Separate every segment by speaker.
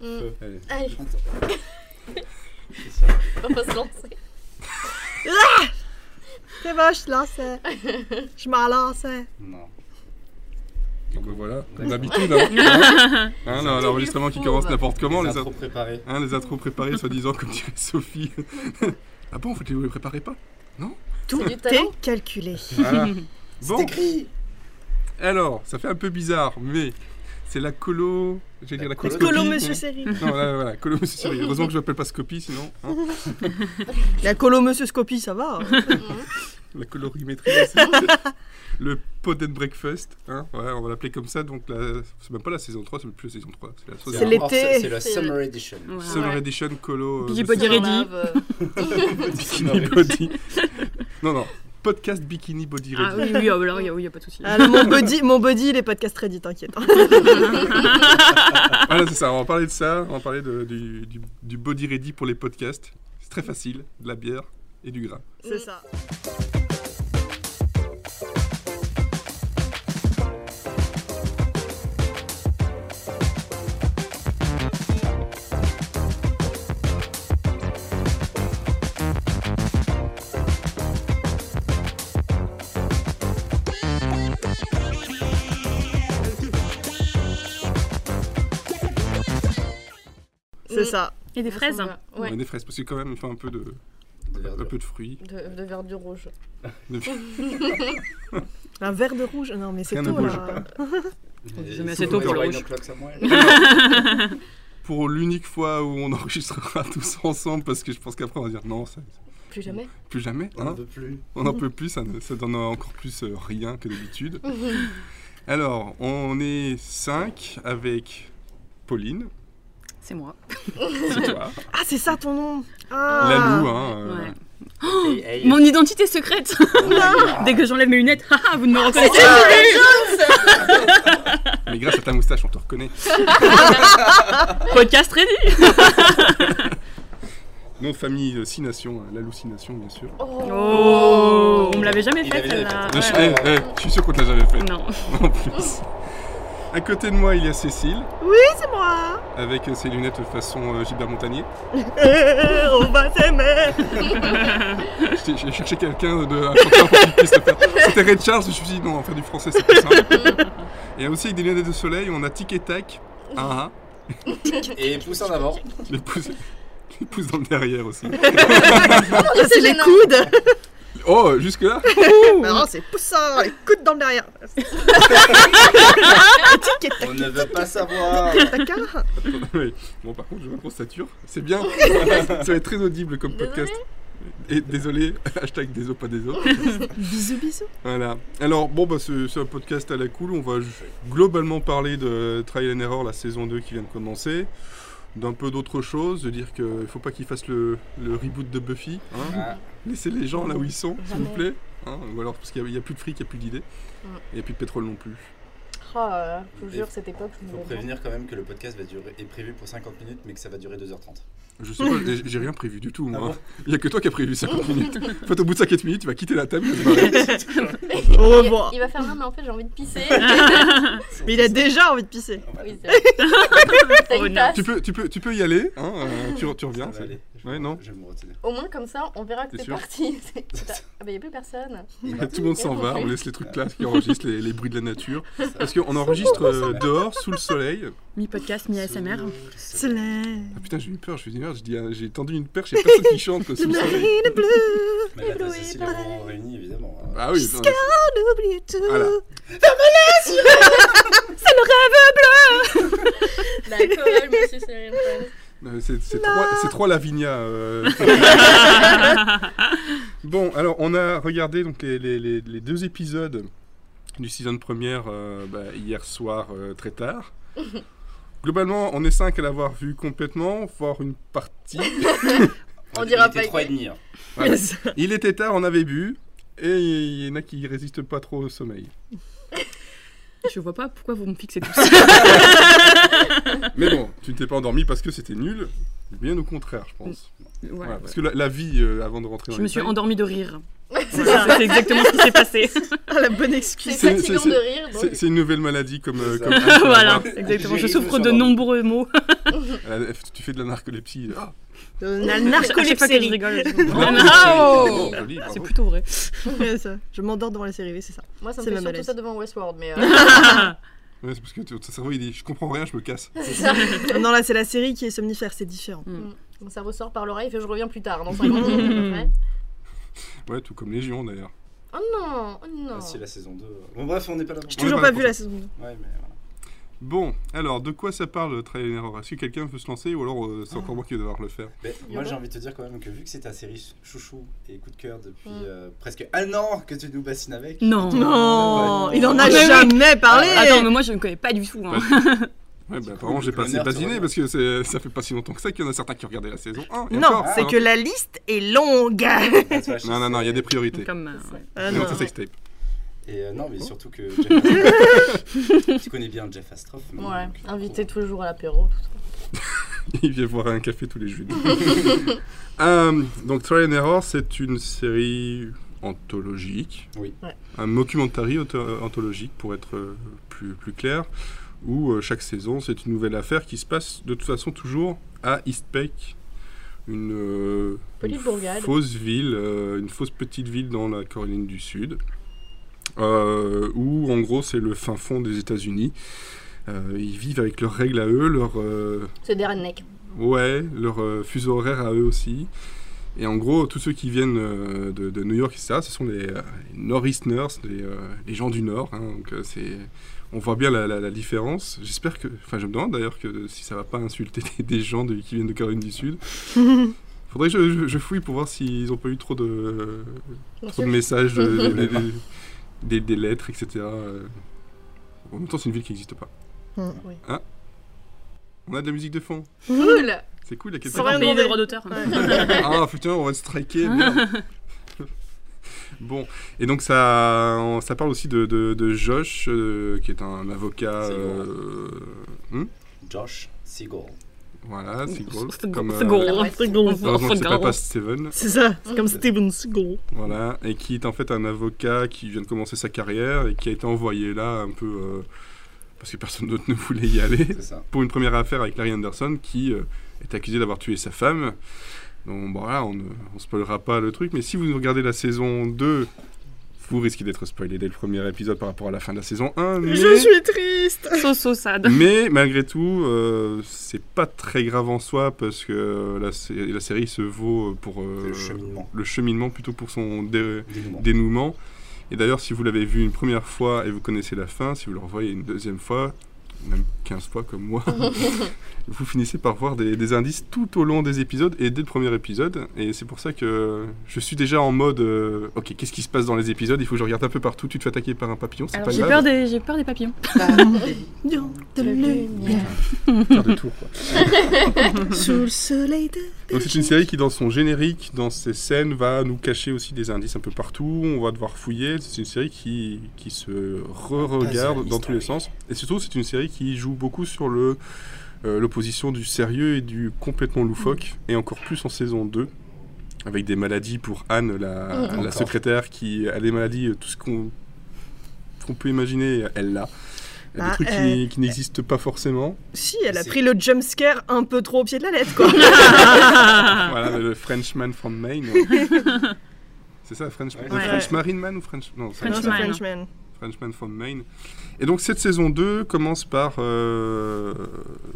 Speaker 1: Mm.
Speaker 2: Allez.
Speaker 1: Allez,
Speaker 2: C'est ça.
Speaker 1: on va se lancer.
Speaker 3: C'est bon, je lance. euh, Je m'en lance. euh.
Speaker 2: Non.
Speaker 4: Donc bah, voilà, comme d'habitude. Hein, Hein, là, l'enregistrement qui commence n'importe comment,
Speaker 2: les
Speaker 4: les,
Speaker 2: intros préparés.
Speaker 4: a- hein, les intros préparés, soi-disant, comme dirait Sophie. ah bon, en fait, vous les préparez pas
Speaker 3: Tout
Speaker 1: du talent.
Speaker 3: est calculé.
Speaker 4: Voilà. Bon,
Speaker 2: écrit
Speaker 4: alors, ça fait un peu bizarre, mais c'est la colo. J'ai dire la
Speaker 2: colo-
Speaker 4: colo.
Speaker 3: Colo, monsieur Série.
Speaker 4: Non, là, voilà, colo monsieur Siri. Heureusement que je m'appelle pas Scopy, sinon. hein,
Speaker 3: La colo, monsieur Scopy, ça va. hein.
Speaker 4: la colorimétrie hein, aussi. Le pot and breakfast, hein, ouais, on va l'appeler comme ça. Donc, la... c'est même pas la saison 3, c'est plus la saison 3. C'est la
Speaker 3: C'est
Speaker 4: saison
Speaker 3: l'été.
Speaker 2: C'est la
Speaker 1: C'est-
Speaker 2: Summer Edition.
Speaker 5: Voilà.
Speaker 4: Summer
Speaker 1: Ouais.
Speaker 4: Edition Colo. euh,
Speaker 5: Biggie
Speaker 4: monsieur-
Speaker 5: Body Ready.
Speaker 1: euh,
Speaker 4: Bikini Body. Non, non. Podcast Bikini Body
Speaker 5: Ah
Speaker 4: Ready.
Speaker 5: oui, oui, ah, bah, alors, il n'y a, oui, il y a pas de souci.
Speaker 3: Ah, là, mon body, mon body, il est podcast Reddit, t'inquiète. hein.
Speaker 4: Voilà, Ah, c'est ça. On va parler de ça. On va parler de- du, du- du Body Ready pour les podcasts. C'est très facile. De la bière et du gras.
Speaker 3: C'est ça. C'est
Speaker 4: Mm.
Speaker 3: ça.
Speaker 5: Et des fraises hein.
Speaker 4: On a
Speaker 1: Ouais,
Speaker 4: des fraises parce que quand même, il faut un peu de,
Speaker 2: De
Speaker 4: un
Speaker 2: verdure.
Speaker 4: peu de fruits.
Speaker 1: de, de verdure rouge.
Speaker 4: De-
Speaker 3: Un verre de rouge. Non, mais c'est
Speaker 4: Rien de
Speaker 3: tout
Speaker 4: rouge.
Speaker 3: là.
Speaker 2: Et
Speaker 5: Je mets
Speaker 2: c'est
Speaker 5: assez tôt pour le
Speaker 2: wine
Speaker 5: rouge.
Speaker 2: o'clock, ça, moi.
Speaker 4: pour l'unique fois où on enregistrera tous ensemble parce que je pense qu'après on va dire non, ça-
Speaker 1: Plus jamais.
Speaker 4: plus jamais.
Speaker 2: On
Speaker 4: hein.
Speaker 2: ne veut plus.
Speaker 4: On n'en peut plus, ça, ne- ça donne encore plus euh, rien que d'habitude. Alors, on est 5 avec Pauline,
Speaker 5: C'est moi.
Speaker 4: c'est toi,
Speaker 3: Ah, c'est ça ton nom. Ah.
Speaker 4: Lalou, hein, euh,
Speaker 5: Ouais.
Speaker 2: Hey, hey.
Speaker 5: Mon identité secrète Dès que j'enlève mes lunettes, haha, vous ne me reconnaissez
Speaker 4: mais grâce à ta moustache, on te reconnaît.
Speaker 5: pas. Podcast ready
Speaker 4: Nom de famille, euh, six nations, hein, l'hallucination, bien sûr.
Speaker 5: Oh On me l'avait jamais
Speaker 2: Il
Speaker 5: fait
Speaker 2: avait jamais
Speaker 5: celle-là.
Speaker 2: fait.
Speaker 4: Non, je,
Speaker 5: Ouais.
Speaker 4: eh, eh, je suis sûr qu'on te l'a jamais fait.
Speaker 5: Non.
Speaker 4: En plus. À côté de moi, il y a Cécile,
Speaker 3: C'est moi.
Speaker 4: avec euh, ses lunettes façon euh, Gilbert Montagnier.
Speaker 3: Eh, on va s'aimer.
Speaker 4: J'ai j'ai cherché quelqu'un de un chanteur pour qu'il puisse le faire. C'était Red Charles, je me suis dit non, on va faire du français, c'est plus simple. Et aussi avec des lunettes de soleil, on a Tic et Tac, Ah, un,
Speaker 2: Et pousse en avant.
Speaker 4: un, les pouces, les pouces dans le derrière aussi.
Speaker 3: Ah, c'est les
Speaker 1: gênant.
Speaker 3: coudes.
Speaker 4: Oh, jusque là
Speaker 3: Non, Ah, c'est poussant. Les coudes dans le derrière.
Speaker 2: On ne veut pas savoir.
Speaker 3: D'accord.
Speaker 4: Oui. Bon, par contre, je me constature, c'est bien. Ça va être très audible comme podcast. Et désolé, hashtag déso, pas déso.
Speaker 3: Bisous, bisous.
Speaker 4: Voilà. Alors, bon, bah, c'est c'est un podcast à la cool. On va ju- globalement parler de Trial and Error, la saison 2 qui vient de commencer. D'un peu d'autres choses, de dire qu'il faut pas qu'ils fassent le, le reboot de Buffy. hein.
Speaker 2: Ah,
Speaker 4: Laissez les gens là où ils sont, s'il vous
Speaker 1: Jamais.
Speaker 4: plaît. hein. Ou alors, parce qu'il n'y a, plus de fric, il n'y a plus d'idées.
Speaker 1: Mm.
Speaker 4: Et il n'y a plus de pétrole non plus.
Speaker 1: Oh, euh, je vous jure, cette époque, je
Speaker 2: faut
Speaker 1: me prévenir.
Speaker 2: prévenir quand même que le podcast va durer, est prévu pour 50 minutes, mais que ça va durer 2h30.
Speaker 4: Je sais pas, j'ai- j'ai rien prévu du tout,
Speaker 2: Ah
Speaker 4: moi.
Speaker 2: bon
Speaker 4: Il n'y a que toi qui as prévu 50 minutes. en fait, au bout de 50 minutes, tu vas quitter la table. tu vas te barrer.
Speaker 3: Au
Speaker 1: Il-
Speaker 3: revoir.
Speaker 1: Il va faire non, mais en fait, j'ai envie de pisser.
Speaker 3: Mais il a déjà envie de pisser.
Speaker 1: oui, c'est vrai. T'as
Speaker 5: Oh,
Speaker 1: une
Speaker 5: non.
Speaker 1: tasse.
Speaker 4: tu, peux, tu, peux, tu peux y aller, hein, euh, tu, tu reviens.
Speaker 2: Ça
Speaker 4: c'est-
Speaker 2: va aller. Je-
Speaker 4: Ouais, non.
Speaker 2: Je vais me retenir.
Speaker 1: Au moins, comme ça, on verra
Speaker 4: T'es
Speaker 1: que t'es
Speaker 4: sûr
Speaker 1: parti. C'est- Ah, bah, y a plus personne.
Speaker 4: Tout le monde s'en va, on laisse les trucs là qui enregistrent les, les bruits de la nature.
Speaker 2: C'est ça.
Speaker 4: Parce qu'on enregistre euh, dehors, sous le soleil.
Speaker 5: Mi-podcast, mi-ASMR.
Speaker 2: C'est-
Speaker 3: Slime.
Speaker 4: Ah putain, j'ai eu peur, je me suis dit merde, je dis, ah, j'ai tendu une perche, j'ai personne qui chante quoi, sous le soleil.
Speaker 3: Marine bleue,
Speaker 2: Mais là, t'as Cécile et moi réunis, évidemment. hein.
Speaker 4: Ah oui, putain,
Speaker 3: n'oublie tout.
Speaker 4: Voilà.
Speaker 1: D'accord, monsieur Cyril
Speaker 4: euh, c'est c'est trois, c'est trois Lavinia. euh. bon, alors on a regardé donc les, les- les- les deux épisodes du season première euh, bah, hier soir euh, très tard. Globalement, on est cinq à l'avoir vu complètement, voire une partie.
Speaker 1: On dira
Speaker 2: Il était
Speaker 1: pas
Speaker 2: trois et
Speaker 1: qui.
Speaker 2: demi, hein.
Speaker 4: Voilà. Il était tard, on avait bu, et il y en a qui résistent pas trop au sommeil.
Speaker 5: Je vois pas pourquoi vous me fixez tout ça.
Speaker 4: Mais bon, tu ne t'es pas endormi parce que c'était nul, bien au contraire, je pense.
Speaker 5: Ouais.
Speaker 4: Voilà, parce que la, la vie, euh, avant de rentrer dans
Speaker 5: Je me
Speaker 4: les
Speaker 5: suis
Speaker 4: détails,
Speaker 5: endormie de rire. C'est ça, c'est exactement ce qui s'est passé.
Speaker 3: Ah, la bonne
Speaker 1: C'est
Speaker 3: excuse.
Speaker 4: C'est-
Speaker 1: fatigant
Speaker 4: c'est-
Speaker 1: de rire. donc-
Speaker 4: C'est c'est une nouvelle maladie comme. euh,
Speaker 2: C'est
Speaker 4: comme
Speaker 2: ça.
Speaker 4: Alzheimer.
Speaker 5: voilà, exactement. Je
Speaker 2: J'ai-
Speaker 5: souffre
Speaker 2: j'ai-
Speaker 5: de
Speaker 2: j'ai-
Speaker 5: nombreux mots.
Speaker 4: Elle a- Tu fais de Euh, la narcolepsie. Ah,
Speaker 3: On a le
Speaker 5: À chaque fois que je
Speaker 3: narcolepsie.
Speaker 5: rigole, je-
Speaker 4: non,
Speaker 5: Non,
Speaker 4: c'est-
Speaker 3: Oh
Speaker 4: c'est joli, bravo.
Speaker 5: Oh, C'est plutôt vrai.
Speaker 3: Ouais, ça. Je m'endors devant la série V, c'est ça.
Speaker 1: Moi, ça me
Speaker 3: c'est
Speaker 1: fait
Speaker 3: ma
Speaker 1: surtout
Speaker 3: malaise.
Speaker 1: ça devant Westworld, mais. euh,
Speaker 4: Ouais, c'est parce que ton cerveau il dit je comprends rien, je me casse.
Speaker 1: euh,
Speaker 3: Ah Non, là, c'est la série qui est somnifère, c'est différent.
Speaker 1: Mon cerveau sort par l'oreille, fait je reviens plus tard, dans 50 minutes à peu près.
Speaker 4: Ouais, tout comme Légion d'ailleurs.
Speaker 1: Oh non, oh non.
Speaker 2: Ah, si, la saison 2. Bon, bref, on n'est pas là.
Speaker 3: J'ai
Speaker 4: On est
Speaker 3: toujours
Speaker 4: pas
Speaker 3: pas
Speaker 4: là pour
Speaker 3: vu la saison 2.
Speaker 2: Ouais, mais voilà.
Speaker 4: Bon, alors de quoi ça parle le trial and error Est-ce que quelqu'un veut se lancer ou alors euh, c'est encore moi qui vais devoir le faire
Speaker 2: Mais moi,
Speaker 1: Yoda
Speaker 2: j'ai envie de te dire quand même que vu que c'est ta série chouchou et coup de cœur depuis
Speaker 1: Mm.
Speaker 2: euh, presque un an que tu nous bassines avec.
Speaker 5: Non.
Speaker 3: Non,
Speaker 2: Ouais.
Speaker 3: il en a
Speaker 5: Ah, mais oui.
Speaker 3: jamais parlé.
Speaker 5: Attends, mais moi je ne connais pas du tout. hein.
Speaker 4: Ouais, bah
Speaker 2: cool,
Speaker 4: apparemment j'ai pas assez
Speaker 2: l'honneur te
Speaker 4: basiné
Speaker 2: revient.
Speaker 4: parce que c'est- ça fait pas si longtemps que ça qu'il y en a certains qui regardaient la saison 1. et
Speaker 3: non,
Speaker 4: encore,
Speaker 3: c'est
Speaker 4: hein.
Speaker 3: que la liste est longue.
Speaker 2: Ah, tu vois, je
Speaker 4: Non, non, non, il y a des priorités.
Speaker 5: Comme, euh, ouais.
Speaker 3: Ah,
Speaker 4: non,
Speaker 3: non.
Speaker 4: ça c'est tape.
Speaker 2: Et euh,
Speaker 3: Oh.
Speaker 2: non, mais surtout que. Jeff- tu connais bien Jeff Astroff. maintenant,
Speaker 1: Ouais,
Speaker 2: donc,
Speaker 1: invité tous les jours à l'apéro. tout ça.
Speaker 4: Il vient voir un café tous les jeudis. Euh, donc Trial and Error, c'est une série antologique.
Speaker 2: Oui.
Speaker 1: Ouais.
Speaker 4: Un documentary auto- anthologique pour être euh, plus, plus clair, où euh, chaque saison, c'est une nouvelle affaire qui se passe de toute façon toujours à Eastpak. Une, euh,
Speaker 1: Petite
Speaker 4: une
Speaker 1: bourgade.
Speaker 4: fausse ville, euh, une fausse petite ville dans la Caroline du Sud, euh, où en gros c'est le fin fond des États-Unis. Euh, ils vivent avec leurs règles à eux, leurs, euh,
Speaker 1: C'est Dernek.
Speaker 4: Ouais, leur euh, fuseau horaire à eux aussi. Et en gros, tous ceux qui viennent euh, de, de New York, etc., ce sont les, euh, les Northeasterners, les, euh, les gens du Nord. hein. donc, euh, c'est, on voit bien la, la- la différence. J'espère que. Enfin, je me demande d'ailleurs que si ça va pas insulter des, des gens de- qui viennent de Caroline du Sud. Faudrait que je, je- je fouille pour voir s'ils ont pas eu trop de, trop de messages, euh, des, des- des- des lettres, etc. euh. En même temps, c'est une ville qui n'existe pas.
Speaker 3: Hmm.
Speaker 1: Oui.
Speaker 4: Hein on a de la musique de fond.
Speaker 1: Cool
Speaker 4: C'est cool, il y a quelqu'un
Speaker 5: Sans
Speaker 3: rien
Speaker 5: payer
Speaker 3: demander.
Speaker 5: des droits d'auteur.
Speaker 4: ah putain, on va se striker. merde. bon, et donc ça, on- ça parle aussi de, de- de Josh, euh, qui est un avocat.
Speaker 2: C'est
Speaker 4: euh,
Speaker 2: Josh Seagal.
Speaker 4: voilà, c'est gros.
Speaker 5: C'est
Speaker 4: Comme, euh,
Speaker 1: Ouais.
Speaker 4: heureusement que c'est pas
Speaker 5: gros.
Speaker 4: Past Seven.
Speaker 3: C'est ça, c'est comme
Speaker 4: C'est-
Speaker 3: Steven Seagal.
Speaker 4: Voilà, et qui est en fait un avocat qui vient de commencer sa carrière et qui a été envoyé là un peu euh, parce que personne d'autre ne voulait y aller.
Speaker 2: C'est ça.
Speaker 4: pour une première affaire avec Larry Anderson qui euh, est accusé d'avoir tué sa femme. Donc bon, voilà, on ne on spoilera pas le truc, mais si vous regardez la saison 2, vous risquez d'être spoilé dès le premier épisode par rapport à la fin de la saison 1. Mais,
Speaker 3: Je suis triste.
Speaker 5: Soso sad.
Speaker 4: mais malgré tout, euh, c'est pas très grave en soi parce que euh, la, sé- la série se vaut euh, pour euh,
Speaker 2: Le cheminement.
Speaker 4: le cheminement plutôt pour son dé-
Speaker 2: Dénouement.
Speaker 4: dénouement. Et d'ailleurs, si vous l'avez vu une première fois et vous connaissez la fin, si vous le revoyez une deuxième fois, même 15 fois comme moi, vous finissez par voir des, des indices tout au long des épisodes et dès le premier épisode. Et c'est pour ça que je suis déjà en mode euh, Ok, qu'est-ce qui se passe dans les épisodes Il faut que je regarde un peu partout. Tu te fais attaquer par un papillon, c'est
Speaker 5: Alors
Speaker 4: pas
Speaker 5: j'ai
Speaker 4: grave.
Speaker 5: peur, des... j'ai peur des papillons.
Speaker 3: Dans de lumière,
Speaker 4: Faire des tours, quoi.
Speaker 3: sous le soleil de...
Speaker 4: Donc c'est une série qui, dans son générique, dans ses scènes, va nous cacher aussi des indices un peu partout. On va devoir fouiller. C'est une série qui, qui se re-regarde
Speaker 2: Puzzle
Speaker 4: dans tous les
Speaker 2: history.
Speaker 4: sens. Et surtout, c'est une série qui joue beaucoup sur le euh, l'opposition du sérieux et du complètement loufoque. Et encore plus en saison 2. Avec des maladies pour Anne, la,
Speaker 2: Mhm.
Speaker 4: la
Speaker 2: Encore.
Speaker 4: secrétaire, qui a des maladies, euh, tout ce qu'on qu'on peut imaginer, elle l'a. Des
Speaker 3: Bah,
Speaker 4: trucs qui, qui n'existent pas forcément.
Speaker 3: Si, elle a
Speaker 2: C'est-
Speaker 3: pris le jumpscare un peu trop au pied de la lettre, quoi.
Speaker 4: Voilà, le Frenchman from Maine. c'est ça, French,
Speaker 2: Ouais.
Speaker 4: le
Speaker 3: Ouais.
Speaker 4: French Marine Man ou French... Non, c'est
Speaker 3: Non, c'est
Speaker 5: Frenchman.
Speaker 3: Frenchman.
Speaker 4: Frenchman from Maine. Et donc cette saison 2 commence par, euh,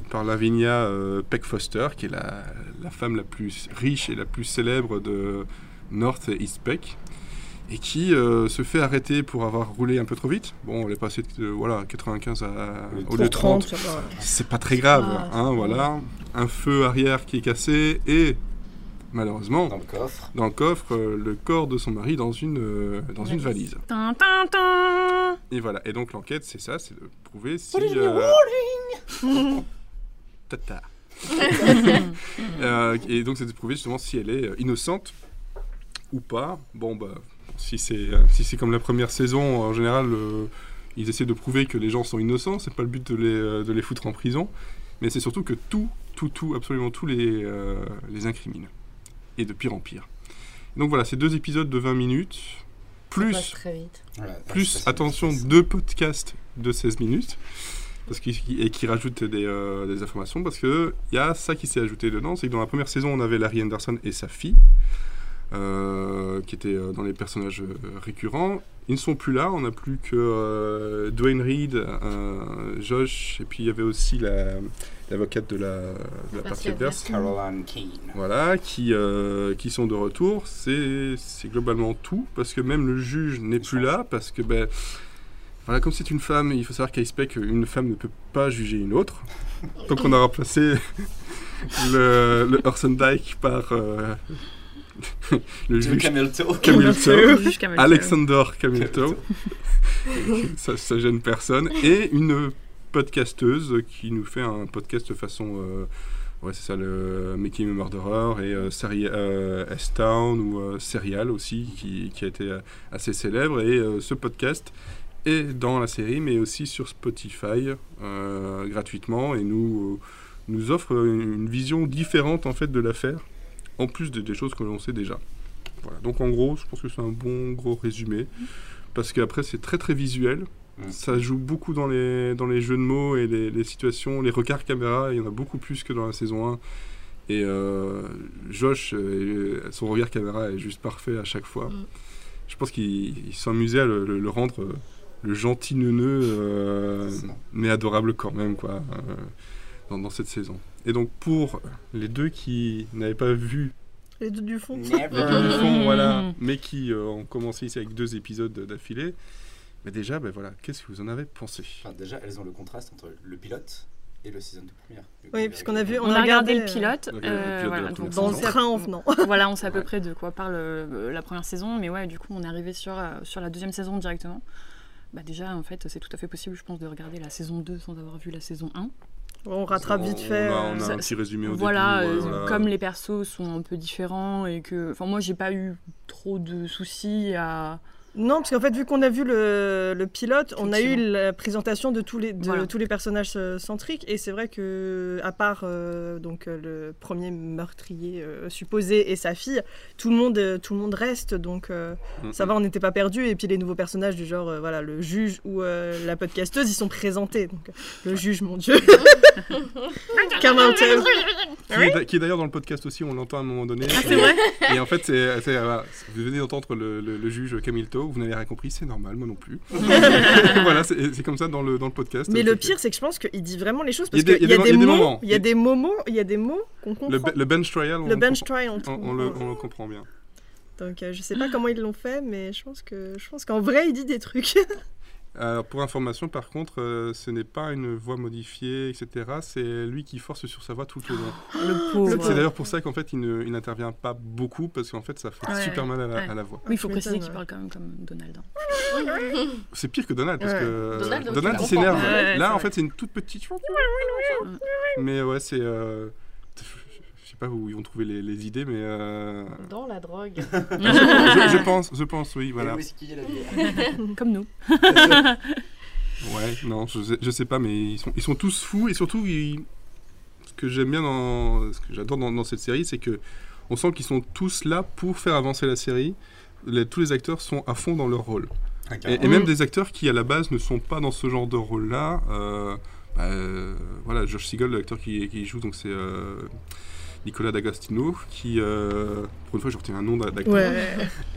Speaker 4: par Lavinia euh, Peck Foster, qui est la, la femme la plus riche et la plus célèbre de North et East Peck, et qui euh, se fait arrêter pour avoir roulé un peu trop vite. Bon, elle est passée de voilà, 95 à, au lieu de 30. C'est pas très grave,
Speaker 1: Ah, c'est
Speaker 4: hein,
Speaker 1: pas
Speaker 4: voilà. Un feu arrière qui est cassé et malheureusement
Speaker 2: Dans le coffre.
Speaker 4: dans le coffre euh, le corps de son mari dans une euh, dans une valise.
Speaker 5: Tin, tin, tin.
Speaker 4: Et voilà. Et donc l'enquête c'est ça, c'est de prouver si. euh, Tata. Euh, et donc c'est de prouver justement si elle est euh, innocente ou pas. Bon bah si c'est euh, si c'est comme la première saison en général. euh, ils essaient de prouver que les gens sont innocents, c'est pas le but de les, euh, de les foutre en prison, mais c'est surtout que tout, tout, tout, absolument tout les, euh, les incrimine. Et de pire en pire. Donc voilà, c'est deux épisodes de 20 minutes,
Speaker 1: Ça passe
Speaker 4: plus,
Speaker 1: très vite.
Speaker 2: Voilà, ouais, je sais
Speaker 4: plus
Speaker 2: pas si
Speaker 4: attention,
Speaker 2: c'est ça.
Speaker 4: deux podcasts de 16 minutes. Parce qu'il- et qui rajoutent des, euh, des informations, parce qu'il y a ça qui s'est ajouté dedans, c'est que dans la première saison, on avait Larry Anderson et sa fille, euh, qui étaient euh, dans les personnages euh, récurrents. Ils ne sont plus là, on n'a plus que euh, Dwayne Reed, euh, Josh, et puis il y avait aussi la- l'avocate de la, de la partie
Speaker 1: Partie
Speaker 4: adverse.
Speaker 2: Caroline Keane.
Speaker 4: Voilà, qui, euh, qui sont de retour. C'est c'est globalement tout, parce que même le juge n'est plus là, parce que, ben, voilà, comme c'est une femme, il faut savoir qu'à ISPEC, une femme ne peut pas juger une autre. Donc on a remplacé le, le Orson Dyke par euh, le
Speaker 2: De
Speaker 4: juge
Speaker 2: Camelto.
Speaker 4: Camilton.
Speaker 5: Juste Camel Toe.
Speaker 4: Alexander Camilton, ça, ça gêne personne, et une podcasteuse qui nous fait un podcast façon, euh, ouais c'est ça, le Making a Murderer et euh, série- euh, S-Town ou euh, Serial aussi, qui, qui a été euh, assez célèbre, et euh, ce podcast est dans la série, mais aussi sur Spotify, euh, gratuitement, et nous, euh, nous offre une, une vision différente en fait de l'affaire, en plus de- des choses que l'on sait déjà. Voilà, donc en gros, je pense que c'est un bon gros résumé. Parce qu'après, c'est très très visuel.
Speaker 2: Mm.
Speaker 4: Ça joue beaucoup dans les, dans les jeux de mots et les, les situations, les regards caméra. Il y en a beaucoup plus que dans la saison 1. Et euh, Josh, euh, son regard caméra est juste parfait à chaque fois.
Speaker 1: Mm.
Speaker 4: Je pense qu'il il s'amusait à le, le- le rendre euh, le gentil neuneux, euh,
Speaker 2: C'est ça.
Speaker 4: mais adorable quand même, quoi, euh, dans, dans cette saison. Et donc, pour les deux qui n'avaient pas vu
Speaker 3: Les deux du fond.
Speaker 4: les
Speaker 2: Never.
Speaker 4: deux du fond,
Speaker 5: Mmh.
Speaker 4: voilà, mais qui euh, ont commencé ici avec deux épisodes d'affilée. Mais déjà, ben voilà, qu'est-ce que vous en avez pensé
Speaker 2: Enfin, déjà, elles ont le contraste entre le pilote et le season de première.
Speaker 3: Oui, puisqu'on a vu, on,
Speaker 5: On a regardé le
Speaker 3: euh,
Speaker 5: pilote.
Speaker 4: le pilote
Speaker 5: euh,
Speaker 4: de la
Speaker 5: voilà,
Speaker 4: première
Speaker 5: donc
Speaker 4: saison.
Speaker 3: Dans le
Speaker 4: Ouais.
Speaker 3: train en venant.
Speaker 5: Voilà, on sait à peu
Speaker 4: Ouais.
Speaker 5: près de quoi parle euh, la première saison, mais ouais, du coup, on est arrivé sur, euh, sur la deuxième saison directement. Bah déjà, en fait, c'est tout à fait possible, je pense, de regarder la saison 2 sans avoir vu la saison 1.
Speaker 3: On rattrape
Speaker 4: On-
Speaker 3: vite fait.
Speaker 4: On a,
Speaker 3: euh,
Speaker 4: on a
Speaker 5: ça-
Speaker 4: un petit résumé au
Speaker 5: Voilà,
Speaker 4: début. ouais,
Speaker 5: euh,
Speaker 4: voilà.
Speaker 5: comme les persos sont un peu différents et que... Enfin, moi, j'ai pas eu trop de soucis à...
Speaker 3: Non, parce qu'en fait, vu qu'on a vu le, le pilote, on a eu
Speaker 5: Effectivement.
Speaker 3: la présentation de tous les, de
Speaker 5: Voilà.
Speaker 3: tous les personnages euh, centriques, et c'est vrai que, à part euh, donc euh, le premier meurtrier euh, supposé et sa fille, tout le monde, euh, tout le monde reste, donc euh,
Speaker 4: Mm,
Speaker 3: ça va, on n'était pas perdu. Et puis les nouveaux personnages du genre, euh, voilà, le juge ou euh, la podcasteuse, ils sont présentés. Donc euh, le juge, mon dieu,
Speaker 4: Ah,
Speaker 3: Carmen Hotel.
Speaker 4: Qui est d'a- Qui est d'ailleurs dans le podcast aussi, on l'entend à un moment donné.
Speaker 3: Ah,
Speaker 5: c'est vrai
Speaker 4: Et en fait, c'est, c'est- voilà, vous venez d'entendre le, le- le juge Camilto, vous n'avez rien compris, c'est normal, moi non plus. voilà, c'est, c'est comme ça dans le, dans le podcast.
Speaker 3: Mais le
Speaker 4: Ok.
Speaker 3: pire, c'est que je pense qu'il dit vraiment les choses
Speaker 4: Il y
Speaker 3: parce
Speaker 4: a des-
Speaker 3: qu'il y a des
Speaker 4: moments.
Speaker 3: mots, il y a des moments, il y a des mots qu'on comprend.
Speaker 4: le, be- le bench trial, on,
Speaker 3: Le bench
Speaker 4: comprend-
Speaker 3: trial, on,
Speaker 4: on- on le, on le comprend bien.
Speaker 3: Donc euh, je sais pas comment ils l'ont fait, mais je pense que je pense qu'en vrai il dit des trucs.
Speaker 4: Alors, pour information, par contre, euh, ce n'est pas une voix modifiée, etc. C'est lui qui force sur sa voix tout le long.
Speaker 5: Le
Speaker 4: C'est
Speaker 5: pauvre.
Speaker 4: c'est d'ailleurs pour ça qu'en fait, il ne- il n'intervient pas beaucoup, parce qu'en fait, ça fait
Speaker 5: Ouais,
Speaker 4: super mal à la,
Speaker 5: ouais.
Speaker 4: à la voix.
Speaker 5: Oui, il faut
Speaker 3: Tu
Speaker 5: préciser
Speaker 3: m'étonnes,
Speaker 5: qu'il parle quand même comme Donald. hein.
Speaker 4: C'est pire que Donald, parce
Speaker 3: Ouais.
Speaker 4: que euh,
Speaker 1: Donald,
Speaker 4: Donald,
Speaker 1: ok,
Speaker 4: il
Speaker 1: on
Speaker 4: s'énerve.
Speaker 5: comprend. Ouais, ouais,
Speaker 4: Là,
Speaker 5: c'est
Speaker 4: en
Speaker 5: vrai.
Speaker 4: fait, c'est une toute petite... Mais ouais, c'est... euh, Je sais pas où ils vont trouver les, les idées, mais... euh,
Speaker 1: Dans la drogue.
Speaker 4: je, je pense, je pense, oui,
Speaker 2: Voilà. Le
Speaker 4: voilà.
Speaker 2: whisky et la bière.
Speaker 5: Comme nous.
Speaker 4: Ouais, non, je sais, je sais pas, mais ils sont, ils sont tous fous et surtout, ils- ce que j'aime bien dans, ce que j'adore dans, dans cette série, c'est que on sent qu'ils sont tous là pour faire avancer la série. Les- tous les acteurs sont à fond dans leur rôle. Et, et
Speaker 2: Carrément.
Speaker 4: même
Speaker 5: Mm.
Speaker 4: des acteurs qui à la base ne sont pas dans ce genre de rôle-là. euh, bah, euh, voilà, Josh Siegel, l'acteur qui, qui joue, donc c'est euh, Nicolas D'Agostino, qui euh, pour une fois, je retiens un nom d'a- d'acteur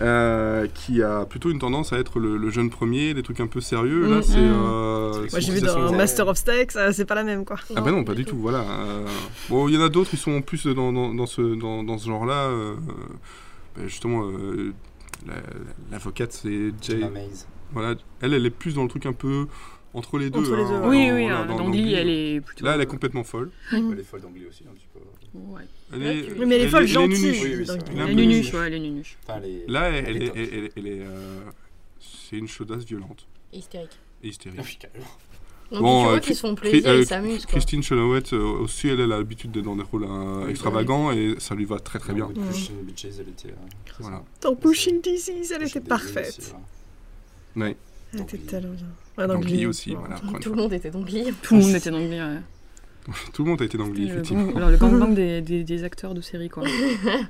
Speaker 4: euh, qui a plutôt une tendance à être le, le jeune premier, des trucs un peu sérieux. Là,
Speaker 3: Mm,
Speaker 4: c'est.
Speaker 5: mm.
Speaker 4: euh,
Speaker 2: Moi,
Speaker 4: c'est
Speaker 3: Moi j'ai vu
Speaker 4: sensation-
Speaker 3: dans
Speaker 2: Ouais.
Speaker 3: Master of Sex, euh, c'est pas la même quoi.
Speaker 4: Ah bah non, pas du tout, voilà. euh, Bon, il y en a d'autres, ils sont en plus dans, dans, dans ce, dans, dans ce genre-là. euh, bah, justement, euh, la- l'avocate, c'est Jay.
Speaker 2: Emma Maze.
Speaker 4: Voilà, elle, elle est plus dans le truc un peu entre les deux.
Speaker 3: Entre les deux,
Speaker 4: hein,
Speaker 5: Oui,
Speaker 4: dans-
Speaker 5: oui,
Speaker 4: voilà,
Speaker 5: euh,
Speaker 4: dans- dans
Speaker 5: Dangli,
Speaker 4: Glee.
Speaker 5: elle est plutôt...
Speaker 4: Là, elle est complètement folle.
Speaker 2: Elle est folle d'anglais aussi, un petit peu.
Speaker 5: Ouais.
Speaker 4: Elle
Speaker 1: Ouais,
Speaker 4: est,
Speaker 1: tu-
Speaker 3: Oui, mais elle est folle gentille.
Speaker 4: nunuche.
Speaker 2: Oui, oui, c'est
Speaker 3: donc,
Speaker 2: vrai.
Speaker 4: Elle est un
Speaker 5: Elle
Speaker 4: peu
Speaker 5: est nunuche,
Speaker 4: nunuche.
Speaker 5: ouais, elle est nunuche.
Speaker 2: Enfin, les...
Speaker 4: Là, elle,
Speaker 2: Elle est
Speaker 4: est.
Speaker 2: top.
Speaker 4: elle- elle- elle est, euh, C'est une chaudasse violente
Speaker 1: Hystérique.
Speaker 4: et hystérique.
Speaker 2: Oui, carrément.
Speaker 1: Donc
Speaker 4: Bon,
Speaker 1: tu
Speaker 4: euh,
Speaker 1: vois qu'ils se font
Speaker 4: Chris-
Speaker 1: plaisir,
Speaker 4: euh,
Speaker 1: ils s'amusent. quoi.
Speaker 4: Christine Chenoweth euh, aussi, elle, elle a l'habitude d'être dans des rôles euh,
Speaker 2: Oui,
Speaker 4: extravagants et ça lui va très très bien.
Speaker 2: Dans
Speaker 3: Ouais.
Speaker 2: Pushing Bitches, elle était. euh,
Speaker 4: Voilà.
Speaker 3: Dans Pushing Disease, elle
Speaker 2: Pushing Daisies aussi,
Speaker 3: était parfaite.
Speaker 2: voilà.
Speaker 3: Elle
Speaker 2: Donc,
Speaker 3: était
Speaker 2: il-
Speaker 3: tellement bien. Ah, Ouais, dans
Speaker 4: Donc
Speaker 3: Glee.
Speaker 4: lui aussi, voilà. encore une fois.
Speaker 1: Tout
Speaker 4: Ah,
Speaker 1: le monde était donc lié.
Speaker 5: Tout le monde était Dangli, ouais.
Speaker 4: Tout le monde a été dans Glee,
Speaker 5: Le
Speaker 4: effectivement.
Speaker 5: gang- alors, le gangbang des, des- des acteurs de série, quoi.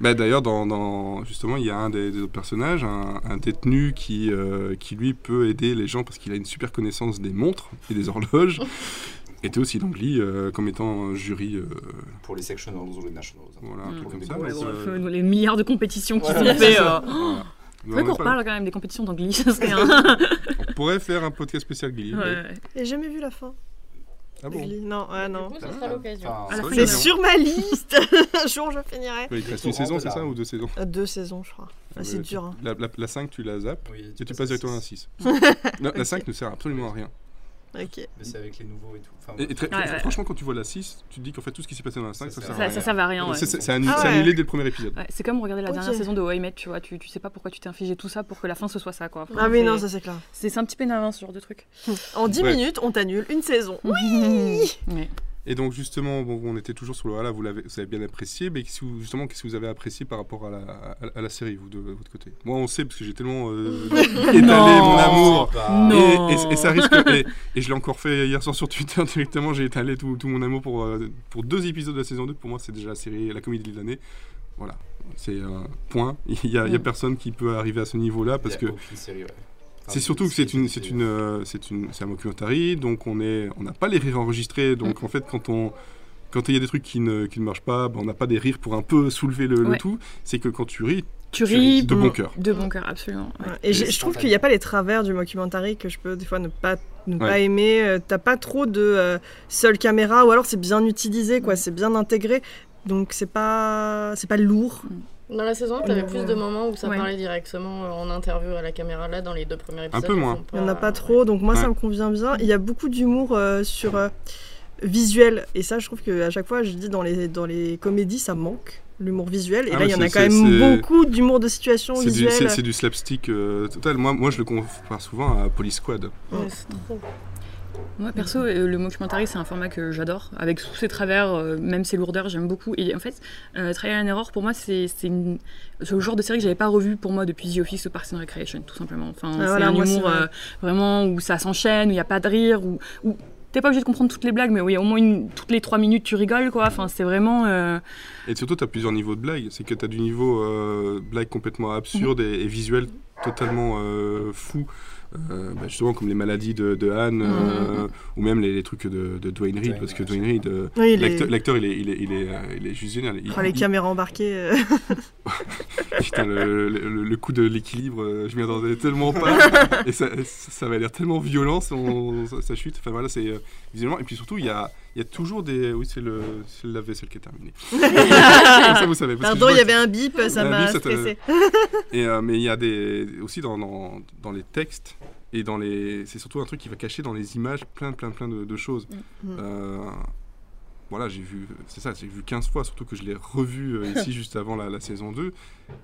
Speaker 4: Bah, D'ailleurs, dans, dans- justement, il y a un des, des autres personnages, un, un détenu qui, euh, qui, lui, peut aider les gens parce qu'il a une super connaissance des montres et des horloges. était aussi dans Glee euh, comme étant un jury, euh,
Speaker 2: Pour les sectionals ou les nationals. hein.
Speaker 4: voilà,
Speaker 5: Mm.
Speaker 4: un truc comme ça.
Speaker 2: Ouais,
Speaker 4: donc,
Speaker 2: bon,
Speaker 4: euh,
Speaker 5: Euh, Les milliards de compétitions qui
Speaker 2: Voilà,
Speaker 5: sont
Speaker 2: c'est
Speaker 5: faites.
Speaker 2: ça.
Speaker 5: euh,
Speaker 4: voilà. Mais
Speaker 5: Faudrait
Speaker 4: on
Speaker 5: qu'on
Speaker 4: est pas-
Speaker 5: reparle quand même des compétitions d'anglais, ça serait un...
Speaker 4: on pourrait faire un podcast spécial Glee.
Speaker 5: Ouais,
Speaker 4: mais-
Speaker 5: ouais.
Speaker 3: J'ai jamais vu la fin.
Speaker 4: Ah
Speaker 3: de
Speaker 4: bon
Speaker 3: Glee. Non, ah non.
Speaker 1: Du coup, ça sera l'occasion.
Speaker 2: Enfin,
Speaker 5: À la
Speaker 4: c'est
Speaker 5: fin.
Speaker 4: vrai,
Speaker 3: C'est
Speaker 4: j'avais-
Speaker 3: sur ma liste. Un jour, je finirai.
Speaker 4: Ouais, Il te reste
Speaker 2: Ils
Speaker 4: une
Speaker 2: sont
Speaker 4: saison,
Speaker 2: rentrés
Speaker 4: c'est
Speaker 2: là.
Speaker 4: ça, ou deux saisons
Speaker 3: Euh, Deux saisons, je crois. Ah,
Speaker 4: Ouais,
Speaker 3: c'est
Speaker 4: tu-
Speaker 3: dur. hein.
Speaker 4: La, la- la 5, tu la zappes,
Speaker 2: oui,
Speaker 4: et tu passes hein. directement à la 6. Non, la 5 ne sert absolument à rien.
Speaker 3: Ok.
Speaker 2: Mais c'est avec les nouveaux et tout. Enfin,
Speaker 4: Et, et très-
Speaker 5: Ouais, ouais.
Speaker 4: Franchement, quand tu vois la 6, tu te dis qu'en fait, tout ce qui s'est passé dans la 5, ça,
Speaker 2: Ça
Speaker 4: sert à
Speaker 5: Ça,
Speaker 4: rien.
Speaker 5: ça sert à rien, ouais.
Speaker 4: C'est- C'est c'est
Speaker 2: Ah
Speaker 4: annu- c'est
Speaker 3: ouais.
Speaker 4: annulé dès le premier épisode.
Speaker 5: Ouais, c'est comme regarder la
Speaker 3: Ok.
Speaker 5: dernière saison de How I Met, tu vois, tu, tu sais pas pourquoi tu t'es infligé tout ça pour que la fin ce soit ça, quoi. Enfin,
Speaker 3: Ah oui,
Speaker 5: c'est-
Speaker 3: non, ça c'est clair.
Speaker 5: C'est c'est un petit peu énervant ce genre de truc.
Speaker 3: En 10
Speaker 4: Ouais.
Speaker 3: minutes, on t'annule une saison.
Speaker 5: Oui ouais.
Speaker 4: Et donc justement, bon, on était toujours sur le voilà, vous l'avez, vous avez bien apprécié, mais qu'est-ce que vous- justement, qu'est-ce que vous avez apprécié par rapport à la, à- à la série, vous de votre côté Moi, on sait parce que j'ai tellement euh, étalé
Speaker 5: Non.
Speaker 4: mon amour.
Speaker 2: Bah,
Speaker 5: Non.
Speaker 4: Et, et- et ça risque. Et, et je l'ai encore fait hier soir sur Twitter directement. J'ai étalé tout, tout mon amour pour, euh, pour deux épisodes de la saison 2. Pour moi, c'est déjà la série, la comédie de l'année. Voilà, c'est un point. Il n'y a, il y a
Speaker 5: Mm.
Speaker 4: personne qui peut arriver à ce niveau-là parce que
Speaker 2: y a aucune série, ouais. Enfin,
Speaker 4: c'est surtout que c'est une, c'est une, euh, c'est une, c'est un mockumentary, donc on est, on n'a pas les rires enregistrés, donc
Speaker 5: Mm.
Speaker 4: en fait quand on, quand il y a des trucs qui ne, qui ne marchent pas, ben, on n'a pas des rires pour un peu soulever le, le
Speaker 5: Ouais.
Speaker 4: tout. C'est que quand tu ris, Tu
Speaker 5: Tu ris
Speaker 4: ris de bon cœur.
Speaker 5: De bon cœur, absolument. ouais.
Speaker 3: Ouais. Et j'ai-
Speaker 2: Et
Speaker 3: je
Speaker 2: c'est
Speaker 3: trouve
Speaker 2: pas
Speaker 3: qu'il n'y a
Speaker 2: mal.
Speaker 3: pas les travers du mockumentary que je peux des fois ne pas, ne pas
Speaker 4: Ouais.
Speaker 3: aimer. Euh, T'as pas trop de euh, seule caméra, ou alors c'est bien utilisé, quoi, c'est bien intégré. Donc c'est pas, c'est pas lourd.
Speaker 1: Dans la saison 1, t'avais
Speaker 3: Ouais.
Speaker 1: plus de moments où ça
Speaker 5: Ouais.
Speaker 1: parlait directement euh, en interview à la caméra. Là, dans les deux premiers épisodes,
Speaker 4: peu
Speaker 1: ils
Speaker 4: moins.
Speaker 1: font
Speaker 3: Il n'y en a pas trop, donc moi
Speaker 4: Ouais.
Speaker 3: ça me convient bien. Il y a beaucoup d'humour euh, sur euh, visuel, et ça je trouve que à chaque fois je dis dans les, dans les comédies ça manque l'humour visuel. Et
Speaker 4: Ah,
Speaker 3: là
Speaker 4: mais
Speaker 3: il y en a
Speaker 4: c'est-
Speaker 3: quand même
Speaker 4: c'est-
Speaker 3: beaucoup d'humour de situation
Speaker 4: c'est du, c'est-
Speaker 3: visuelle.
Speaker 4: c'est du slapstick euh, total. Moi, moi, je le compare souvent à Police Squad.
Speaker 1: Ouais, c'est trop.
Speaker 5: Moi perso, euh, le mockumentary c'est un format que j'adore, avec tous ses travers, euh, même ses lourdeurs, j'aime beaucoup. Et en fait, euh, Trial and Error pour moi c'est c'est une- c'est le genre de série que j'avais pas revu pour moi depuis The Office ou Parks and Recreation, tout simplement. Enfin, c'est
Speaker 3: Ah, voilà,
Speaker 5: un
Speaker 3: moi,
Speaker 5: humour
Speaker 3: c'est vrai.
Speaker 5: euh, vraiment où ça s'enchaîne, où il n'y a pas de rire, où, où t'es pas obligé de comprendre toutes les blagues, mais où il y a au moins une- toutes les trois minutes tu rigoles quoi. Enfin, c'est vraiment. euh,
Speaker 4: Et surtout, tu as plusieurs niveaux de blagues. C'est que tu as du niveau euh, blague complètement absurde et, et visuel totalement euh, fou. Euh, bah, justement, comme les maladies de, de Anne,
Speaker 3: Mm-hmm.
Speaker 4: euh, ou même les, les trucs de, de Dwayne Reed,
Speaker 2: Dwayne,
Speaker 4: parce que
Speaker 2: ouais,
Speaker 4: Dwayne Reed, euh,
Speaker 3: Oui, les,
Speaker 4: l'acteur, l'acteur, il, est, il, est, il, est, euh, il est juste génial. Il-
Speaker 3: oh, les
Speaker 4: il-
Speaker 3: caméras embarquées. euh.
Speaker 4: putain, le, le- le coup de l'équilibre, euh, je m'y attendais tellement pas. et ça, ça, ça va l'air tellement violent, son- sa, sa chute. Enfin voilà, c'est euh, visuellement. Et puis surtout, il y a, il y a toujours des. Oui, c'est le, c'est le lave-vaisselle qui est terminé. ça, vous savez. parce que je
Speaker 3: Pardon, il
Speaker 4: vois
Speaker 3: y
Speaker 4: que-
Speaker 3: avait un bip, ça
Speaker 4: Un
Speaker 3: m'a
Speaker 4: bip, ça t'a-
Speaker 3: stressé.
Speaker 4: Et, euh, mais il y a des aussi dans, dans, dans les textes et dans les c'est surtout un truc qui va cacher dans les images plein plein plein de, de choses.
Speaker 3: Mhm.
Speaker 4: Euh, voilà, j'ai vu c'est ça, j'ai vu 15 fois surtout que je l'ai revu euh, ici juste avant la, la saison 2,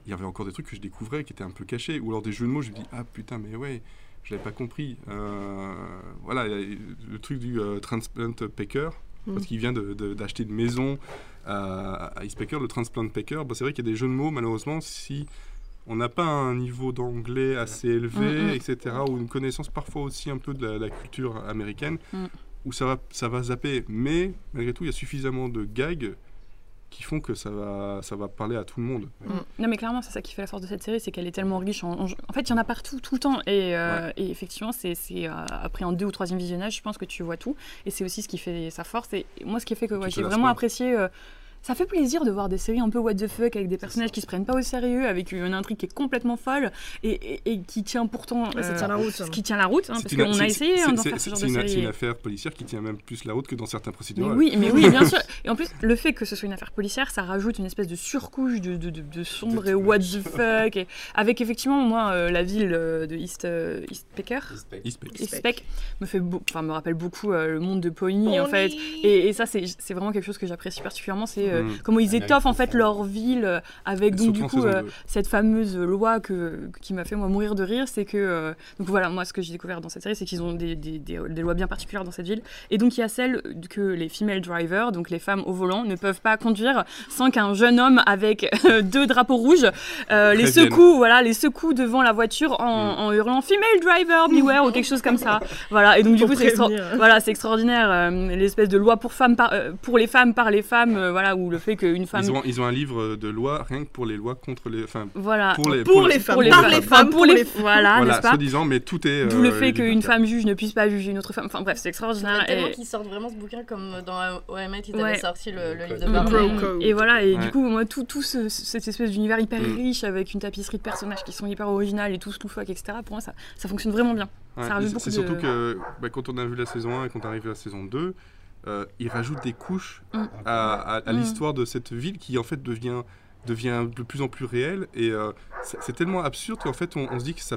Speaker 4: il y avait encore des trucs que je découvrais qui étaient un peu cachés ou alors des jeux de mots, je me dis ah putain mais ouais, je l'avais pas compris. Euh, voilà, il y a le truc du euh, transplant packer parce
Speaker 3: Mhm.
Speaker 4: qu'il vient de- de- d'acheter une maison à, à East Packer, le transplant Packer, bah, c'est vrai qu'il y a des jeux de mots, malheureusement, si on n'a pas un niveau d'anglais assez élevé,
Speaker 5: Mm, mm.
Speaker 4: etc., ou une connaissance parfois aussi un peu de la, la culture américaine,
Speaker 5: Mm.
Speaker 4: où ça va, ça va zapper. Mais malgré tout, il y a suffisamment de gags qui font que ça va, ça va parler à tout le monde.
Speaker 5: Non mais clairement c'est ça qui fait la force de cette série, c'est qu'elle est tellement riche. En, en- en fait il y en a partout, tout le temps. Et, euh, et effectivement c'est c'est, euh, après en deux ou troisième visionnage je pense que tu vois tout. Et c'est aussi ce qui fait sa force. Et moi ce qui fait que ouais,
Speaker 4: te
Speaker 5: j'ai
Speaker 4: lasses
Speaker 5: vraiment
Speaker 4: pas.
Speaker 5: apprécié... euh, ça fait plaisir de voir des séries un peu what the fuck avec des personnages qui se prennent pas au sérieux, avec une intrigue qui est complètement folle et, et- et qui tient pourtant
Speaker 3: Ouais, ça
Speaker 5: euh,
Speaker 3: tient la route.
Speaker 5: ce qui tient la route, hein,
Speaker 4: C'est
Speaker 5: parce
Speaker 4: une-
Speaker 5: qu'on a
Speaker 4: c'est-
Speaker 5: essayé
Speaker 4: c'est-
Speaker 5: hein, d'en
Speaker 4: c'est-
Speaker 5: faire ce genre
Speaker 4: c'est
Speaker 5: de
Speaker 4: une- C'est
Speaker 5: série.
Speaker 4: une affaire policière qui tient même plus la route que dans certains
Speaker 5: Mais
Speaker 4: procédures.
Speaker 5: oui, mais oui, bien sûr. Et en plus, le fait que ce soit une affaire policière, ça rajoute une espèce de surcouche de, de, de- de sombre
Speaker 2: De
Speaker 5: et
Speaker 2: tout.
Speaker 5: what the fuck. Et avec effectivement, moi, euh, la ville euh, de East, euh, East Pecker,
Speaker 2: Respect.
Speaker 5: East Peck, me, fait beau- enfin, me rappelle beaucoup euh, le monde de Pony, en fait.
Speaker 1: Pony.
Speaker 5: Et, et ça, c'est c'est vraiment quelque chose que j'apprécie particulièrement. C'est montrer euh,
Speaker 4: Mm.
Speaker 5: comment ils
Speaker 2: Amérique
Speaker 5: étoffent en fait
Speaker 2: profonde.
Speaker 5: leur ville euh, avec donc
Speaker 4: Surtout
Speaker 5: du
Speaker 4: en
Speaker 5: coup
Speaker 4: saison
Speaker 5: euh,
Speaker 4: deux.
Speaker 5: cette fameuse loi que, qui m'a fait moi mourir de rire, c'est que euh, donc voilà moi ce que j'ai découvert dans cette série c'est qu'ils ont des, des- des- des lois bien particulières dans cette ville et donc il y a celle que les female drivers donc les femmes au volant ne peuvent pas conduire sans qu'un jeune homme avec euh, deux drapeaux rouges euh, les
Speaker 4: Prévienne.
Speaker 5: secoue voilà les secoue devant la voiture en,
Speaker 4: Mm.
Speaker 5: en hurlant female driver beware ou quelque chose comme ça voilà et donc du
Speaker 3: Pour
Speaker 5: coup c'est extra-
Speaker 3: prévenir.
Speaker 5: voilà, c'est extraordinaire, euh, l'espèce de loi pour, femmes par- euh, pour les femmes par les femmes, euh, voilà, où le fait qu'une femme...
Speaker 4: Ils ont, ils ont un livre de loi rien que pour les lois contre les. Enfin,
Speaker 5: Voilà.
Speaker 4: pour les.
Speaker 3: Pour les femmes,
Speaker 5: Ah, Pour les
Speaker 3: par
Speaker 5: femmes, Ah,
Speaker 3: les femmes,
Speaker 5: pour les voilà,
Speaker 4: Voilà,
Speaker 5: n'est-ce pas
Speaker 4: soi-disant, mais tout est.
Speaker 5: D'où le
Speaker 4: euh,
Speaker 5: fait qu'une
Speaker 4: libertaire.
Speaker 5: femme juge ne puisse pas juger une autre femme. Enfin bref,
Speaker 1: Il
Speaker 5: c'est
Speaker 1: y en a
Speaker 5: extraordinaire.
Speaker 1: tellement
Speaker 5: Ah, et-
Speaker 1: qui sortent vraiment ce bouquin comme euh, dans OMA, ils
Speaker 5: Ouais.
Speaker 1: avaient sorti le, le livre de
Speaker 2: Le
Speaker 5: Mm,
Speaker 1: Barney.
Speaker 3: Crow Code.
Speaker 5: Et voilà, et
Speaker 4: Ouais.
Speaker 5: du coup, moi, tout, tout ce- cette espèce d'univers hyper
Speaker 4: Mm.
Speaker 5: riche avec une tapisserie de personnages qui sont hyper originales et tous loufoques, etc., pour moi, ça, ça fonctionne vraiment bien.
Speaker 4: Ouais,
Speaker 5: Ça rajoute
Speaker 4: c'est- C'est
Speaker 5: beaucoup de-
Speaker 4: surtout que bah, quand on a vu la saison 1 et qu'on arrive à la saison 2, euh, ils rajoutent des couches
Speaker 2: Ah,
Speaker 4: à, à- à
Speaker 5: Mm.
Speaker 4: l'histoire de cette ville qui en fait devient, devient de plus en plus réelle et euh, c'est c'est tellement absurde qu'en fait on, on se dit que ça,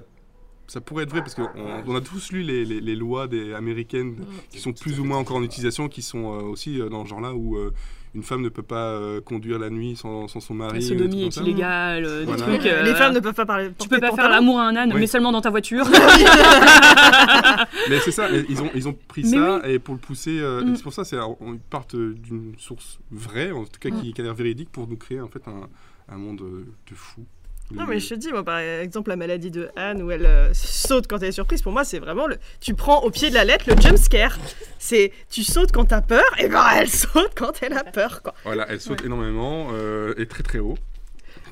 Speaker 4: ça pourrait être vrai parce qu'on on a tous lu les, les- les lois des américaines qui sont plus ou moins encore en utilisation, qui sont euh, aussi euh, dans ce genre-là où euh, une femme ne peut pas euh, conduire la nuit sans, sans son
Speaker 5: La
Speaker 4: mari. ou des trucs
Speaker 5: sodomie
Speaker 4: comme
Speaker 5: est
Speaker 4: ça.
Speaker 5: illégale, euh, des
Speaker 4: Voilà.
Speaker 5: trucs... euh,
Speaker 3: les
Speaker 5: voilà.
Speaker 3: femmes ne peuvent pas parler.
Speaker 5: Tu
Speaker 3: porter
Speaker 5: peux pas
Speaker 3: de
Speaker 5: faire
Speaker 3: pantalon.
Speaker 5: l'amour à un âne,
Speaker 4: Oui.
Speaker 5: mais seulement dans ta voiture.
Speaker 4: Mais c'est ça, mais ils ont, ils ont pris
Speaker 5: Mais
Speaker 4: ça et pour le pousser, euh,
Speaker 5: Mm.
Speaker 4: c'est pour ça c'est- on- ils partent euh, d'une source vraie, en tout cas qui, qui a l'air véridique, pour nous créer en fait un, un monde euh, de fou.
Speaker 3: Non, mais je te dis, moi, par exemple, la maladie de Anne où elle euh, saute quand elle est surprise, pour moi, c'est vraiment le. Tu prends au pied de la lettre le jump scare. C'est tu sautes quand t'as peur, et ben elle saute quand elle a peur, quoi.
Speaker 4: Voilà, elle saute énormément euh, et très très haut.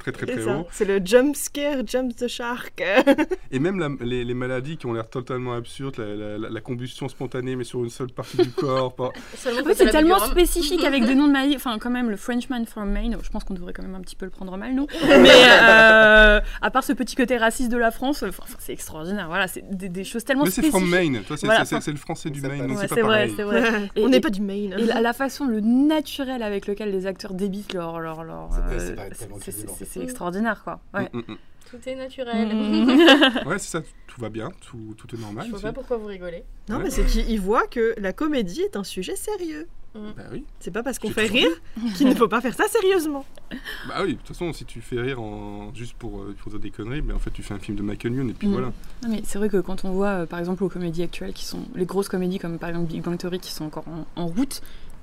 Speaker 4: Très très
Speaker 3: C'est
Speaker 4: très
Speaker 3: ça.
Speaker 4: haut.
Speaker 3: C'est le jump scare, jump the shark.
Speaker 4: Et même la- les, les maladies qui ont l'air totalement absurdes, la, la- la- la combustion spontanée mais sur une seule partie du corps. par-
Speaker 3: Ah
Speaker 1: Seulement
Speaker 5: En
Speaker 1: quand
Speaker 5: fait,
Speaker 1: elle
Speaker 5: c'est
Speaker 1: a
Speaker 5: tellement
Speaker 1: Bucaram.
Speaker 5: spécifique avec des noms de maïs. Enfin, quand même, le Frenchman from Maine, je pense qu'on devrait quand même un petit peu le prendre mal, nous. Mais euh, à part ce petit côté raciste de la France, enfin, enfin, c'est extraordinaire. Voilà, c'est des, des choses tellement
Speaker 4: Mais c'est
Speaker 5: spécifiques.
Speaker 4: from Maine, toi c'est
Speaker 5: Voilà,
Speaker 4: c'est-
Speaker 5: enfin-
Speaker 4: c'est le français du
Speaker 2: Ouais,
Speaker 4: Maine, donc
Speaker 5: Ouais,
Speaker 4: c'est
Speaker 5: c'est
Speaker 4: pas
Speaker 5: vrai,
Speaker 4: pareil.
Speaker 5: c'est vrai.
Speaker 3: On n'est pas du Maine.
Speaker 5: Et la, la façon, le naturel avec lequel les acteurs débitent leur. leur, leur
Speaker 2: Ça peut-
Speaker 5: euh,
Speaker 2: ça paraît tellement
Speaker 5: c'est- c'est
Speaker 2: crédible, en fait.
Speaker 5: c'est- c'est extraordinaire, quoi. Ouais.
Speaker 4: Mm, mm,
Speaker 1: oh, Tout est naturel.
Speaker 5: Mm.
Speaker 4: mm. Ouais, c'est ça, tout va bien, tout, tout est normal.
Speaker 1: Je vois
Speaker 4: c'est-
Speaker 1: pas pourquoi vous rigolez.
Speaker 3: Non,
Speaker 4: Ouais.
Speaker 3: mais c'est qu'ils ils voient que la comédie est un sujet sérieux.
Speaker 4: Bah oui.
Speaker 3: C'est pas parce qu'on
Speaker 4: J'ai
Speaker 3: fait
Speaker 4: tout
Speaker 3: rire qu'il ne faut pas faire ça sérieusement.
Speaker 4: Bah oui, de toute façon, si tu fais rire en... juste pour, euh, pour dire des conneries, mais en fait, tu fais un film de Michael Youn et puis
Speaker 5: Mm.
Speaker 4: voilà.
Speaker 5: Non, mais c'est vrai que quand on voit, euh, par exemple, aux comédies actuelles, qui sont les grosses comédies comme par exemple Big Bang Theory, qui sont encore en, en route,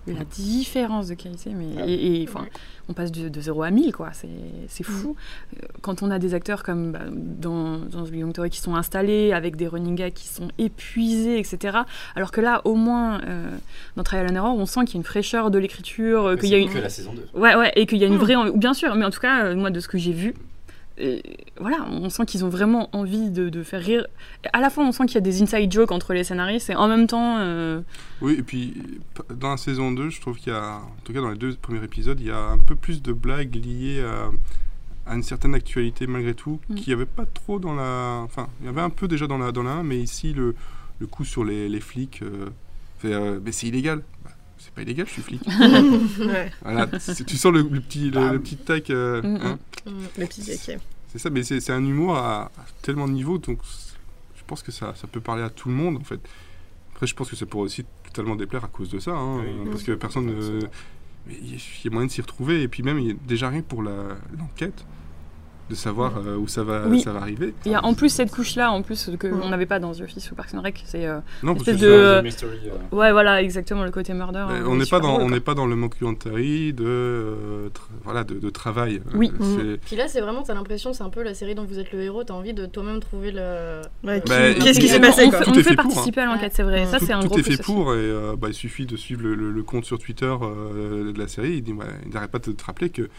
Speaker 5: la différence de qualité, mais
Speaker 2: Ah
Speaker 5: et, et, enfin, on passe de, de 0 à 1000, quoi. C'est- C'est
Speaker 2: Mm.
Speaker 5: fou. Euh, Quand on a des acteurs comme bah, dans, dans Big Bang Theory qui sont installés, avec des running gags qui sont épuisés, etc. Alors que là, au moins, euh, dans Trial and Error, on sent qu'il y a une fraîcheur de l'écriture, euh,
Speaker 2: que
Speaker 5: qu'il y a une,
Speaker 2: Que la saison 2.
Speaker 5: Ouais, ouais, et qu'il y a une
Speaker 3: Hmm.
Speaker 5: vraie envie, bien sûr, mais en tout cas, euh, moi, de ce que j'ai vu, euh, voilà, on sent qu'ils ont vraiment envie de, de faire rire. À la fois, on sent qu'il y a des inside jokes entre les scénaristes, et en même temps, euh,
Speaker 4: Oui, et puis p- dans la saison 2, je trouve qu'il y a, en tout cas dans les deux premiers épisodes, il y a un peu plus de blagues liées à, à une certaine actualité malgré tout,
Speaker 5: Mm.
Speaker 4: qu'il n'y avait pas trop dans la. Enfin, il y avait un peu déjà dans la, dans la 1, mais ici, le, le coup sur les, les flics, euh, fait, euh, mais c'est illégal. Bah, c'est pas illégal, je suis flic.
Speaker 3: Ouais,
Speaker 4: voilà, c'est- tu sens le, le petit, le, le petit tac. euh,
Speaker 5: Mm,
Speaker 4: hein.
Speaker 5: mm.
Speaker 3: le petit Zeke.
Speaker 4: C'est ça, mais c'est c'est un humour à, à tellement de niveaux, donc c- je pense que ça, ça peut parler à tout le monde en fait. Après, je pense que ça pourrait aussi totalement déplaire à cause de ça, hein,
Speaker 2: Oui.
Speaker 4: euh, parce que personne. ne- mais il y a- il y a moyen de s'y retrouver, et puis même, il y a déjà rien que pour la- l'enquête, de savoir euh, où ça va,
Speaker 5: Mm. Oui.
Speaker 4: ça va arriver.
Speaker 5: il y a en plus cette couche-là, en plus, que
Speaker 3: Hmm.
Speaker 5: on n'avait pas dans The Office ou Parks and Rec, c'est. euh,
Speaker 4: Non, parce que
Speaker 5: espèce
Speaker 4: ça-
Speaker 5: de-
Speaker 2: The Mystery, euh,
Speaker 5: Ouais, voilà, exactement, le côté murder.
Speaker 4: euh,
Speaker 5: euh,
Speaker 4: on n'est pas,
Speaker 5: super
Speaker 4: dans-
Speaker 5: drôle,
Speaker 4: on
Speaker 5: quoi.
Speaker 4: n'est pas dans le mockumentary de, euh, tra- voilà, de, de travail. Euh,
Speaker 5: Oui. Mm.
Speaker 4: c'est-
Speaker 1: Puis là, c'est vraiment, t'as l'impression, c'est un peu la série dont vous êtes le héros, t'as envie de toi-même trouver le.
Speaker 3: Ouais, qui-
Speaker 4: Bah,
Speaker 3: Qu'est-ce qui s'est
Speaker 5: On-
Speaker 3: passé
Speaker 5: On,
Speaker 3: quoi
Speaker 5: fait,
Speaker 4: Tout
Speaker 5: on
Speaker 4: est
Speaker 5: fait
Speaker 4: fait pour, hein.
Speaker 5: participer à l'enquête, c'est vrai. Ça,
Speaker 4: tout,
Speaker 5: c'est un
Speaker 4: tout
Speaker 5: gros
Speaker 4: est fait
Speaker 5: plus aussi.
Speaker 4: pour et euh, bah, il suffit de suivre le, le- le compte sur Twitter euh, de la série. Il dit, ouais, il n'arrête pas de te rappeler que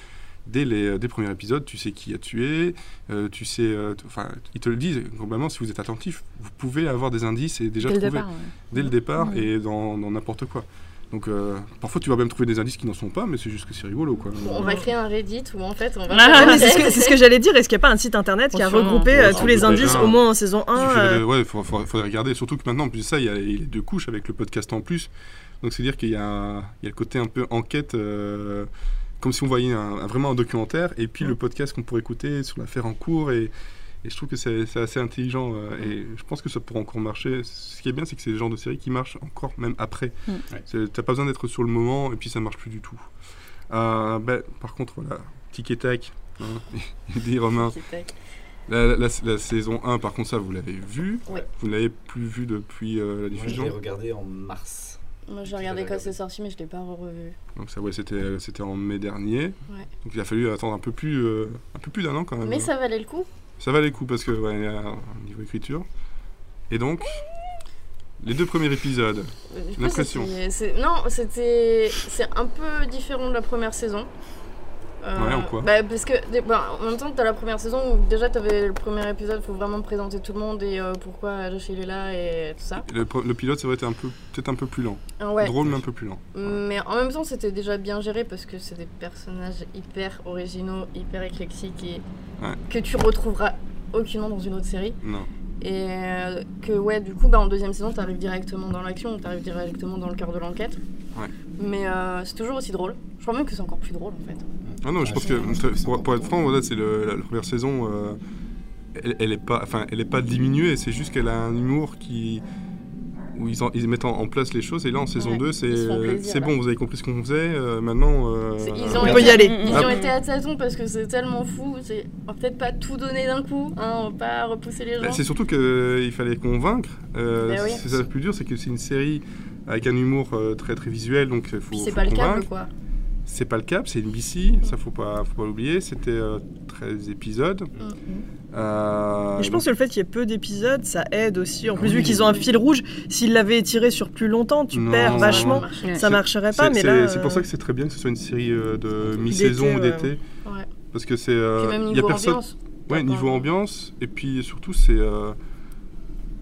Speaker 4: dès les euh, dès les premiers épisodes, tu sais qui a tué, euh, tu sais, euh, t- enfin, ils te le disent. Globalement, si vous êtes attentif, vous pouvez avoir des indices et déjà
Speaker 5: Dès le
Speaker 4: trouver
Speaker 5: départ. ouais.
Speaker 4: dès le départ
Speaker 5: Mm.
Speaker 4: et dans dans n'importe quoi. Donc euh, parfois tu vas même trouver des indices qui n'en sont pas, mais c'est juste que c'est rigolo quoi.
Speaker 1: Bon, on va créer un Reddit où en fait on va.
Speaker 3: Ouais,
Speaker 5: Ah,
Speaker 3: mais c'est ce que, c'est ce que j'allais dire. Est-ce qu'il n'y a pas un site internet qui a
Speaker 5: Sûrement.
Speaker 3: regroupé
Speaker 2: Ouais, ça,
Speaker 3: euh, tous
Speaker 2: on
Speaker 3: les
Speaker 2: peut
Speaker 3: indices
Speaker 4: déjà-
Speaker 3: au moins en saison 1
Speaker 4: Il
Speaker 3: euh,
Speaker 4: faudrait, ouais, faut- faut- faudrait regarder. Surtout que maintenant, en plus de ça, il y a les les deux couches avec le podcast en plus. Donc c'est dire qu'il y, a un- il y a le côté un peu enquête, euh, comme si on voyait un, un- vraiment un documentaire, et puis le podcast qu'on pourrait écouter sur l'affaire en cours. Et, et je trouve que c'est c'est assez intelligent. euh, Et je pense que ça pourra encore marcher. Ce qui est bien, c'est que c'est le genre de série qui marche encore même après.
Speaker 5: Mm.
Speaker 2: Ouais.
Speaker 4: C'est- T'as pas besoin d'être sur le moment, et puis ça marche plus du tout. Euh, ben, par contre, voilà, tic et tac, hein, il dit Romain.
Speaker 1: Tic et tac.
Speaker 4: La, la- la- la saison 1, par contre, ça, vous l'avez vu.
Speaker 1: Ouais.
Speaker 4: Vous ne l'avez plus vu depuis euh, la
Speaker 2: Moi, je
Speaker 4: diffusion.
Speaker 2: l'ai regardé en mars.
Speaker 1: Moi,
Speaker 2: Tu
Speaker 1: j'ai regardé
Speaker 2: l'avais
Speaker 1: quand c'est sorti, mais je l'ai pas revu.
Speaker 4: Donc ça, ouais, c'était, euh, c'était en mai dernier.
Speaker 1: Ouais.
Speaker 4: Donc il a fallu attendre un peu plus, euh, un peu plus d'un an quand même.
Speaker 1: Mais ça valait le coup.
Speaker 4: Ça valait le coup parce que ouais, il y a un niveau écriture. Et donc, les deux premiers épisodes.
Speaker 1: Euh, Du coup,
Speaker 4: L'impression.
Speaker 1: c'était- c'est- Non, c'était. C'est un peu différent de la première saison. Euh,
Speaker 4: Ouais, en quoi
Speaker 1: bah, parce que des- bah, en même temps t'as la première saison où déjà t'avais le premier épisode faut vraiment présenter tout le monde et euh, pourquoi Josh il est là et tout ça
Speaker 4: Le, pro- le pilote, c'est vrai, était un peu, peut-être un peu plus lent.
Speaker 1: Ah ouais
Speaker 4: Drôle, mais un peu plus lent.
Speaker 1: mais en même temps c'était déjà bien géré parce que c'est des personnages hyper originaux hyper éclectiques et
Speaker 4: Ouais.
Speaker 1: que tu retrouveras aucunement dans une autre série
Speaker 4: Non.
Speaker 1: et euh, que ouais du coup bah, en deuxième saison t'arrives directement dans l'action t'arrives directement dans le cœur de l'enquête
Speaker 4: Ouais.
Speaker 1: mais euh, c'est toujours aussi drôle je crois même que c'est encore plus drôle en fait
Speaker 4: Ah non, je
Speaker 2: Ah,
Speaker 4: pense
Speaker 2: c'est-
Speaker 4: que
Speaker 2: je trouve que c'est
Speaker 4: pour, pour être franc, voilà, c'est le- la, la première saison. euh, elle, elle est pas, enfin, elle est pas diminuée. C'est juste qu'elle a un humour qui où ils, en- ils mettent en, en place les choses. Et là, en saison
Speaker 1: Ouais,
Speaker 4: 2, c'est
Speaker 1: ils se font
Speaker 4: euh,
Speaker 1: plaisir,
Speaker 4: c'est
Speaker 1: là.
Speaker 4: bon. Vous avez compris ce qu'on faisait. euh, maintenant, euh,
Speaker 1: C'est- ils
Speaker 4: voilà.
Speaker 1: ont
Speaker 3: On peut y
Speaker 5: Mm,
Speaker 3: aller.
Speaker 1: Ils
Speaker 4: Ah
Speaker 1: ont
Speaker 4: bon
Speaker 1: été à tâtons parce que c'est tellement fou. C'est... On va peut-être pas tout donner d'un coup, hein, on va pas repousser les gens.
Speaker 4: Bah, c'est surtout qu'il fallait convaincre. Euh,
Speaker 1: Bah oui.
Speaker 4: C'est ça le plus dur, c'est que c'est une série avec un humour euh, très très visuel, donc il faut,
Speaker 1: Puis
Speaker 4: faut
Speaker 1: c'est pas le Mm. câble
Speaker 4: convaincre.
Speaker 1: quoi.
Speaker 4: C'est pas le cap, c'est une BC, ça faut pas, faut pas l'oublier. C'était euh, 13 épisodes.
Speaker 1: Mm.
Speaker 4: Euh,
Speaker 3: Et je pense que le fait qu'il y ait peu d'épisodes, ça aide aussi. En plus,
Speaker 4: Oui.
Speaker 3: vu qu'ils ont un fil rouge, s'ils l'avaient étiré sur plus longtemps, tu
Speaker 4: Non,
Speaker 3: perds
Speaker 4: non,
Speaker 3: vachement.
Speaker 1: Ça marche.
Speaker 5: non.
Speaker 3: Ça
Speaker 4: C'est-
Speaker 3: marcherait
Speaker 4: c'est-
Speaker 3: pas, mais
Speaker 4: c'est-
Speaker 3: là.
Speaker 4: c'est
Speaker 3: euh,
Speaker 4: pour ça que c'est très bien que ce soit une série euh, de
Speaker 3: D'été,
Speaker 4: mi-saison ou
Speaker 3: ouais.
Speaker 4: d'été.
Speaker 1: Ouais.
Speaker 4: Parce que c'est. euh,
Speaker 1: Puis même
Speaker 4: y a
Speaker 1: niveau
Speaker 4: personne-
Speaker 1: ambiance.
Speaker 4: Ouais,
Speaker 1: D'accord.
Speaker 4: niveau ambiance, et puis surtout, c'est euh,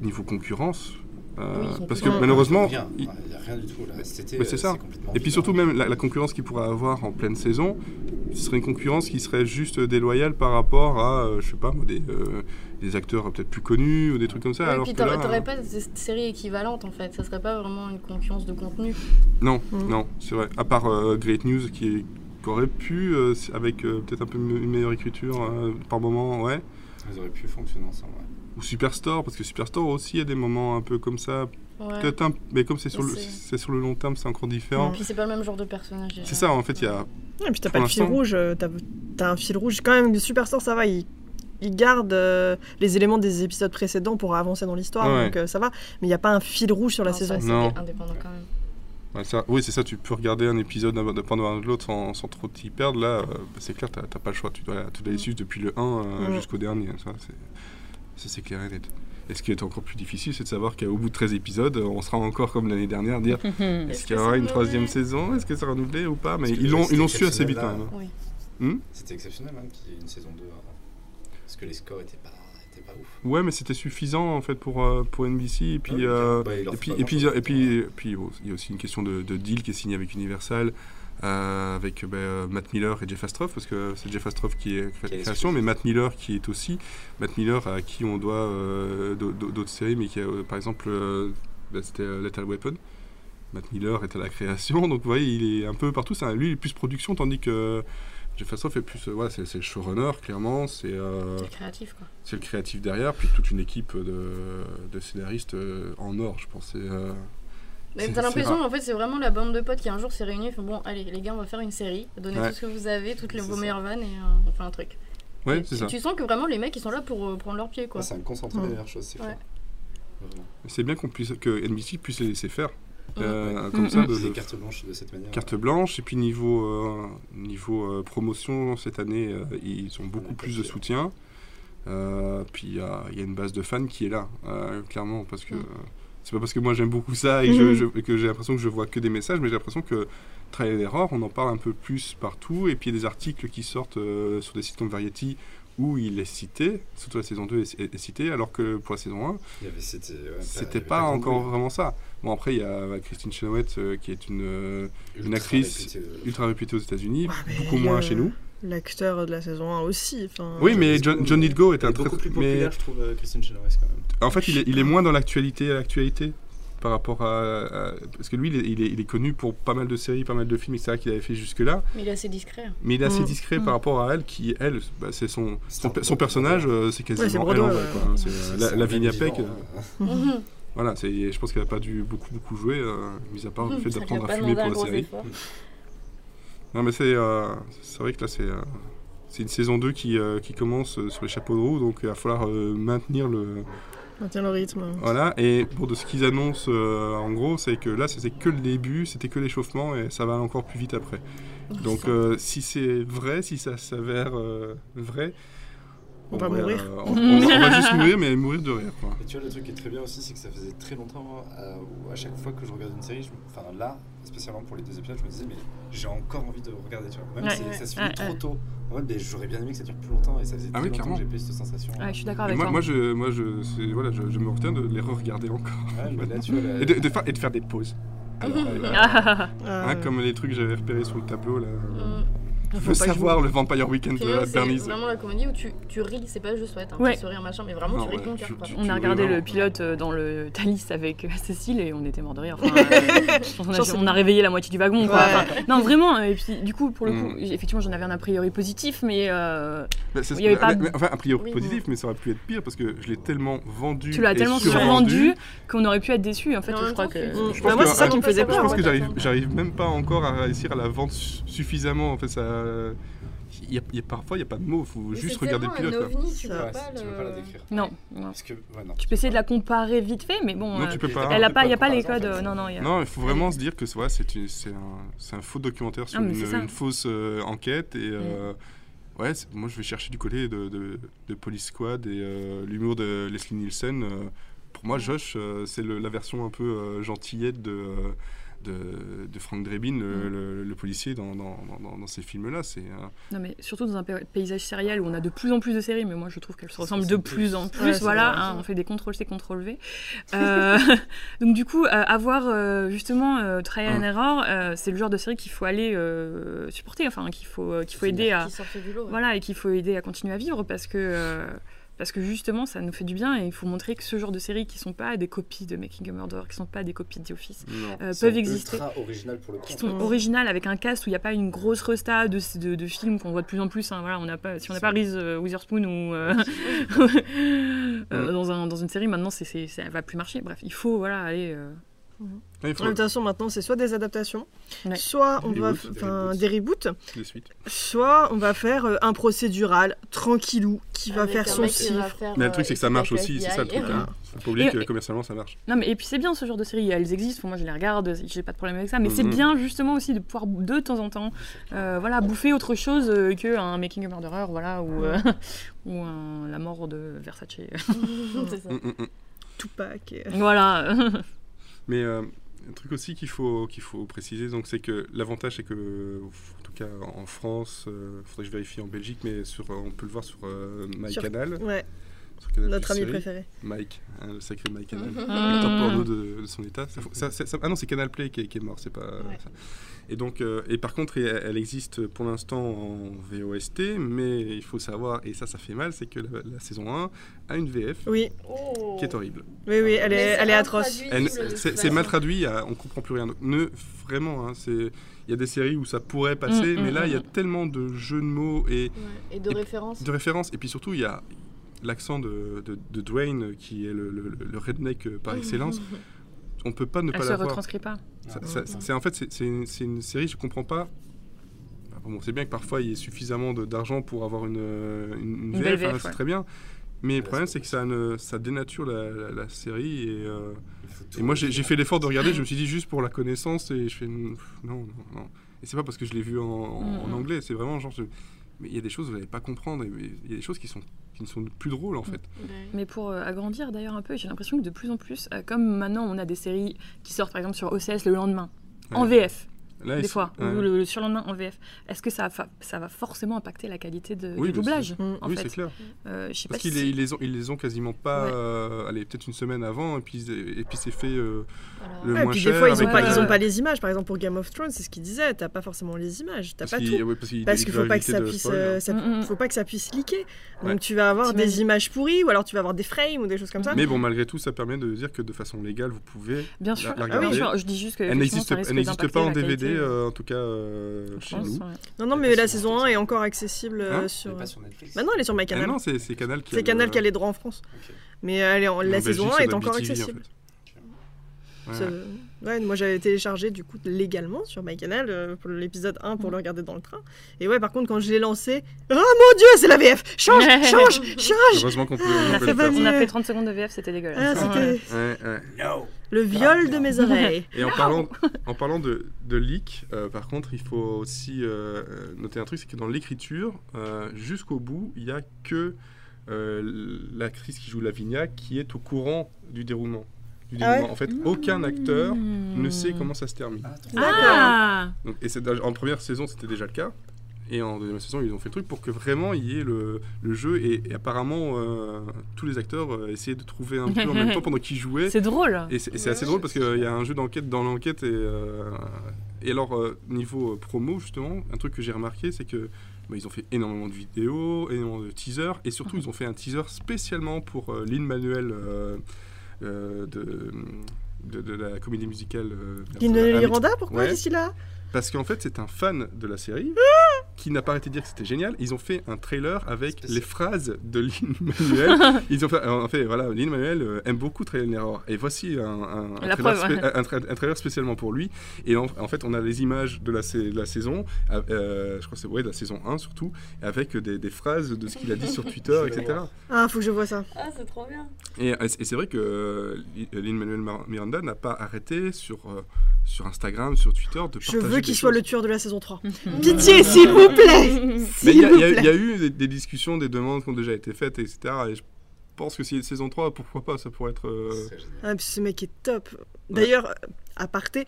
Speaker 4: niveau concurrence. Euh,
Speaker 1: Oui, ils sont
Speaker 4: parce que
Speaker 1: tous- Ouais.
Speaker 4: malheureusement,
Speaker 2: Rien,
Speaker 4: il-
Speaker 2: il y a rien du tout là. Cet été,
Speaker 4: mais c'est
Speaker 2: euh,
Speaker 4: ça.
Speaker 2: complètement
Speaker 4: Et puis
Speaker 2: différent.
Speaker 4: surtout, même la, la concurrence qu'il pourrait avoir en pleine saison, ce serait une concurrence qui serait juste déloyale par rapport à, euh, je sais pas, moi, des, euh, des acteurs euh, peut-être plus connus ou des trucs comme ça.
Speaker 1: Ouais,
Speaker 4: alors
Speaker 1: puis
Speaker 4: que
Speaker 1: t'aurais,
Speaker 4: là, euh,
Speaker 1: t'aurais pas cette série équivalente en fait. Ça serait pas vraiment une concurrence de contenu.
Speaker 4: Non,
Speaker 1: Mm.
Speaker 3: Mhm.
Speaker 4: non, c'est vrai. À part euh, Great News qui, est- qui aurait pu, euh, s- avec euh, peut-être un peu me- une meilleure écriture euh, par moment, ouais.
Speaker 2: Ils auraient pu fonctionner ensemble. ouais.
Speaker 4: Ou Superstore, parce que Superstore aussi, il y a des moments un peu comme ça.
Speaker 1: Ouais.
Speaker 4: Peut-être un- mais comme c'est sur, le,
Speaker 1: C'est-
Speaker 4: c'est sur le long terme, c'est encore différent.
Speaker 1: Puis c'est pas le même genre de personnage. euh, déjà.
Speaker 4: C'est ça, en fait, il y a
Speaker 3: Ouais, Et puis t'as
Speaker 4: pour
Speaker 3: pas le fil
Speaker 4: l'instant.
Speaker 3: rouge, euh, t'as t'as un fil rouge. Quand même, Superstar, ça va, il, il garde euh, les éléments des épisodes précédents pour avancer dans l'histoire,
Speaker 4: Ouais.
Speaker 3: donc euh, ça va. Mais il n'y a pas un fil rouge sur la
Speaker 1: Non, Ah, ça,
Speaker 3: saison.
Speaker 1: c'était
Speaker 4: Non.
Speaker 1: indépendant quand même.
Speaker 4: Ouais, ça- oui, c'est ça, tu peux regarder un épisode d'un d'un point de vue de l'autre sans, sans trop t'y perdre. Là, euh, bah, c'est clair, t'as t'as pas le choix. Tu dois, tu dois
Speaker 1: Mm.
Speaker 4: les suivre depuis le 1 euh,
Speaker 3: Ouais.
Speaker 4: jusqu'au dernier. Ça, c'est- ça, c'est clair et net. Et ce qui est encore plus difficile, c'est de savoir qu'au bout de 13 épisodes, on sera encore comme l'année dernière, dire
Speaker 5: Mhm.
Speaker 4: est-ce
Speaker 1: que
Speaker 4: qu'il y
Speaker 1: c'est
Speaker 4: aura une
Speaker 1: renouvelé
Speaker 4: troisième saison Est-ce que c'est renouvelé ou pas Mais
Speaker 2: Parce que
Speaker 4: ils l'ont
Speaker 2: c'était
Speaker 4: ils l'ont su assez vite hein. Hmm
Speaker 2: exceptionnel,
Speaker 4: quand
Speaker 2: là.
Speaker 4: même.
Speaker 1: Oui.
Speaker 2: C'était exceptionnel hein, qu'il y ait une saison 2 avant. Parce que les scores étaient pas, étaient pas ouf.
Speaker 4: Ouais, mais c'était suffisant en fait pour, euh, pour NBC. Et puis. euh,
Speaker 2: Bah, il leur
Speaker 4: Et
Speaker 2: faut
Speaker 4: puis,
Speaker 2: pas
Speaker 4: et puis,
Speaker 2: grand-chose.
Speaker 4: et puis, et puis, bon, il y a aussi une question de, de deal qui est signée avec Universal, euh, avec ben, euh, Matt Miller et Jeff Astroff, parce que c'est Jeff Astroff qui est qui fait
Speaker 2: Qui est
Speaker 4: la création, mais Matt Miller qui est aussi, Matt Miller à qui on doit euh, d'au- d'au- d'autres séries, mais qui a, euh, par exemple, euh, ben, c'était euh, Lethal Weapon. Matt Miller est à la création, donc vous voyez, il est un peu partout. C'est un- lui, il est plus production, tandis que Jeff Astroff est plus, euh, voilà, c'est c'est le showrunner clairement, c'est euh,
Speaker 1: C'est créatif quoi.
Speaker 4: c'est le créatif derrière, puis toute une équipe de, de scénaristes euh, en or, je pense. c'est, euh,
Speaker 1: Mais
Speaker 4: C'est-
Speaker 1: t'as
Speaker 4: c'est
Speaker 1: l'impression,
Speaker 4: rare.
Speaker 1: en fait, c'est vraiment la bande de potes qui un jour s'est réunie et fait Bon, allez, les gars, on va faire une série, donnez
Speaker 4: Ouais.
Speaker 1: tout ce que vous avez, toutes les,
Speaker 2: C'est
Speaker 1: vos
Speaker 2: ça.
Speaker 1: meilleures vannes et euh, on fait un truc.
Speaker 4: Ouais,
Speaker 1: Et
Speaker 4: c'est
Speaker 1: tu,
Speaker 4: ça.
Speaker 1: tu sens que vraiment les mecs ils sont là pour euh, prendre leur pied quoi. Mmh.
Speaker 2: Ah, C'est un concentré des
Speaker 3: Ouais.
Speaker 2: meilleures choses, c'est
Speaker 1: Ouais.
Speaker 2: clair. Vraiment.
Speaker 4: C'est bien qu'on puisse que NBC puisse les laisser faire
Speaker 1: Mm.
Speaker 4: Euh,
Speaker 2: Ouais.
Speaker 4: comme
Speaker 5: Mm,
Speaker 4: ça
Speaker 5: mm.
Speaker 4: de,
Speaker 2: C'est
Speaker 4: de-
Speaker 2: des cartes blanches de cette manière.
Speaker 4: carte blanche et puis niveau euh, niveau euh, promotion cette année euh, ils ont beaucoup plus de soutien. Euh, puis il y, a il y a une base de fans qui est là euh, clairement parce que
Speaker 1: Mm.
Speaker 4: euh, c'est pas parce que moi j'aime beaucoup ça et je- je- et que j'ai l'impression que je vois que des messages mais j'ai l'impression que Trial and Error on en parle un peu plus partout et puis il y a des articles qui sortent euh, sur des sites comme Variety où il est cité, surtout la saison 2 est- est- est cité, alors que pour la saison 1,
Speaker 2: Il y avait- C'était ouais, il y
Speaker 4: c'était
Speaker 2: avait
Speaker 4: pas
Speaker 2: grand
Speaker 4: encore
Speaker 2: bruit.
Speaker 4: vraiment ça. Bon, après, il y a euh, Christine Chenoweth euh, qui est une euh, une
Speaker 2: Ultra
Speaker 4: actrice
Speaker 2: réputée, euh,
Speaker 4: ultra réputée aux États-Unis,
Speaker 3: Ouais, mais euh,
Speaker 4: beaucoup
Speaker 3: le-
Speaker 4: moins chez nous.
Speaker 3: L'acteur de la saison 1 aussi. enfin,
Speaker 4: Oui, mais
Speaker 2: John
Speaker 4: John,
Speaker 2: Lithgow,
Speaker 4: John
Speaker 2: mais-
Speaker 4: Lithgow est
Speaker 2: Elle est
Speaker 4: un très
Speaker 2: beaucoup plus
Speaker 4: très- mais
Speaker 2: populaire, je trouve, euh, Christine Chenoweth quand même.
Speaker 4: en fait, il est, il est moins dans l'actualité à l'actualité par rapport à, à- parce que lui, il est, il est- il est connu pour pas mal de séries, pas mal de films, etc. qu'il avait fait jusque là,
Speaker 1: Mais il est assez discret. hein.
Speaker 4: mais il est assez
Speaker 3: Mm.
Speaker 4: discret par rapport à elle, qui elle, bah, c'est son
Speaker 2: C'est
Speaker 4: son,
Speaker 2: un peu-
Speaker 4: son personnage, euh, c'est quasiment
Speaker 3: c'est
Speaker 4: elle.
Speaker 3: Broadway,
Speaker 4: en vrai,
Speaker 3: ouais.
Speaker 4: quoi, hein. C'est, euh,
Speaker 2: C'est-
Speaker 4: la,
Speaker 2: c'est
Speaker 4: la
Speaker 2: un
Speaker 4: Vigne à
Speaker 2: même
Speaker 4: Peck,
Speaker 2: vivant,
Speaker 4: euh,
Speaker 2: hein.
Speaker 1: Mhm.
Speaker 4: voilà, c'est, je pense
Speaker 3: Mm,
Speaker 4: qu'elle a pas dû beaucoup beaucoup jouer, euh, mis à part le fait
Speaker 1: Ça lui a
Speaker 4: d'apprendre à
Speaker 1: pas
Speaker 4: fumer pour
Speaker 1: demandé un
Speaker 4: la
Speaker 1: gros
Speaker 4: série.
Speaker 1: effort.
Speaker 4: Non, mais c'est euh, c'est vrai que là, c'est euh, c'est une saison 2 qui, euh, qui commence euh, sur les chapeaux de roue, donc il va falloir euh, maintenir le.
Speaker 3: Maintiens le rythme.
Speaker 4: Voilà, et bon, de ce qu'ils annoncent euh, en gros, c'est que là, c'était que le début, c'était que l'échauffement, et ça va aller encore plus vite après. Donc, euh, si c'est vrai, si ça s'avère euh, vrai.
Speaker 3: On va
Speaker 4: ouais,
Speaker 3: mourir.
Speaker 4: euh, on, on- on va juste mourir, mais mourir de rire. Quoi.
Speaker 2: Et tu vois, le truc qui est très bien aussi, c'est que ça faisait très longtemps euh, où à chaque fois que je regarde une série, je me- enfin là, spécialement pour les deux épisodes, je me disais, mais j'ai encore envie de regarder, tu vois. Même
Speaker 5: Ouais,
Speaker 2: si
Speaker 5: ouais,
Speaker 2: ça se
Speaker 5: ouais,
Speaker 2: finit trop
Speaker 5: ouais.
Speaker 2: tôt. En mode, mais j'aurais bien aimé que ça dure plus longtemps et ça faisait
Speaker 4: Ah
Speaker 2: très
Speaker 4: oui,
Speaker 2: longtemps
Speaker 4: clairement.
Speaker 2: que j'ai pas eu cette sensation.
Speaker 5: Ouais, Ah, je suis d'accord
Speaker 1: Ah,
Speaker 4: Et
Speaker 5: avec
Speaker 4: moi,
Speaker 5: toi.
Speaker 4: moi, je, moi je, c'est- voilà, je, je me retiens de les re-regarder encore.
Speaker 2: Ouais, mais là, tu vois, la-
Speaker 4: Et de, de faire, et de faire des pauses. Alors, euh,
Speaker 5: Ah,
Speaker 3: Ah,
Speaker 4: hein, comme les trucs que j'avais repérés sur le tableau. Là.
Speaker 1: Mm.
Speaker 4: Je
Speaker 3: faut
Speaker 4: veux
Speaker 3: pas que je
Speaker 4: savoir le Vampire Weekend
Speaker 1: Puis
Speaker 4: de
Speaker 1: là,
Speaker 4: la
Speaker 1: c'est
Speaker 4: Bernise.
Speaker 1: vraiment la comédie où tu, tu ris, c'est pas juste ouais, t'as un
Speaker 5: Ouais.
Speaker 1: petit sourire machin, mais vraiment
Speaker 4: Non,
Speaker 1: tu ris
Speaker 4: ouais,
Speaker 1: de ton cœur.
Speaker 4: tu-
Speaker 1: quoi.
Speaker 4: tu-
Speaker 5: on
Speaker 4: veux
Speaker 5: a regardé
Speaker 4: vraiment-
Speaker 5: le pilote euh, dans le Thalys avec euh, Cécile et on était mort de rire. Enfin, euh, je pense qu'on a-
Speaker 3: Je pense que c'est
Speaker 5: on a réveillé la moitié du wagon. quoi.
Speaker 3: Ouais.
Speaker 5: Enfin, non, vraiment. Et puis, du coup, pour le coup,
Speaker 4: Mm.
Speaker 5: j'- effectivement, j'en avais un a priori positif, mais euh,
Speaker 4: Bah, c'est-
Speaker 5: Il y avait pas
Speaker 4: mais-
Speaker 5: de-
Speaker 4: mais- Enfin, a priori
Speaker 1: Oui,
Speaker 4: positif, mais ça aurait pu être pire parce que je l'ai tellement vendu.
Speaker 5: tu l'as
Speaker 4: et
Speaker 5: tellement
Speaker 4: survendu.
Speaker 5: survendu qu'on aurait pu être déçu. En fait,
Speaker 1: Mais en
Speaker 5: je
Speaker 1: même
Speaker 5: crois
Speaker 1: temps,
Speaker 5: que.
Speaker 1: tu-
Speaker 4: Je
Speaker 3: Bah,
Speaker 4: pense
Speaker 3: moi,
Speaker 4: que-
Speaker 3: c'est ça qui me faisait
Speaker 4: Je
Speaker 3: peur.
Speaker 4: pense que
Speaker 1: Ouais,
Speaker 4: j'arrive,
Speaker 1: d'accord.
Speaker 4: j'arrive même pas encore à réussir à la vente su- suffisamment. En fait, ça. Il y a, il y a- parfois, il n'y a pas de mots, il faut
Speaker 1: Mais
Speaker 4: juste
Speaker 1: c'est
Speaker 4: regarder le
Speaker 1: tellement
Speaker 4: pilote.
Speaker 1: un
Speaker 4: quoi.
Speaker 1: ovni, tu
Speaker 3: Ça,
Speaker 1: peux
Speaker 2: Ouais,
Speaker 1: pas
Speaker 2: tu peux pas la
Speaker 1: le-
Speaker 2: décrire.
Speaker 5: Non, non.
Speaker 2: Parce que, ouais, non.
Speaker 5: Tu peux essayer de la comparer vite fait, mais bon.
Speaker 4: Non,
Speaker 5: euh,
Speaker 4: tu peux pas.
Speaker 5: Elle a pas, il y a
Speaker 2: de
Speaker 5: pas les codes.
Speaker 2: comparaison, en
Speaker 5: euh,
Speaker 2: fait.
Speaker 5: Non, non, il y a.
Speaker 4: Non, il faut vraiment se dire que c'est- voilà, c'est une- c'est un, c'est un faux documentaire sur
Speaker 5: Ah, mais c'est
Speaker 4: une,
Speaker 5: ça. Mm.
Speaker 4: une fausse euh, enquête. Et euh, ouais, c'est- moi je vais chercher du côté de, de- de Police Squad et euh, l'humour de Leslie Nielsen. euh, pour
Speaker 5: Mm.
Speaker 4: moi, Josh, euh, c'est le- la version un peu euh, gentillette de, euh, de, de Frank Drebin, le,
Speaker 5: Mm.
Speaker 4: le- le policier, dans, dans- dans- dans- dans ces films-là. C'est euh,
Speaker 5: Non, mais surtout dans un pa- paysage sériel où on a de plus en plus de séries, mais moi je trouve qu'elles se
Speaker 2: Ça,
Speaker 5: ressemblent
Speaker 2: c'est
Speaker 5: de
Speaker 2: plus.
Speaker 5: plus en plus.
Speaker 3: Ouais, c'est
Speaker 5: voilà,
Speaker 3: vrai.
Speaker 5: hein, on fait des contrôles C, contrôles V. Euh, donc, du coup, euh, avoir euh, justement euh, Trial and
Speaker 4: Mm.
Speaker 5: Error, euh, c'est le genre de série qu'il faut aller euh, supporter, enfin, qu'il faut, euh, qu'il faut
Speaker 2: C'est
Speaker 5: aider à.
Speaker 1: Qui sortait du lot. ouais.
Speaker 5: Voilà, et qu'il faut aider à continuer à vivre parce que. euh, parce que justement, ça nous fait du bien et il faut montrer que ce genre de séries qui sont pas des copies de Making a Murderer, qui sont pas des copies de The Office,
Speaker 4: non.
Speaker 5: euh,
Speaker 2: Ils sont
Speaker 5: peuvent exister
Speaker 2: ultra original pour le coup.
Speaker 5: qui
Speaker 2: en
Speaker 5: sont
Speaker 2: fait.
Speaker 5: originales avec un cast où il n'y a pas une grosse resta de, de, de films qu'on voit de plus en plus. hein, voilà, on n'a pas, si on n'a pas Reese euh, Witherspoon ou euh, euh, dans, un, dans une série, maintenant c'est, c'est, ça va plus marcher. Bref, il faut voilà aller. euh,
Speaker 4: Ouais, il faut
Speaker 3: De toute façon, maintenant, c'est soit des adaptations,
Speaker 5: Ouais.
Speaker 3: soit on
Speaker 4: Des
Speaker 3: doit,
Speaker 4: reboots, des
Speaker 3: enfin,
Speaker 4: reboots.
Speaker 3: des reboots,
Speaker 4: des suites.
Speaker 5: Euh,
Speaker 3: soit on va faire euh, un procédural tranquillou qui va
Speaker 1: Avec
Speaker 3: faire
Speaker 1: un
Speaker 3: son
Speaker 1: mec qui
Speaker 3: film.
Speaker 1: va faire,
Speaker 4: Mais
Speaker 1: euh,
Speaker 4: le truc, c'est que ça marche
Speaker 1: Express
Speaker 4: aussi, c'est ça le
Speaker 1: FBI.
Speaker 4: truc. hein. Faut pas oublier
Speaker 5: Et-
Speaker 4: que commercialement, ça marche.
Speaker 5: Non mais et puis c'est bien ce genre de série, elles existent. Moi je les regarde, j'ai pas de problème avec ça. Mais c'est
Speaker 4: Mhm.
Speaker 5: bien justement aussi de pouvoir de temps en temps, euh, voilà, bouffer autre chose euh, que un Making a Murderer, voilà, ou euh, ou un- la mort de Versace.
Speaker 1: C'est ça.
Speaker 4: Mm, mm, mm.
Speaker 3: Tupac. et- euh,
Speaker 5: voilà.
Speaker 4: Mais euh, un truc aussi qu'il faut, qu'il faut préciser, donc, c'est que l'avantage, c'est que, en tout cas en France, il faudrait que je vérifie en Belgique, mais sur, on peut le voir sur euh,
Speaker 3: Sur-
Speaker 4: MyCanal.
Speaker 3: Ouais,
Speaker 4: sur Canal
Speaker 3: notre
Speaker 4: Plus
Speaker 3: ami
Speaker 4: série.
Speaker 3: préféré.
Speaker 4: Mike, hein, le sacré Mike Canal.
Speaker 1: Mhm.
Speaker 4: Acteur
Speaker 5: Ah.
Speaker 4: porno de, de son état. Ça faut- ça- ça- ça- ah non, c'est Canal Play qui est, qui est mort, c'est pas.
Speaker 1: Ouais.
Speaker 4: ça. Et donc, euh, et par contre, elle, elle existe pour l'instant en VOST, mais il faut savoir, et ça, ça fait mal, c'est que la, la saison 1 a une VF
Speaker 3: Oui,
Speaker 1: Oh.
Speaker 4: qui est horrible.
Speaker 3: oui, oui, elle
Speaker 1: Mais
Speaker 3: est,
Speaker 1: c'est
Speaker 3: elle est atroce.
Speaker 1: intraduisible,
Speaker 4: Elle-
Speaker 1: de toute
Speaker 4: C'est c'est
Speaker 1: façon.
Speaker 4: mal traduit, à- on comprend plus rien. Donc, ne, vraiment, hein, c'est- il y a des séries où ça pourrait passer,
Speaker 5: Mm, mm,
Speaker 4: mais là,
Speaker 5: mm,
Speaker 4: il y a
Speaker 5: mm.
Speaker 4: tellement de jeux de mots et
Speaker 1: Ouais, Et de
Speaker 4: Et-
Speaker 1: référence.
Speaker 4: de références. Et puis surtout, il y a l'accent de, de- de Dwayne, euh, qui est le, le- le redneck euh, par excellence. On peut pas ne
Speaker 5: Mm, Elle
Speaker 4: pas
Speaker 5: se
Speaker 4: l'avoir.
Speaker 5: retranscrit Mm, pas.
Speaker 4: Ça- ça- ça- C'est en fait, c'est- c'est une, c'est une série, je comprends pas. Ah, Bon, c'est bien que parfois il y ait suffisamment de- d'argent pour avoir une, euh, une- une
Speaker 5: Une belle
Speaker 4: VF, hein,
Speaker 5: VF,
Speaker 4: c'est
Speaker 5: ouais.
Speaker 4: très bien. Mais le
Speaker 2: Ouais,
Speaker 4: problème,
Speaker 2: c'est-
Speaker 4: c'est que ça, ne- ça dénature la, la- la série et. euh,
Speaker 2: Il faut tout
Speaker 4: et moi, j'ai
Speaker 2: refaire.
Speaker 4: j'ai fait l'effort de regarder, je me suis dit juste pour la connaissance, et je fais pff, non, non, non. Et c'est pas parce que je l'ai vu en, en-
Speaker 5: Mm,
Speaker 4: en
Speaker 5: mm.
Speaker 4: anglais, c'est vraiment genre. je- Mais il y a des choses que vous n'allez pas comprendre, et- et il y a des choses qui, sont, qui ne sont plus
Speaker 3: Mm.
Speaker 4: drôles en fait.
Speaker 1: Ouais.
Speaker 5: Mais pour euh, agrandir d'ailleurs un peu, j'ai l'impression que de plus en plus, euh, comme maintenant on a des séries qui sortent par exemple sur OCS le lendemain, en
Speaker 4: Ouais.
Speaker 5: VF,
Speaker 4: Là,
Speaker 5: des
Speaker 4: ils-
Speaker 5: fois,
Speaker 4: ouais.
Speaker 5: ou le, le surlendemain en VF, est-ce que ça, fa- ça va forcément impacter la qualité de,
Speaker 4: Oui,
Speaker 5: du
Speaker 4: bien
Speaker 5: doublage
Speaker 3: sûr. Mm.
Speaker 5: en
Speaker 4: oui,
Speaker 5: fait
Speaker 4: c'est clair.
Speaker 5: Euh, Je sais
Speaker 3: Bah,
Speaker 5: pas
Speaker 4: Parce qu'ils les-
Speaker 5: si.
Speaker 4: ils les, ont- ils les ont quasiment pas.
Speaker 5: Ouais.
Speaker 4: euh, allez, peut-être une semaine avant, et puis, et puis c'est fait. euh,
Speaker 1: Voilà.
Speaker 4: Le
Speaker 3: Ouais,
Speaker 4: moins
Speaker 3: puis
Speaker 4: cher
Speaker 3: des fois, ils ont,
Speaker 4: avec
Speaker 3: pas,
Speaker 4: le-
Speaker 3: ils ont pas les images. Par exemple, pour Game of Thrones, c'est ce qu'ils disaient. T'as pas forcément les images. T'as
Speaker 4: parce
Speaker 3: pas
Speaker 4: qu'il-
Speaker 3: tout.
Speaker 4: ouais, parce qu'il-
Speaker 3: Parce
Speaker 4: il
Speaker 3: qu'il
Speaker 4: veut
Speaker 3: faut pas que
Speaker 4: éviter
Speaker 3: ça
Speaker 4: de
Speaker 3: puisse,
Speaker 4: spoil,
Speaker 3: euh,
Speaker 4: hein.
Speaker 3: ça-
Speaker 5: Mm, mm.
Speaker 3: faut pas que ça puisse leaker.
Speaker 4: Ouais.
Speaker 3: Donc tu vas avoir des
Speaker 5: T'imagines.
Speaker 3: images pourries ou alors tu vas avoir des frames ou des choses comme ça.
Speaker 4: Mais bon, malgré tout, ça permet de dire que de façon légale, vous
Speaker 3: Euh,
Speaker 4: pouvez.
Speaker 5: Bien sûr,
Speaker 4: la- la
Speaker 5: bien
Speaker 4: regarder.
Speaker 5: sûr, je dis juste que.
Speaker 4: Elle
Speaker 5: effectivement,
Speaker 4: n'existe
Speaker 5: ça risque
Speaker 4: elle n'existe pas en
Speaker 5: d'impacter la
Speaker 4: DVD,
Speaker 5: qualité,
Speaker 4: euh, en tout cas euh,
Speaker 5: je
Speaker 4: chez
Speaker 5: pense,
Speaker 4: nous.
Speaker 5: ouais.
Speaker 3: Non, non, mais
Speaker 2: Elle
Speaker 3: la
Speaker 2: passe sur
Speaker 3: saison
Speaker 2: Netflix.
Speaker 3: 1 est encore accessible euh,
Speaker 4: Hein
Speaker 2: Mais
Speaker 3: sur.
Speaker 2: pas sur Netflix.
Speaker 5: Bah
Speaker 3: Maintenant, elle est sur
Speaker 4: Eh
Speaker 3: MyCanal.
Speaker 4: non, c'est c'est Canal qui a
Speaker 3: C'est
Speaker 4: le-
Speaker 3: Canal qui a les droits en France.
Speaker 2: Ok.
Speaker 3: Mais elle est en-
Speaker 4: Mais en
Speaker 3: la saison
Speaker 4: Belgique,
Speaker 3: 1
Speaker 4: ça doit
Speaker 3: est
Speaker 4: être
Speaker 3: encore
Speaker 4: BTV, en
Speaker 3: accessible.
Speaker 4: fait. Ouais.
Speaker 3: C'est- Ouais, moi j'avais téléchargé du coup légalement sur MyCanal euh, pour l'épisode 1 pour le regarder dans le train. Et ouais, par contre, quand je l'ai lancé, oh mon dieu, c'est la VF Change, change, change
Speaker 4: Heureusement qu'on peut,
Speaker 3: Ah,
Speaker 4: on peut
Speaker 3: ça
Speaker 4: le
Speaker 3: va
Speaker 4: faire.
Speaker 5: On
Speaker 3: mieux.
Speaker 5: a fait 30 secondes de VF, c'était
Speaker 3: Ah,
Speaker 5: dégueulasse.
Speaker 3: c'était
Speaker 5: Ouais.
Speaker 4: Ouais, ouais.
Speaker 2: No
Speaker 3: le viol de mes oreilles.
Speaker 4: Et en parlant, en parlant de, de leak, euh, par contre, il faut aussi euh, euh, noter un truc, c'est que dans l'écriture, euh, jusqu'au bout, il n'y a que euh, l'actrice qui joue Lavinia qui est au courant du déroulement. Du
Speaker 3: Ah ouais Hmm.
Speaker 4: déroulement. En fait, aucun acteur ne sait
Speaker 5: Mmh.
Speaker 4: comment ça se termine.
Speaker 2: Ah, trop
Speaker 3: Ah.
Speaker 5: Ah
Speaker 4: Donc, et c'est- en première saison, c'était déjà le cas. Et en deuxième saison, ils ont fait le truc pour que vraiment il y ait le, le jeu. Et, et apparemment, euh, tous les acteurs euh, essayaient de trouver un peu en même temps pendant qu'ils jouaient.
Speaker 5: C'est drôle.
Speaker 4: Et c'est et c'est
Speaker 2: Ouais,
Speaker 4: assez drôle parce
Speaker 2: c'est
Speaker 4: qu'il y a un jeu d'enquête dans l'enquête et, euh, et alors euh, niveau euh, promo justement, un truc que j'ai remarqué c'est que bah, ils ont fait énormément de vidéos, énormément de teasers et surtout ils ont fait un teaser spécialement pour euh, Lin Manuel euh, de, de, de la comédie musicale. euh,
Speaker 3: Lin
Speaker 4: Hamilton.
Speaker 3: Miranda, pourquoi
Speaker 4: Ouais.
Speaker 3: qu'est-ce qu'il a
Speaker 4: Parce qu'en fait c'est un fan de la série qui n'a pas arrêté de dire que c'était génial. Ils ont fait un trailer avec
Speaker 2: Spécial.
Speaker 4: les phrases de Lin Manuel. Ils ont fait, en fait, voilà, Lin Manuel aime beaucoup Trial and Error. Et voici un, un- un
Speaker 5: La
Speaker 4: trailer,
Speaker 5: preuve, ouais.
Speaker 4: un tra- un trailer spécialement pour lui. Et en, en fait, on a les images de la, sa- de la saison, euh, euh, je crois que c'est ouais, de la saison 1 surtout, avec des, des phrases de ce qu'il a dit sur Twitter,
Speaker 2: Je vais
Speaker 4: etc.
Speaker 2: voir.
Speaker 3: Ah, faut que je vois ça.
Speaker 1: Ah, c'est trop bien.
Speaker 4: Et, euh, c- et c'est vrai que euh, Li- Lin-Manuel Mar- Miranda n'a pas arrêté sur, euh, sur Instagram, sur Twitter, de
Speaker 3: Je
Speaker 4: partager
Speaker 3: veux
Speaker 4: des
Speaker 3: qu'il soit
Speaker 4: choses.
Speaker 3: le tueur de la saison 3.
Speaker 5: Mhm.
Speaker 3: Pitié, s'il vous plaît
Speaker 4: Mais il y,
Speaker 3: S'il
Speaker 4: a-
Speaker 3: vous
Speaker 4: il y a- il y
Speaker 3: plaît
Speaker 4: a eu des, des discussions, des demandes qui ont déjà été faites, etc. Et je pense que si saison 3, pourquoi pas, ça pourrait être...
Speaker 2: Ce
Speaker 4: euh,
Speaker 2: serait génial.
Speaker 3: Ah, puis ce mec est top. D'ailleurs, à parté,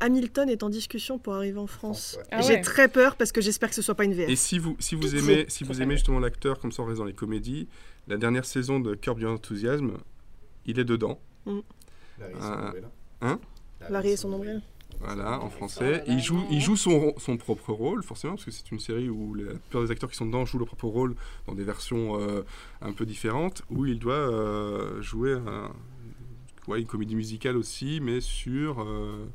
Speaker 3: Hamilton est en discussion pour arriver en France.
Speaker 2: Ouais.
Speaker 5: Ah
Speaker 3: J'ai
Speaker 5: ouais.
Speaker 3: très peur parce que j'espère que ce soit pas une VF.
Speaker 4: Et si vous, si vous
Speaker 2: Pitié.
Speaker 4: aimez, si vous aimez justement l'acteur, comme ça on reste dans les comédies, la dernière saison de Curb Your Enthusiasm, il est dedans,
Speaker 2: Larry et
Speaker 4: Ah.
Speaker 2: son nombril.
Speaker 4: Hein
Speaker 3: Larry et son nombril.
Speaker 4: voilà, en français. Il joue, il joue son, ro- son propre rôle, forcément, parce que c'est une série où la plupart des acteurs qui sont dedans jouent leur propre rôle dans des versions euh, un peu différentes, où il doit euh, jouer un- ouais, une comédie musicale aussi, mais sur... euh,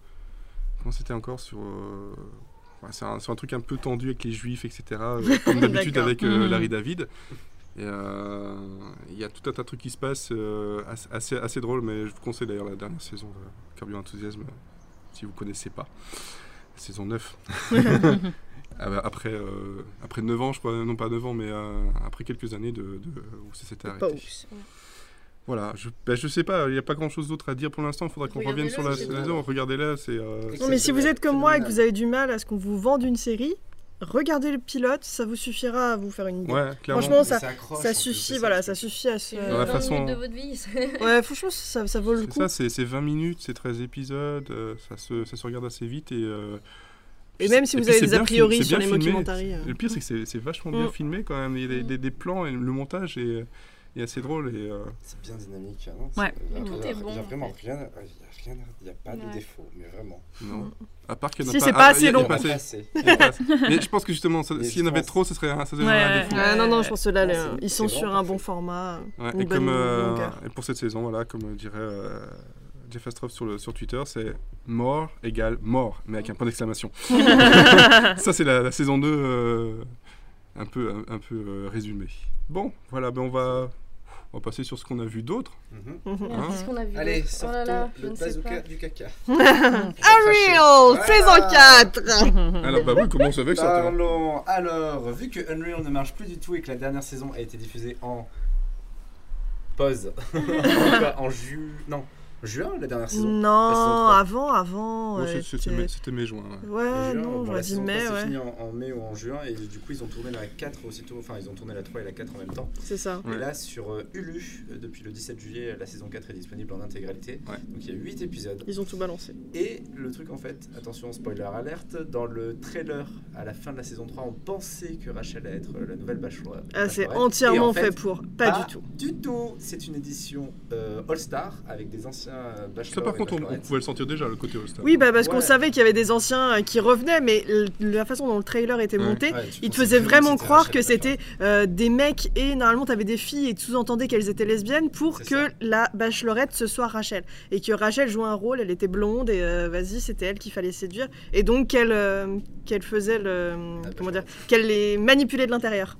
Speaker 4: comment c'était encore Sur... euh, ouais, c'est un, sur un truc un peu tendu avec les juifs, etc. euh, comme d'habitude
Speaker 3: D'accord.
Speaker 4: avec euh,
Speaker 5: Mhm.
Speaker 4: Larry David. Et, euh, Il y a tout un tas de trucs qui se passent euh, as- assez, assez drôle, mais je vous conseille d'ailleurs la dernière saison de Curb Your Enthusiasm, euh, si vous connaissez pas. Saison 9. Ah bah, après, euh, après 9 ans, je crois, non pas 9 ans, mais euh, après quelques années de, de- où ça s'était arrêté.
Speaker 3: Pause.
Speaker 4: Voilà, je, bah, je sais pas, il n'y a pas grand chose d'autre à dire pour l'instant, il faudra qu'on revienne
Speaker 1: Regardez-le,
Speaker 4: sur la
Speaker 1: c'est
Speaker 4: saison, regardez-la, c'est... euh,
Speaker 3: Non, mais si vous êtes comme moi et que vous avez du mal à ce qu'on vous vende une série, regardez le pilote, ça vous suffira à vous faire une idée.
Speaker 4: Ouais, clairement.
Speaker 3: Franchement,
Speaker 2: Mais
Speaker 3: ça-
Speaker 2: accroche, en
Speaker 3: ça
Speaker 2: plus, c'est
Speaker 3: suffit,
Speaker 2: le
Speaker 3: voilà,
Speaker 2: truc.
Speaker 3: ça suffit à se.
Speaker 1: C'est
Speaker 4: Dans la
Speaker 1: 20
Speaker 4: façon-
Speaker 1: minutes de votre vie. c'est-
Speaker 3: Ouais, franchement, ça, ça vaut le
Speaker 4: C'est
Speaker 3: coup.
Speaker 4: ça, c'est c'est 20 minutes, c'est 13 épisodes, euh, ça, se, ça se regarde assez vite et... euh,
Speaker 3: Et
Speaker 4: puis
Speaker 3: même
Speaker 4: c'est-
Speaker 3: si vous
Speaker 4: puis
Speaker 3: avez
Speaker 4: c'est
Speaker 3: des
Speaker 4: bien
Speaker 3: a
Speaker 4: fil-
Speaker 3: priori
Speaker 4: c'est
Speaker 3: sur
Speaker 4: bien
Speaker 3: les
Speaker 4: filmé,
Speaker 3: mockumentaries, euh.
Speaker 4: Le pire, c'est que c'est- c'est vachement bien
Speaker 3: Mm.
Speaker 4: filmé quand même. Il y a des,
Speaker 1: Mm.
Speaker 4: des- des plans et le montage est, est assez drôle. Et, euh,
Speaker 2: C'est bien dynamique. Hein,
Speaker 5: Ouais.
Speaker 2: Il
Speaker 1: Tout
Speaker 2: n'y
Speaker 1: est
Speaker 2: a,
Speaker 1: bon,
Speaker 2: y a
Speaker 1: en
Speaker 2: vraiment
Speaker 1: fait.
Speaker 2: rien. euh, Il n'y a, rien à- y a pas de
Speaker 1: Ouais.
Speaker 2: défaut, mais vraiment.
Speaker 4: non. À part qu'il y en a
Speaker 3: Mm. Si,
Speaker 4: pas,
Speaker 3: c'est pas
Speaker 4: ah,
Speaker 3: assez
Speaker 4: il y a- il y a
Speaker 3: long.
Speaker 4: pas assez-
Speaker 2: Assez.
Speaker 4: il y a pas assez. Mais je pense que justement, ça-
Speaker 2: Mais
Speaker 4: s'il y en avait
Speaker 2: justement,
Speaker 4: trop, ce serait un, ça serait
Speaker 5: Ouais,
Speaker 4: un
Speaker 5: ouais.
Speaker 4: défaut.
Speaker 3: Ah, non, non, je pense que là,
Speaker 2: Ouais,
Speaker 3: les-
Speaker 2: c'est-
Speaker 3: ils sont
Speaker 2: c'est
Speaker 3: sur
Speaker 2: vraiment
Speaker 3: un bon
Speaker 2: parfait.
Speaker 3: format.
Speaker 4: Ouais,
Speaker 3: Une
Speaker 4: et,
Speaker 3: bonne
Speaker 4: comme, euh,
Speaker 3: longueur.
Speaker 4: et pour cette saison, voilà, comme dirait euh, Jeff Astroff sur, le- sur Twitter, c'est mort égale mort, mais avec un point d'exclamation. Ça, c'est la, la saison 2 euh, un peu, un, un peu euh, résumée. Bon, voilà, ben on va, on va passer sur ce qu'on a vu d'autre.
Speaker 2: Mhm.
Speaker 1: Merde,
Speaker 4: Hein
Speaker 1: Qu'est-ce qu'on a vu
Speaker 2: Allez,
Speaker 1: d'autre
Speaker 2: sortons
Speaker 1: Oh là là, je
Speaker 2: le
Speaker 1: ne sais pas.
Speaker 2: bazooka du caca.
Speaker 3: Unreal saison 4
Speaker 5: Mhm.
Speaker 4: Alors, bah oui, commence avec ça. tiens.
Speaker 2: Parlons. Alors, vu que Unreal ne marche plus du tout et que la dernière saison a été diffusée en pause, en ju... non, juin la dernière saison.
Speaker 3: Non,
Speaker 2: trois.
Speaker 3: avant, avant.
Speaker 4: Bon,
Speaker 3: euh,
Speaker 4: Oh, c'est- C'était
Speaker 3: t'es-
Speaker 4: mes- c'était mes joints. ouais.
Speaker 3: Ouais,
Speaker 2: Juin,
Speaker 3: Ah, non,
Speaker 2: bon, bah,
Speaker 3: j'aurais
Speaker 2: la
Speaker 3: dit
Speaker 2: saison
Speaker 3: mai,
Speaker 2: passée
Speaker 3: ouais.
Speaker 2: finit en, en mai ou en juin et du coup ils ont tourné la 4 aussitôt, enfin ils ont tourné la 3 et la 4 en même temps.
Speaker 3: C'est ça.
Speaker 4: Ouais.
Speaker 2: Et là sur euh, Hulu, euh, depuis le 17 juillet, la saison 4 est disponible en intégralité.
Speaker 4: Ouais.
Speaker 2: Donc il y a 8 épisodes.
Speaker 3: Ils ont tout balancé.
Speaker 2: Et le truc en fait, attention spoiler alerte, dans le trailer à la fin de la saison 3 on pensait que Rachel allait être euh, la nouvelle bachelor.
Speaker 3: Ah, c'est
Speaker 2: bachelorette. Et
Speaker 3: entièrement
Speaker 2: en
Speaker 3: fait, pour. Pas du tout.
Speaker 2: Du tout. C'est une édition euh, All Star avec des anciens euh, bachelors.
Speaker 4: Ça, par
Speaker 2: et
Speaker 4: contre, on, on
Speaker 2: bachelorettes.
Speaker 4: pouvait le sentir déjà, le côté All-Star.
Speaker 3: Oui, bah parce qu'on
Speaker 2: Ouais.
Speaker 3: savait qu'il y avait des anciens euh, qui revenaient, mais l- la façon dont le trailer était
Speaker 4: Ouais.
Speaker 3: monté,
Speaker 2: Ouais, tu
Speaker 3: il te
Speaker 2: pensais
Speaker 3: faisait
Speaker 2: que
Speaker 3: vraiment
Speaker 2: c'était
Speaker 3: croire
Speaker 2: Rachel
Speaker 3: que
Speaker 2: la
Speaker 3: c'était euh, des mecs et normalement t'avais des filles et tu sous-entendais qu'elles étaient lesbiennes pour
Speaker 2: C'est
Speaker 3: que
Speaker 2: ça.
Speaker 3: la bachelorette ce soit Rachel. Et que Rachel jouait un rôle, elle était blonde et euh, vas-y, c'était elle qu'il fallait séduire. Et donc qu'elle euh, qu'elle faisait le.
Speaker 2: La
Speaker 3: comment dire Qu'elle les manipulait de l'intérieur.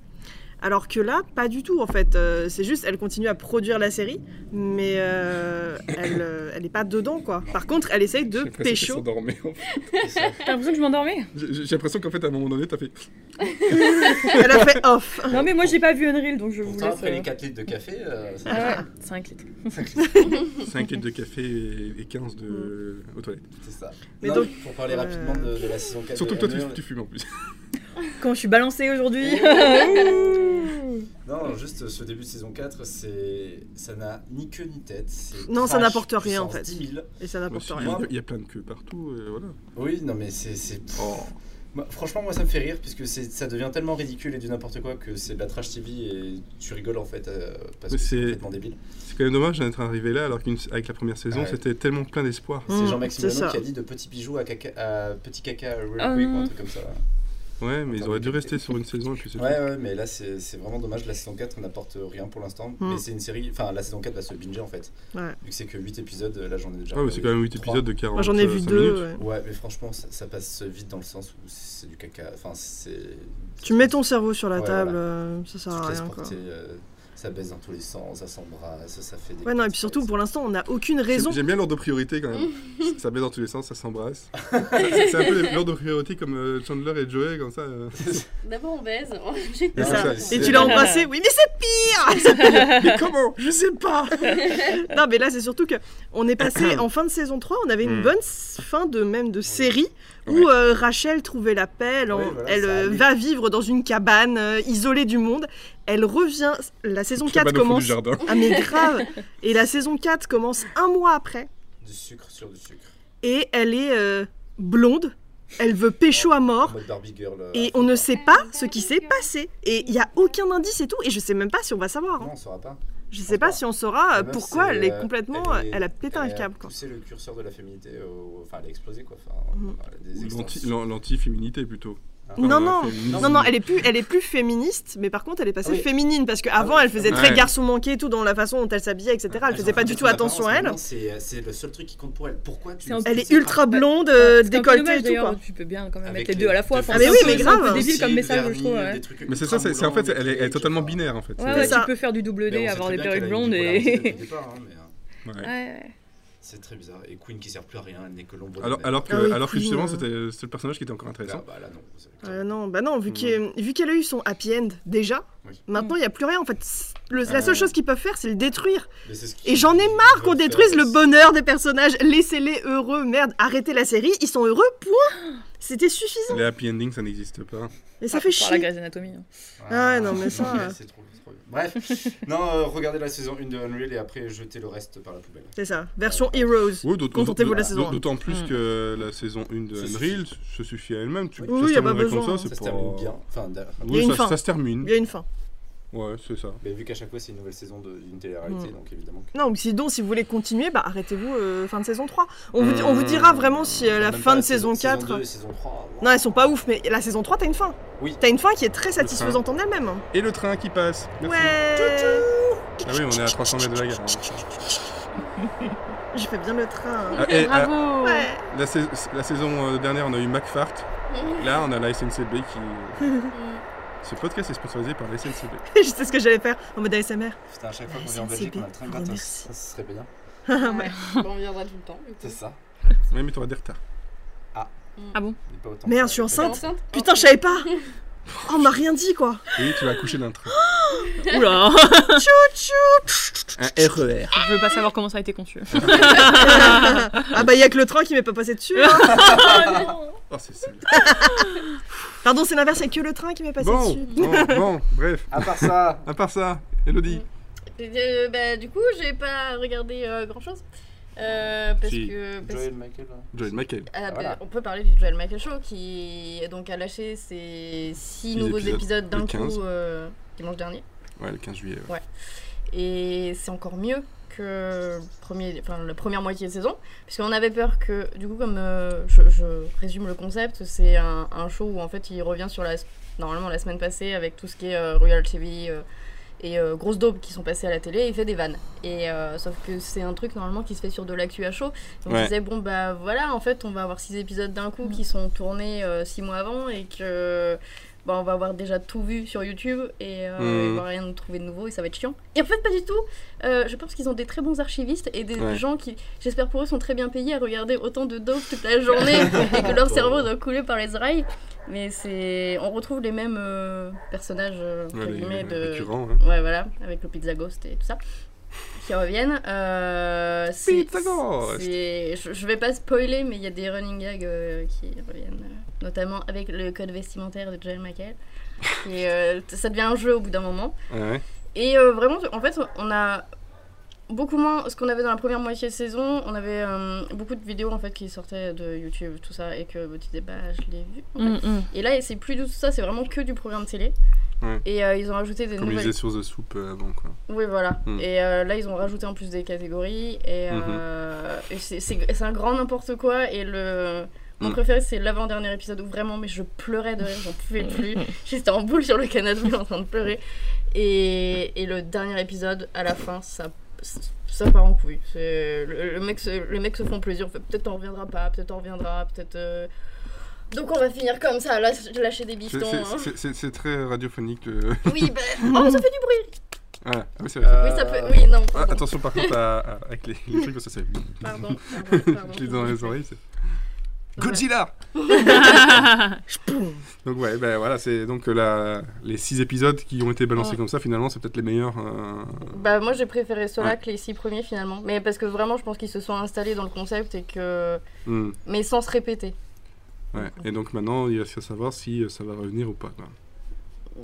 Speaker 3: Alors que là, pas du tout en fait. Euh, c'est juste, elle continue à produire la série, mais euh, elle, euh, elle est pas dedans quoi. Par contre, elle essaye
Speaker 4: J'ai
Speaker 3: de
Speaker 4: l'impression qu'elle
Speaker 3: pécho.
Speaker 4: s'endormait, en fait.
Speaker 5: T'as l'impression que je m'endormais
Speaker 4: J'ai j'ai l'impression qu'en fait, à un moment donné, t'as fait.
Speaker 3: Elle a fait off.
Speaker 5: Non, mais moi j'ai pas vu Unreal donc je vous
Speaker 2: Pourtant,
Speaker 5: laisse.
Speaker 2: après
Speaker 5: euh,
Speaker 2: les 4 litres de café, euh, ça-
Speaker 5: Ah ouais, 5 litres.
Speaker 4: 5 litres de café et- et 15 de...
Speaker 2: Mm.
Speaker 4: aux toilettes.
Speaker 2: c'est ça.
Speaker 3: Mais
Speaker 2: Non,
Speaker 3: donc-
Speaker 2: pour parler
Speaker 3: Euh,
Speaker 2: rapidement de, de la saison 4.
Speaker 4: Surtout
Speaker 2: de E
Speaker 4: toi, tu,
Speaker 2: Unreal.
Speaker 4: tu fumes en plus.
Speaker 5: Quand je suis balancée aujourd'hui.
Speaker 2: Non, juste euh, ce début de saison 4, c'est... ça n'a ni queue ni tête. c'est
Speaker 3: Non, ça
Speaker 2: trash
Speaker 3: n'apporte rien, en
Speaker 2: puissance
Speaker 3: fait.
Speaker 2: 10 000.
Speaker 3: Et ça n'apporte
Speaker 4: Il y
Speaker 3: rien.
Speaker 4: a- il y a plein de queues partout, euh, voilà.
Speaker 2: Oui, non, mais c'est. c'est- Moi, franchement, moi ça me fait rire puisque c'est- ça devient tellement ridicule et du n'importe quoi que c'est de la trash TV et tu rigoles en fait euh, parce
Speaker 4: Mais
Speaker 2: que c'est
Speaker 4: c'est-
Speaker 2: complètement débile.
Speaker 4: C'est quand même dommage d'être arrivé là, alors qu'avec la première saison,
Speaker 2: Ouais.
Speaker 4: c'était tellement plein d'espoir.
Speaker 3: Mmh,
Speaker 2: C'est Jean-Maxime
Speaker 3: c'est
Speaker 2: Delon
Speaker 3: ça.
Speaker 2: qui a dit de petits bijoux à, caca, à petit caca real quick
Speaker 5: Ah
Speaker 2: ou
Speaker 5: non.
Speaker 2: un truc comme ça.
Speaker 4: Ouais, mais ils
Speaker 2: Attends,
Speaker 4: auraient dû
Speaker 2: mais-
Speaker 4: rester sur une saison et puis c'est
Speaker 2: Ouais, ouais, mais là c'est c'est vraiment dommage. La saison 4 n'apporte rien pour l'instant.
Speaker 3: Hmm.
Speaker 2: Mais c'est une série. Enfin, la saison 4 va se binger en fait.
Speaker 3: Ouais.
Speaker 2: Vu que c'est que 8 épisodes, euh, là j'en ai déjà.
Speaker 4: tout. Ouais, mais c'est quand même 8
Speaker 2: Trois.
Speaker 4: épisodes de euh, 40
Speaker 3: Moi j'en ai vu deux. euh, ouais.
Speaker 2: Ouais, mais franchement, ça, ça passe vite dans le sens où c'est du caca. Enfin, c'est.
Speaker 3: Tu mets ton cerveau sur la
Speaker 2: Ouais,
Speaker 3: table,
Speaker 2: voilà.
Speaker 3: euh, ça sert
Speaker 2: Tu
Speaker 3: à
Speaker 2: te laisses
Speaker 3: rien quoi.
Speaker 2: porter, euh, ça baisse dans tous les sens, ça s'embrasse, ça fait des.
Speaker 3: Ouais, non, et puis
Speaker 2: petites-
Speaker 3: surtout pour l'instant, on n'a aucune raison.
Speaker 4: J'aime- J'aime bien l'ordre de priorité quand même. ça baisse dans tous les sens, ça s'embrasse. c'est c'est un peu les- l'ordre de priorité comme euh, Chandler et Joey, comme ça. euh.
Speaker 1: D'abord on baise.
Speaker 4: Et
Speaker 3: C'est
Speaker 4: ça,
Speaker 3: ça.
Speaker 4: c'est-
Speaker 3: Et tu l'as embrassé, oui, mais c'est pire
Speaker 4: Mais comment Je sais pas
Speaker 3: Non, mais là, c'est surtout que on est passé en fin de saison 3, on avait une
Speaker 4: Hmm.
Speaker 3: bonne s- fin de même de série où
Speaker 4: Ouais.
Speaker 3: euh, Rachel trouvait la paix, elle, en-
Speaker 2: Oui, voilà,
Speaker 3: elle
Speaker 2: ça
Speaker 3: euh,
Speaker 2: allait.
Speaker 3: va vivre dans une cabane euh, isolée du monde. Elle revient, la saison
Speaker 4: Cabane
Speaker 3: 4
Speaker 4: au fond du
Speaker 3: commence.
Speaker 4: jardin.
Speaker 3: Ah, mais grave Et la saison 4 commence un mois après
Speaker 2: Du sucre sur du sucre.
Speaker 3: et elle est euh, blonde, elle veut pécho à
Speaker 2: En
Speaker 3: mort.
Speaker 2: mode Barbie Girl. euh,
Speaker 3: Et on ne sait pas ce qui s'est passé. Et il n'y a aucun indice et tout. Et je sais même pas si on va savoir. hein.
Speaker 2: Non, on saura pas.
Speaker 3: Je sais pas si on saura
Speaker 2: La
Speaker 3: euh,
Speaker 2: meuf,
Speaker 3: pourquoi
Speaker 2: c'est,
Speaker 3: elle est
Speaker 2: euh,
Speaker 3: complètement. euh, Elle,
Speaker 2: est-
Speaker 3: a pété un
Speaker 2: elle a
Speaker 3: câble. Quoi.
Speaker 2: poussé le curseur de la féminité. au- Enfin, elle a explosé quoi. Enfin,
Speaker 3: Mhm.
Speaker 2: voilà, des
Speaker 4: Ou l'anti-
Speaker 2: extensions.
Speaker 4: l'an- L'anti-féminité plutôt.
Speaker 2: Ah.
Speaker 3: Non,
Speaker 4: Enfin,
Speaker 3: non,
Speaker 4: la féminisme.
Speaker 3: Non, non, elle est plus, elle est plus féministe, mais par contre, elle est passée
Speaker 2: Ah oui.
Speaker 3: féminine parce qu'avant,
Speaker 2: Ah oui.
Speaker 3: elle faisait très
Speaker 4: Ouais.
Speaker 3: garçon manqué et tout dans la façon dont elle s'habillait, etc. Elle faisait pas du tout attention à elle.
Speaker 2: Non, C'est c'est le seul truc qui compte pour elle. Pourquoi tu
Speaker 5: C'est un-
Speaker 2: ne sais
Speaker 3: Elle est
Speaker 2: pas
Speaker 3: ultra blonde, euh,
Speaker 5: C'est un peu
Speaker 3: décolletée
Speaker 5: dommage,
Speaker 3: et tout.
Speaker 5: d'ailleurs,
Speaker 3: Quoi.
Speaker 5: Tu peux bien quand même
Speaker 2: Avec
Speaker 5: mettre les deux à la fois.
Speaker 2: deux
Speaker 5: Enfin,
Speaker 3: Ah mais
Speaker 5: c'est
Speaker 3: oui,
Speaker 5: un
Speaker 3: mais
Speaker 5: peu-
Speaker 3: grave.
Speaker 5: C'est un peu débile
Speaker 2: Cils,
Speaker 5: comme message, je trouve.
Speaker 2: vernis,
Speaker 5: ouais.
Speaker 2: des trucs
Speaker 4: Mais c'est ça, c'est c'est- en
Speaker 2: ultra
Speaker 4: fait, elle est, elle est
Speaker 2: moulants,
Speaker 4: totalement
Speaker 2: des trucs,
Speaker 4: binaire en fait.
Speaker 5: Ouais,
Speaker 4: C'est-
Speaker 5: ouais,
Speaker 3: ça.
Speaker 5: tu peux faire du double
Speaker 2: Mais on
Speaker 5: D,
Speaker 2: sait
Speaker 5: avoir
Speaker 2: très
Speaker 5: des
Speaker 2: bien qu'elle
Speaker 5: perruques
Speaker 2: a une
Speaker 5: blondes
Speaker 2: bipolarité depuis
Speaker 5: et.
Speaker 2: le départ, hein, mais, euh,
Speaker 4: Ouais.
Speaker 5: Ouais,
Speaker 2: C'est très bizarre. Et Queen qui sert plus à rien, elle n'est que l'ombre.
Speaker 4: Alors,
Speaker 2: d'elle-même.
Speaker 4: alors, que,
Speaker 3: Ah oui,
Speaker 4: alors que
Speaker 3: Queen,
Speaker 4: justement,
Speaker 3: euh.
Speaker 4: c'était c'était le personnage qui était encore intéressant.
Speaker 2: Ah, bah là, non. c'est-
Speaker 3: Euh, non, bah non, vu
Speaker 4: Mm.
Speaker 3: qu'elle vu qu'elle a eu son happy end déjà,
Speaker 2: Oui.
Speaker 3: maintenant, il n'y a plus rien en fait. Le-
Speaker 2: Ah.
Speaker 3: la seule chose qu'ils peuvent faire, c'est le détruire.
Speaker 2: Mais c'est ce qui-
Speaker 3: Et j'en ai
Speaker 2: ils
Speaker 3: marre qu'on
Speaker 2: veulent faire,
Speaker 3: détruise le
Speaker 2: c'est-
Speaker 3: bonheur des personnages. Laissez-les heureux, merde, arrêtez la série, ils sont heureux, point C'était suffisant.
Speaker 4: Les happy endings, ça n'existe pas.
Speaker 3: Et ça fait
Speaker 5: Par
Speaker 3: chier.
Speaker 5: la Grey's Anatomy. hein.
Speaker 3: Ah ouais, non, mais ça,
Speaker 2: c'est-
Speaker 3: euh.
Speaker 2: c'est trop- c'est trop bien. Bref, non, euh, regardez la saison 1 de Unreal et après jetez le reste par la poubelle.
Speaker 3: C'est ça, version Heroes.
Speaker 4: Oui, d'autant-
Speaker 3: Contentez-vous de la
Speaker 4: d'autant-
Speaker 3: saison un. Hmm.
Speaker 4: D'autant plus
Speaker 5: Mm.
Speaker 4: que la saison 1 de
Speaker 2: Ça
Speaker 4: Unreal se suffit à elle-même. Tu
Speaker 2: Oui,
Speaker 4: ça
Speaker 3: oui,
Speaker 4: se
Speaker 3: y a pas
Speaker 4: terminerait
Speaker 3: besoin, hein.
Speaker 4: c'est
Speaker 2: Ça se
Speaker 4: pas-
Speaker 2: termine bien. Enfin, d'a-
Speaker 3: Il y a
Speaker 4: Oui,
Speaker 3: une
Speaker 4: ça,
Speaker 3: fin.
Speaker 4: ça se termine.
Speaker 3: Il y a une fin.
Speaker 4: Ouais, c'est ça.
Speaker 2: mais vu qu'à chaque fois c'est une nouvelle saison de- d'une télé-réalité,
Speaker 3: Mm.
Speaker 2: donc évidemment. que-
Speaker 3: Non, ou sinon, si vous voulez continuer, bah arrêtez-vous euh, fin de saison 3. On, vous, di-
Speaker 4: Mm.
Speaker 3: on vous dira vraiment si euh, la
Speaker 2: Même
Speaker 3: fin
Speaker 2: pas
Speaker 3: de saison 4.
Speaker 2: Saison 2 et saison 3.
Speaker 3: Non, elles sont pas ouf, mais la saison 3, t'as une fin.
Speaker 2: Oui.
Speaker 3: T'as une fin qui est très satisfaisante en elle-même. hein.
Speaker 4: Et le train qui passe. Merci.
Speaker 3: Ouais.
Speaker 4: Ah oui, on est à 300 mètres de la gare. hein.
Speaker 3: Je fais bien le train. hein.
Speaker 4: Ah, et, ah,
Speaker 5: Bravo
Speaker 3: Ouais.
Speaker 4: la, sais- la saison euh, dernière, on a eu McFart. Là, on a la SNCB qui. Ce podcast est sponsorisé par la SNCB.
Speaker 3: Je sais ce que j'allais faire en mode ASMR.
Speaker 2: Putain, à chaque fois
Speaker 3: La
Speaker 2: qu'on vient en Belgique,
Speaker 3: SNCB,
Speaker 2: on a le train
Speaker 3: vous
Speaker 2: gratos.
Speaker 3: remercie.
Speaker 2: Ça, ce serait bien.
Speaker 1: Ouais. Bon, on viendra tout le temps. du coup.
Speaker 2: C'est ça.
Speaker 4: Ouais, mais t'auras des retards.
Speaker 2: Mais pas autant
Speaker 3: Merde,
Speaker 2: que-
Speaker 3: je suis
Speaker 1: T'es
Speaker 3: enceinte.
Speaker 1: enceinte
Speaker 3: Putain, je savais pas. Oh, on m'a rien dit quoi.
Speaker 4: Oui, tu vas accoucher d'un train.
Speaker 5: Oula
Speaker 4: Un RER.
Speaker 5: Je veux pas savoir comment ça a été conçu.
Speaker 3: ah bah y'a que le train qui m'est pas passé dessus. hein.
Speaker 4: Oh, c'est sale.
Speaker 3: Pardon, c'est l'inverse, y'a que le train qui m'est passé
Speaker 4: Bon,
Speaker 3: dessus.
Speaker 4: bon, bon, bref.
Speaker 2: À part ça,
Speaker 4: À part ça, Elodie.
Speaker 1: Euh, bah, du coup, j'ai pas regardé grand chose. parce
Speaker 4: Si.
Speaker 1: que. parce-
Speaker 2: Joel Michael. là.
Speaker 4: Joel McHale.
Speaker 1: Ah, bah,
Speaker 2: Voilà.
Speaker 1: on peut parler du Joel Michael Show qui donc a lâché ses six
Speaker 4: Six
Speaker 1: nouveaux
Speaker 4: épisodes,
Speaker 1: épisodes
Speaker 4: le
Speaker 1: d'un
Speaker 4: 15.
Speaker 1: coup euh, dimanche dernier.
Speaker 4: Ouais, le 15 juillet. ouais.
Speaker 1: Et c'est encore mieux que le premier, enfin, la première moitié de saison. Parce qu'on avait peur que, du coup, comme euh, je, je résume le concept, c'est un, un show où en fait il revient sur la, normalement la semaine passée avec tout ce qui est euh, Royal TV euh, et euh, Grosse Daube qui sont passés à la télé et il fait des vannes. Et euh, sauf que c'est un truc normalement qui se fait sur de l'actu à chaud. Donc
Speaker 4: Ouais.
Speaker 1: on disait, bon bah voilà, en fait on va avoir six épisodes d'un coup qui sont tournés euh, six mois avant et que. bah, on va avoir déjà tout vu sur YouTube et euh,
Speaker 4: Mhm.
Speaker 1: ils vont rien nous trouver de nouveau et ça va être chiant. Et en fait, pas du tout. Euh, je pense qu'ils ont des très bons archivistes et des
Speaker 4: Ouais.
Speaker 1: gens qui, j'espère pour eux, sont très bien payés à regarder autant de dope toute la journée et que leur cerveau doit couler par les oreilles. Mais c'est, on retrouve les mêmes euh, personnages euh, entre
Speaker 4: Ouais, les-
Speaker 1: guillemets, de,
Speaker 4: récurrents, hein.
Speaker 1: Ouais, voilà, avec le Pizza Ghost et tout ça, qui reviennent. Euh, c'est-
Speaker 4: Pizza Ghost.
Speaker 1: c'est- Je, je vais pas spoiler, mais il y a des running gags euh, qui reviennent, euh, notamment avec le code vestimentaire de Joel McHale. Et euh, t- ça devient un jeu au bout d'un moment.
Speaker 4: Ouais.
Speaker 1: Et euh, vraiment, en fait, on a beaucoup moins ce qu'on avait dans la première moitié de saison. On avait euh, beaucoup de vidéos en fait qui sortaient de YouTube, tout ça, et que tu disais, bah, je l'ai vu. en fait.
Speaker 5: Mm, mm.
Speaker 1: Et là, c'est plus du tout ça, c'est vraiment que du programme télé.
Speaker 4: Ouais.
Speaker 1: Et euh, ils ont rajouté des
Speaker 4: Comme ils
Speaker 1: nouvelles
Speaker 4: disaient sur The Soup euh, avant, quoi.
Speaker 1: oui, voilà.
Speaker 4: Mm.
Speaker 1: Et euh, là, ils ont rajouté en plus des catégories. Et,
Speaker 4: Mhm.
Speaker 1: euh, et c'est- c'est c'est un grand n'importe quoi. Et le. Mon
Speaker 4: Mm.
Speaker 1: préféré, c'est l'avant-dernier épisode où vraiment, mais je pleurais de rire, j'en pouvais plus. J'étais en boule sur le canapé en train de pleurer. Et, et le dernier épisode, à la fin, ça, ça part en couille. C'est- Le, le mec se, les mecs se font plaisir. Fait, Peut-être on reviendra pas, peut-être on reviendra, peut-être. euh, Donc on va finir comme ça, là, lâcher des
Speaker 4: C'est-
Speaker 1: bifetons.
Speaker 4: c'est-
Speaker 1: hein.
Speaker 4: c'est- C'est c'est très radiophonique. le-
Speaker 1: Oui, bah... Oh, ça fait du bruit
Speaker 4: Ah, ah oui, c'est vrai.
Speaker 1: Oui, ça peut... Oui, non,
Speaker 4: Ah,
Speaker 1: pardon.
Speaker 4: attention par contre à- à- avec les, les trucs, ça c'est.
Speaker 1: Pardon, pardon, pardon.
Speaker 4: Je l'ai dans les oreilles. c'est-
Speaker 1: Ouais.
Speaker 4: Godzilla
Speaker 3: mm.
Speaker 4: Donc ouais, ben voilà, c'est donc euh, la, les six épisodes qui ont été balancés
Speaker 1: Ouais.
Speaker 4: comme ça, finalement, c'est peut-être les meilleurs. euh,
Speaker 1: Bah moi j'ai préféré cela
Speaker 4: Ouais.
Speaker 1: que les six premiers finalement. Mais parce que vraiment je pense qu'ils se sont installés dans le concept et que...
Speaker 4: hmm,
Speaker 1: Mais sans se répéter.
Speaker 4: ouais. Et donc maintenant, il reste à savoir si euh, ça va revenir ou pas. quoi.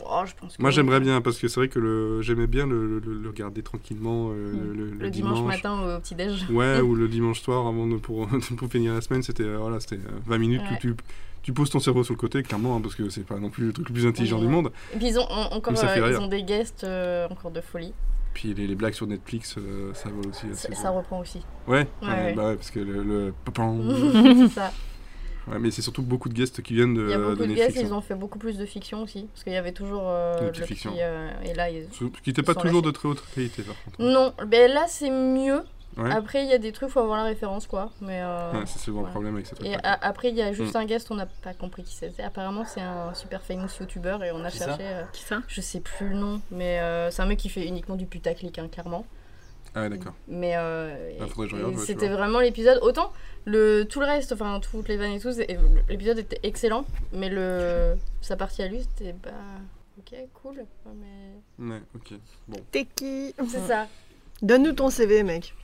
Speaker 1: Oh, je pense que
Speaker 4: Moi j'aimerais bien, parce que c'est vrai que le- j'aimais bien le, le- le regarder tranquillement euh,
Speaker 5: Mm.
Speaker 4: le, le-
Speaker 1: Le
Speaker 4: le
Speaker 1: dimanche,
Speaker 4: dimanche.
Speaker 1: matin au petit-déj.
Speaker 4: Ouais, ou le dimanche soir avant de, pour, pour finir la semaine, c'était euh, voilà, c'était euh, 20 minutes
Speaker 1: Ouais.
Speaker 4: où tu, tu poses ton cerveau sur le côté, clairement, hein, parce que c'est pas non plus le truc le plus intelligent
Speaker 1: Ouais.
Speaker 4: du monde.
Speaker 1: Et puis ils ont en- encore
Speaker 4: Mais ça
Speaker 1: euh,
Speaker 4: fait
Speaker 1: ils
Speaker 4: rire.
Speaker 1: ont des guests euh, encore de folie.
Speaker 4: Puis les, les blagues sur Netflix, euh, ça vole aussi.
Speaker 1: Ça,
Speaker 4: assez
Speaker 1: ça
Speaker 4: gros.
Speaker 1: reprend aussi.
Speaker 4: Ouais,
Speaker 1: Ouais,
Speaker 4: ouais,
Speaker 1: ouais.
Speaker 4: bah ouais, parce que le. le... papam.
Speaker 1: c'est ça.
Speaker 4: Ouais, mais c'est surtout beaucoup de guests qui viennent de,
Speaker 1: Il y a beaucoup
Speaker 4: de
Speaker 1: de
Speaker 4: Netflix.
Speaker 1: guests, ils
Speaker 4: hein.
Speaker 1: ont fait beaucoup plus de fiction aussi. Parce qu'il y avait toujours euh,
Speaker 4: Une
Speaker 1: le
Speaker 4: petite fiction.
Speaker 1: petit, euh, et là ils...
Speaker 4: Ce- Qui n'étaient pas
Speaker 1: ils sont
Speaker 4: toujours
Speaker 1: lâchés.
Speaker 4: de très haute qualité, par contre.
Speaker 1: Non, ben là c'est mieux.
Speaker 4: Ouais.
Speaker 1: Après il y a des trucs, faut avoir la référence quoi. Mais euh,
Speaker 4: Ouais, c'est souvent le
Speaker 1: voilà.
Speaker 4: problème avec cette
Speaker 1: Et
Speaker 4: attaque.
Speaker 1: a- après, il y a juste
Speaker 4: Mm.
Speaker 1: un guest, on n'a pas compris qui c'était. Apparemment, c'est un super famous youtubeur et on a
Speaker 2: Qui ça
Speaker 1: cherché. euh,
Speaker 5: Qui ça
Speaker 1: je sais plus le nom, mais euh, c'est un mec qui fait uniquement du putaclic, hein, clairement.
Speaker 4: Ah, ouais, d'accord.
Speaker 1: Mais euh,
Speaker 4: Ah, faudrait que je
Speaker 1: et-
Speaker 4: regarde,
Speaker 1: et
Speaker 4: ouais, tu
Speaker 1: c'était
Speaker 4: vois.
Speaker 1: vraiment l'épisode. Autant le tout le reste, enfin toutes les vannes et tout, c'est- et l'épisode était excellent, mais le sa partie à lui, c'était bah ok, cool. ouais, mais...
Speaker 4: Ouais, ok.
Speaker 3: T'es qui
Speaker 1: C'est
Speaker 5: Mm.
Speaker 1: ça.
Speaker 3: Donne-nous ton CV, mec.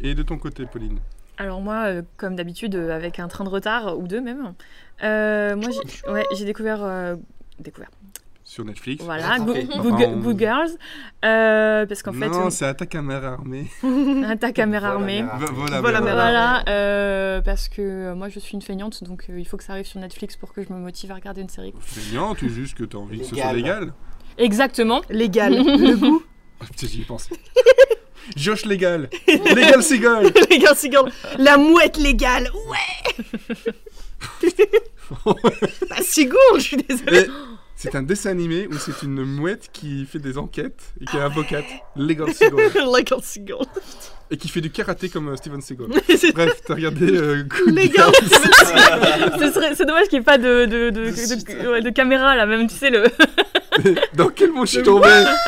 Speaker 4: Et de ton côté, Pauline
Speaker 5: Alors moi, euh, comme d'habitude, euh, avec un train de retard ou deux même, euh, moi j'ai ouais, j'ai découvert, euh, découvert,
Speaker 4: Sur Netflix
Speaker 5: voilà, Go-
Speaker 2: Rattrapé.
Speaker 5: Good Gu- Good Girls, euh, parce qu'en fait,
Speaker 4: Non,
Speaker 5: euh,
Speaker 4: c'est attaque à mer armée.
Speaker 5: attaque à mer
Speaker 2: Voilà,
Speaker 5: armée.
Speaker 2: merde.
Speaker 4: Va- Voilà, voilà.
Speaker 3: Voilà, mer armée.
Speaker 5: Bah Voilà, euh, parce que euh, moi je suis une feignante, donc euh, il faut que ça arrive sur Netflix pour que je me motive à regarder une série.
Speaker 4: Feignant, tout juste que t'as envie que ce soit
Speaker 2: Légal.
Speaker 4: légal.
Speaker 5: Exactement.
Speaker 3: Légal. le goût.
Speaker 4: Ah, Putain, j'y ai pensé. Josh légal. légal Seagull.
Speaker 3: Légal, cigale. La mouette légale. Ouais. bah, c'est gourd, je suis désolée.
Speaker 4: Et C'est un dessin animé où c'est une mouette qui fait des enquêtes et qui est avocate. Légal Seagull.
Speaker 3: Légal, cigale.
Speaker 4: Et qui fait du karaté comme euh, Steven Seagal.
Speaker 3: C'est
Speaker 4: Bref, t'as regardé euh, Good
Speaker 3: légal.
Speaker 5: Ce serait- C'est dommage qu'il n'y ait pas de, de, de, de- ouais, de caméra là, même tu sais le.
Speaker 4: Dans quel monde je suis tombé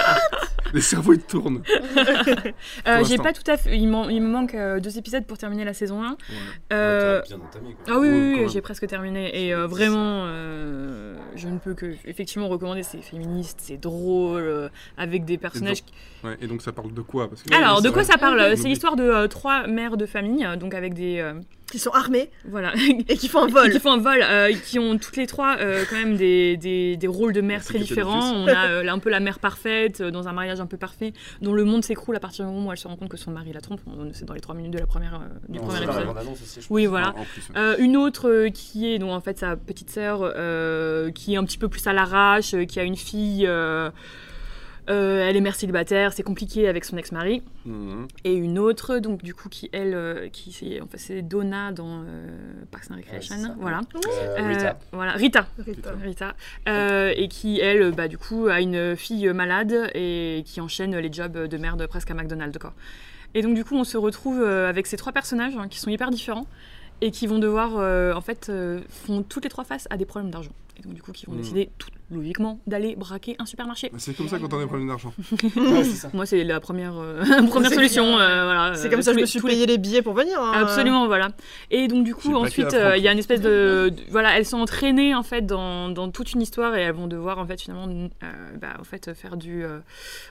Speaker 4: Les cerveaux ils tournent.
Speaker 5: Euh, J'ai
Speaker 4: l'instant.
Speaker 5: pas tout à fait. Il, m'en- il me manque euh, deux épisodes pour terminer la saison 1.
Speaker 2: Ah, t'as bien entamé, quoi.
Speaker 4: Ouais,
Speaker 5: Ah oui, oui,
Speaker 4: quand
Speaker 5: oui,
Speaker 4: même.
Speaker 5: j'ai presque terminé. Et euh, vraiment, euh, je ne peux que effectivement recommander. C'est féministe, c'est drôle, euh, avec des personnages. qui-
Speaker 4: Ouais, et donc ça parle de quoi Parce que-
Speaker 5: Alors, de quoi ça parle
Speaker 4: J'oublie.
Speaker 5: C'est l'histoire de euh, trois mères de famille, euh, donc avec des euh,
Speaker 3: Qui sont armés
Speaker 5: voilà,
Speaker 3: et qui font un vol.
Speaker 5: qui font un vol, euh, qui ont toutes les trois euh, quand même des, des, des rôles de mère
Speaker 4: C'est
Speaker 5: très
Speaker 4: que t'as des
Speaker 5: différents. On a euh, un peu la mère parfaite euh, dans un mariage un peu parfait, dont le monde s'écroule à partir du moment où elle se rend compte que son mari la trompe. On- C'est dans les trois minutes de la première euh, du
Speaker 2: Non,
Speaker 5: premier
Speaker 2: c'est dans la
Speaker 5: épisode.
Speaker 2: bande-annonce aussi, je
Speaker 5: Oui,
Speaker 2: pense.
Speaker 5: voilà.
Speaker 4: Non, en plus, ouais.
Speaker 5: Euh, une autre euh, qui est donc en fait sa petite sœur euh, qui est un petit peu plus à l'arrache, euh, qui a une fille. euh, euh, elle est mère célibataire, c'est compliqué avec son ex-mari.
Speaker 4: Mhm.
Speaker 5: Et une autre, donc du coup, qui elle, euh, qui c'est en fait, c'est Donna dans euh, Parks and Recreation,
Speaker 2: Ouais, c'est ça.
Speaker 5: voilà.
Speaker 2: Euh,
Speaker 5: Euh,
Speaker 2: Rita.
Speaker 5: voilà, Rita.
Speaker 3: Rita.
Speaker 5: Rita. Euh, et qui elle, bah du coup, a une fille euh, malade et qui enchaîne les jobs de merde presque à McDonald's, quoi. Et donc du coup, on se retrouve euh, avec ces trois personnages hein, qui sont hyper différents et qui vont devoir, euh, en fait, euh, font toutes les trois faces à des problèmes d'argent. Et donc, du coup, qui vont
Speaker 4: Mm.
Speaker 5: décider, tout logiquement, d'aller braquer un supermarché.
Speaker 4: Bah, C'est comme ça quand on a des problèmes d'argent.
Speaker 2: Ouais, c'est ça.
Speaker 5: Moi, c'est la première, euh,
Speaker 3: C'est
Speaker 5: première
Speaker 3: clair.
Speaker 5: solution. euh, voilà,
Speaker 3: C'est
Speaker 5: euh,
Speaker 3: comme ça que
Speaker 5: tous
Speaker 3: je
Speaker 5: les-
Speaker 3: me suis
Speaker 5: tous les-
Speaker 3: payé les billets pour venir. hein.
Speaker 5: Absolument, voilà. Et donc du
Speaker 4: J'ai
Speaker 5: coup,
Speaker 4: pas
Speaker 5: ensuite,
Speaker 4: qu'à la
Speaker 5: euh, il y a une espèce de, de- voilà, elles sont entraînées en fait dans, dans toute une histoire et elles vont devoir en fait finalement, euh, bah, en fait, faire du euh,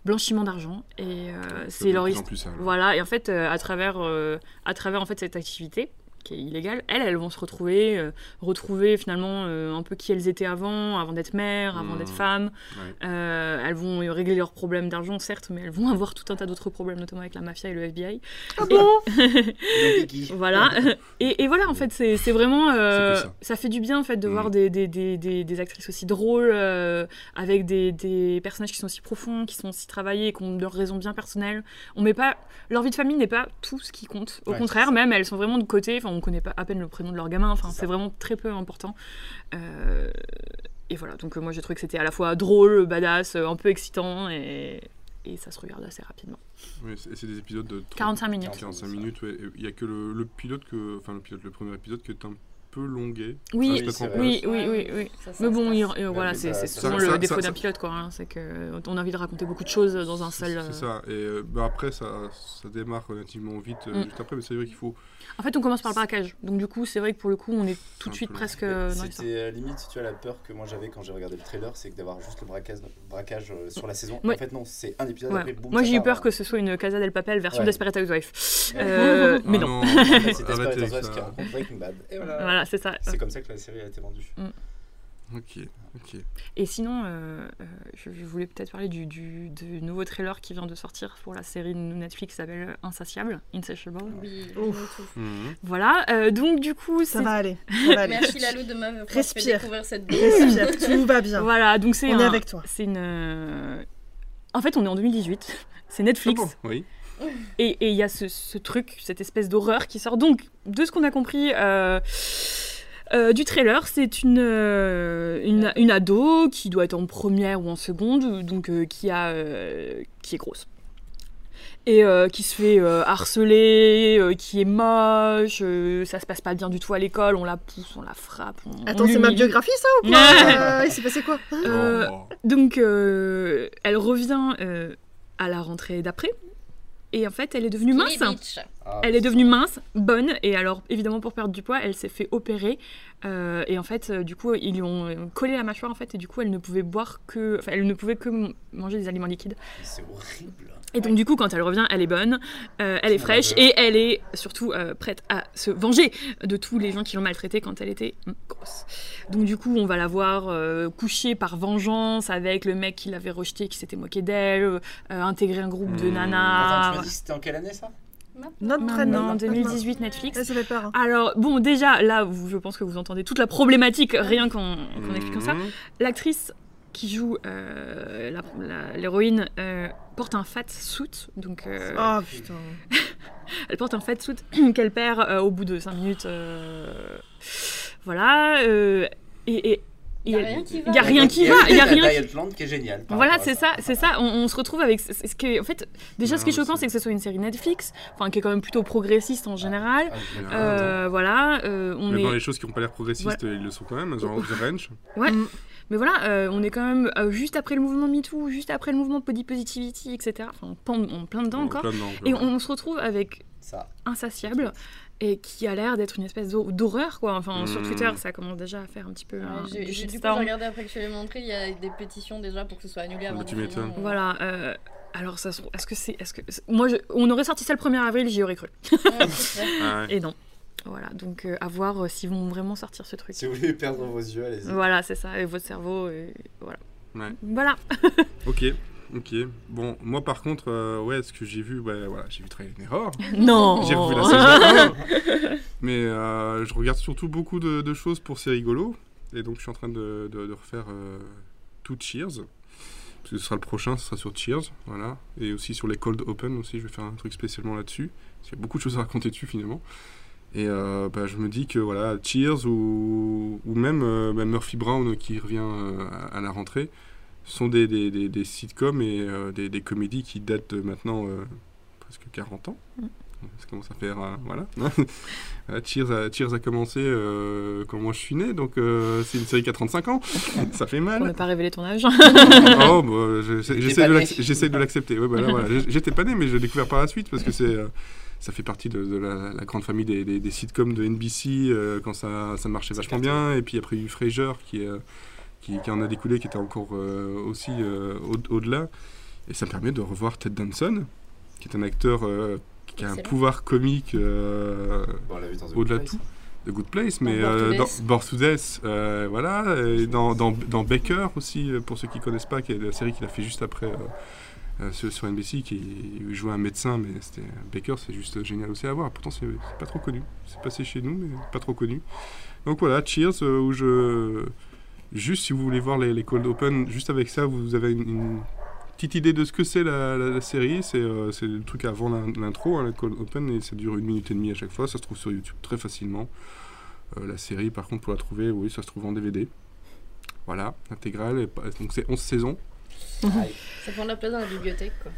Speaker 5: blanchiment d'argent et euh,
Speaker 4: De
Speaker 5: c'est leur
Speaker 4: plus en
Speaker 5: histoire.
Speaker 4: plus, ça, alors.
Speaker 5: Voilà. Et en fait, euh, à travers, euh, à travers en fait cette activité qui est illégale, elles, elles vont se retrouver, euh, retrouver finalement euh, un peu qui elles étaient avant, avant d'être mères, avant
Speaker 4: Mhm.
Speaker 5: d'être femmes.
Speaker 4: Ouais.
Speaker 5: Euh, elles vont régler leurs problèmes d'argent, certes, mais elles vont avoir tout un tas d'autres problèmes, notamment avec la mafia et le FBI.
Speaker 3: Ah bon
Speaker 2: Le Kiki.
Speaker 5: Voilà. Et, et voilà, en fait, c'est c'est vraiment. euh,
Speaker 4: C'est que
Speaker 5: ça. fait du bien, en fait, de
Speaker 4: Mm.
Speaker 5: voir des, des, des, des, des actrices aussi drôles, euh, avec des, des personnages qui sont aussi profonds, qui sont si travaillés, et qui ont leurs raisons bien personnelles. On met pas. Leur vie de famille n'est pas tout ce qui compte. Au
Speaker 2: Ouais, c'est
Speaker 5: contraire,
Speaker 2: ça.
Speaker 5: même, elles sont vraiment de côté. Enfin, on connaît pas à peine le prénom de leur gamin. Enfin,
Speaker 2: C'est ça.
Speaker 5: c'est vraiment très peu important. Euh, et voilà. Donc, euh, moi, j'ai trouvé que c'était à la fois drôle, badass, euh, un peu excitant et. Et ça se regarde assez rapidement.
Speaker 4: Oui, c'est c'est des épisodes de 30,
Speaker 5: 45 minutes.
Speaker 4: 45 minutes. ouais. Et Il y a que le, le pilote que, enfin le pilote, le premier épisode qui est un peu longué.
Speaker 5: Oui,
Speaker 4: Ça se
Speaker 2: Ah c'est
Speaker 4: met en
Speaker 2: vrai.
Speaker 4: place.
Speaker 5: oui, oui, oui, oui.
Speaker 1: Ça, ça
Speaker 5: Mais bon,
Speaker 1: se
Speaker 5: il-
Speaker 1: passe.
Speaker 5: euh, voilà,
Speaker 2: mais
Speaker 5: c'est
Speaker 2: ça-
Speaker 5: c'est
Speaker 2: ça-
Speaker 5: souvent
Speaker 4: ça-
Speaker 5: le
Speaker 4: ça-
Speaker 5: défaut
Speaker 4: ça-
Speaker 5: d'un pilote, quoi. hein, c'est que on a envie de raconter beaucoup de choses dans un seul. euh,
Speaker 4: C'est ça. Et euh, bah, après, ça, ça démarre relativement vite euh,
Speaker 5: Mm.
Speaker 4: juste après, mais c'est vrai qu'il faut.
Speaker 5: En fait, on commence par le braquage. Donc du coup, c'est vrai que pour le coup, on est tout de
Speaker 4: un
Speaker 5: suite
Speaker 4: peu long.
Speaker 5: presque euh, dans l'histoire.
Speaker 2: C'était euh, limite, tu as la peur que moi j'avais quand j'ai regardé le trailer, c'est que d'avoir juste le braquage, braquage euh, sur la saison.
Speaker 5: Ouais.
Speaker 2: En fait, non, c'est un épisode
Speaker 5: Ouais.
Speaker 2: après, boum.
Speaker 5: Moi,
Speaker 2: ça
Speaker 5: j'ai eu
Speaker 2: part,
Speaker 5: peur
Speaker 2: hein.
Speaker 5: que ce soit une Casa del Papel version
Speaker 2: Ouais.
Speaker 5: Desperate Housewives. Euh, mais
Speaker 4: Ah
Speaker 5: non.
Speaker 2: En fait, c'est Desperate
Speaker 4: Arrêtez avec
Speaker 2: Housewives qui
Speaker 4: ça.
Speaker 2: rencontre Breaking Bad. Et voilà.
Speaker 5: Voilà, c'est ça.
Speaker 2: C'est comme ça que la série a été vendue.
Speaker 4: Ok, ok.
Speaker 5: Et sinon, euh, euh, je je voulais peut-être parler du, du- du nouveau trailer qui vient de sortir pour la série Netflix qui s'appelle Insatiable, Insatiable.
Speaker 1: Oui,
Speaker 3: Ouf.
Speaker 1: je me trouve.
Speaker 4: Mhm.
Speaker 5: Voilà, euh, donc du coup,
Speaker 3: Ça
Speaker 5: c'est-
Speaker 3: va aller. Ça va aller.
Speaker 1: Merci Lalo de m'avoir fait
Speaker 3: Respire.
Speaker 1: découvrir cette
Speaker 3: Respire, tout va bien.
Speaker 5: Voilà, donc c'est
Speaker 3: On est
Speaker 5: un-
Speaker 3: avec toi.
Speaker 5: C'est une. euh, En fait, on est en 2018. C'est Netflix.
Speaker 4: Ah bon, oui.
Speaker 5: Et et il y a ce, ce truc, cette espèce d'horreur qui sort. Donc, de ce qu'on a compris. euh, euh, du trailer, c'est une, euh, une, une ado qui doit être en première ou en seconde, donc euh, qui, a, euh, qui est grosse. Et euh, qui se fait euh, harceler, euh, qui est moche, euh, ça se passe pas bien du tout à l'école, on la pousse, on la frappe. on- on
Speaker 3: Attends, c'est ma
Speaker 5: l'humilie.
Speaker 3: biographie ça ou quoi Euh, Il s'est passé quoi
Speaker 5: Euh,
Speaker 4: Oh, oh.
Speaker 5: donc, euh, elle revient euh, à la rentrée d'après. Et en fait, elle est devenue mince.
Speaker 2: Ah,
Speaker 5: Elle est devenue mince, bonne. Et alors, évidemment, pour perdre du poids, elle s'est fait opérer. euh, et en fait, euh, du coup, ils lui ont euh, collé la mâchoire. En fait, et du coup, elle ne pouvait boire que. Enfin, elle ne pouvait que m- manger des aliments liquides.
Speaker 2: C'est horrible.
Speaker 5: Et donc, du coup, quand elle revient, elle est bonne, euh, elle est
Speaker 2: Tout
Speaker 5: fraîche.
Speaker 2: va bien.
Speaker 5: Et elle est surtout euh, prête à se venger de tous les gens qui l'ont maltraitée quand elle était mm, grosse. Donc du coup, on va la voir euh, couchée par vengeance avec le mec qui l'avait rejetée, qui s'était moqué d'elle, euh, intégrer un groupe de
Speaker 4: Mmh.
Speaker 5: nanas.
Speaker 2: Hmm. Attends, tu m'as dit c'était en quelle année ça
Speaker 3: Notre
Speaker 5: Non,
Speaker 3: prénom.
Speaker 5: non, 2018 Netflix.
Speaker 3: Ouais, ça fait peur. hein.
Speaker 5: Alors bon, déjà là, vous- je pense que vous entendez toute la problématique rien qu'en qu'en expliquant
Speaker 2: Hmm.
Speaker 5: ça.
Speaker 4: Mhm.
Speaker 5: L'actrice qui joue euh, la- la- l'héroïne euh, porte un fat suit, donc euh,
Speaker 3: Oh putain.
Speaker 5: elle porte un fat suit qu'elle perd euh, au bout de 5 minutes. euh, voilà. euh, et, et- et
Speaker 1: Il y a
Speaker 5: elle-
Speaker 1: rien qui va.
Speaker 5: y a rien qui
Speaker 2: Il y a-
Speaker 5: va, il y a
Speaker 2: la
Speaker 5: rien
Speaker 2: Diet Plant qui est génial.
Speaker 5: Voilà, c'est ça, c'est ça. On, on se retrouve avec ce, ce qui est- en fait, déjà, ce qui est
Speaker 4: Ouais,
Speaker 5: choquant,
Speaker 4: c'est-
Speaker 5: c'est que ce soit une série Netflix, enfin, qui est quand même plutôt progressiste en général.
Speaker 4: Mais,
Speaker 2: Ah,
Speaker 4: euh,
Speaker 5: Euh, voilà, euh, on
Speaker 4: Même dans
Speaker 5: est,
Speaker 4: les choses qui n'ont pas l'air progressistes, ils le sont quand même, genre The Ranch.
Speaker 5: mais voilà, euh, on est quand même euh, juste après le mouvement MeToo, juste après le mouvement Body Positivity, etc. Enfin, on pen- on est en plein dedans encore.
Speaker 4: Plein dedans, encore.
Speaker 5: Et on se retrouve avec
Speaker 2: Ça.
Speaker 5: Insatiable, et qui a l'air d'être une espèce d'hor- d'horreur, quoi. Enfin, sur
Speaker 4: Mm.
Speaker 5: Twitter, ça commence déjà à faire un petit peu. un-
Speaker 1: Ouais, j'ai- j'ai-
Speaker 5: Euh, du
Speaker 1: Du coup, j'ai
Speaker 5: shitstorm.
Speaker 1: regardé après que je te l'ai montré, il y a des pétitions déjà pour que ce soit annulé avant
Speaker 4: Bah, tu
Speaker 1: la fin,
Speaker 4: m'étonnes.
Speaker 1: euh,
Speaker 5: Voilà. euh, alors, ça se trouve- est-ce que c'est, est-ce que moi, je- on aurait sorti ça le 1er avril, j'y aurais cru.
Speaker 1: ouais, c'est clair.
Speaker 4: Ah ouais.
Speaker 5: Et non. Voilà, donc euh, à voir euh, s'ils vont vraiment sortir ce truc.
Speaker 2: Si vous voulez perdre vos yeux, allez-y.
Speaker 5: Voilà, c'est ça, et votre cerveau, et voilà.
Speaker 4: Ouais.
Speaker 5: Voilà.
Speaker 4: Ok, ok. Bon, moi par contre, euh, ouais, ce que j'ai vu, ouais, voilà, j'ai vu Trail and Error.
Speaker 5: Non
Speaker 4: J'ai revu la saison 1. Mais euh, je regarde surtout beaucoup de, de choses pour C'est rigolo. Et donc je suis en train de, de- de refaire euh, tout Cheers. Parce que ce sera le prochain, ce sera sur Cheers. Voilà. Et aussi sur les Cold Open aussi, je vais faire un truc spécialement là-dessus. Parce qu'il y a beaucoup de choses à raconter dessus finalement. Et euh, bah, je me dis que voilà, Cheers ou, ou même euh, bah, Murphy Brown qui revient euh, à, à la rentrée sont des, des, des- des sitcoms et euh, des, des comédies qui datent de maintenant euh, presque 40 ans. Ça commence à faire. euh, voilà. Euh, Cheers, a, Cheers a commencé euh, quand moi je suis né, donc euh, c'est une série qui a 35 ans. ça fait
Speaker 5: Pour
Speaker 4: mal.
Speaker 5: ne pas révéler ton âge.
Speaker 4: oh, bah, je-
Speaker 2: T'étais
Speaker 4: j'essaie
Speaker 2: pas
Speaker 4: de
Speaker 2: né.
Speaker 4: l'acc- j'essaie de l'accepter. Ouais, bah, là, voilà. J'- J'étais pas né, mais je l'ai découvert par la suite parce que c'est. euh, ça fait partie de, de la, la grande famille des, des- des sitcoms de NBC euh, quand ça, ça marchait vachement bien. Et puis après, il y a eu Frasier qui, euh, qui, qui en a découlé, qui était encore euh, aussi euh, au- au-delà. et ça me permet de revoir Ted Danson, qui est un acteur euh, qui a un
Speaker 1: Excellent.
Speaker 4: pouvoir comique euh,
Speaker 2: Bon, on l'a vu dans The
Speaker 4: Au-delà de
Speaker 2: Place.
Speaker 4: de Good Place, mais
Speaker 1: Dans Born to
Speaker 4: euh, dans
Speaker 1: Death.
Speaker 4: Born to Death, euh, voilà, et dans, dans, dans Baker aussi, euh, pour ceux qui ne connaissent pas, qui est la série qu'il a fait juste après euh, euh, sur, sur NBC, qui où il jouait un médecin, mais c'était Baker, c'est juste génial aussi à voir. Pourtant, c'est c'est pas trop connu. C'est passé chez nous, mais pas trop connu. Donc voilà, Cheers, euh, où je. Juste si vous voulez voir les, les cold open, juste avec ça, vous avez une, une petite idée de ce que c'est la, la- la série. C'est euh, c'est le truc avant l'in- l'intro, hein, les cold open, et ça dure une minute et demie à chaque fois. Ça se trouve sur YouTube très facilement. Euh, la série, par contre, pour la trouver, oui, ça se trouve en DVD. Voilà, intégrale. et pas- Donc c'est 11 saisons.
Speaker 1: Ça prend de la place dans la bibliothèque, quoi.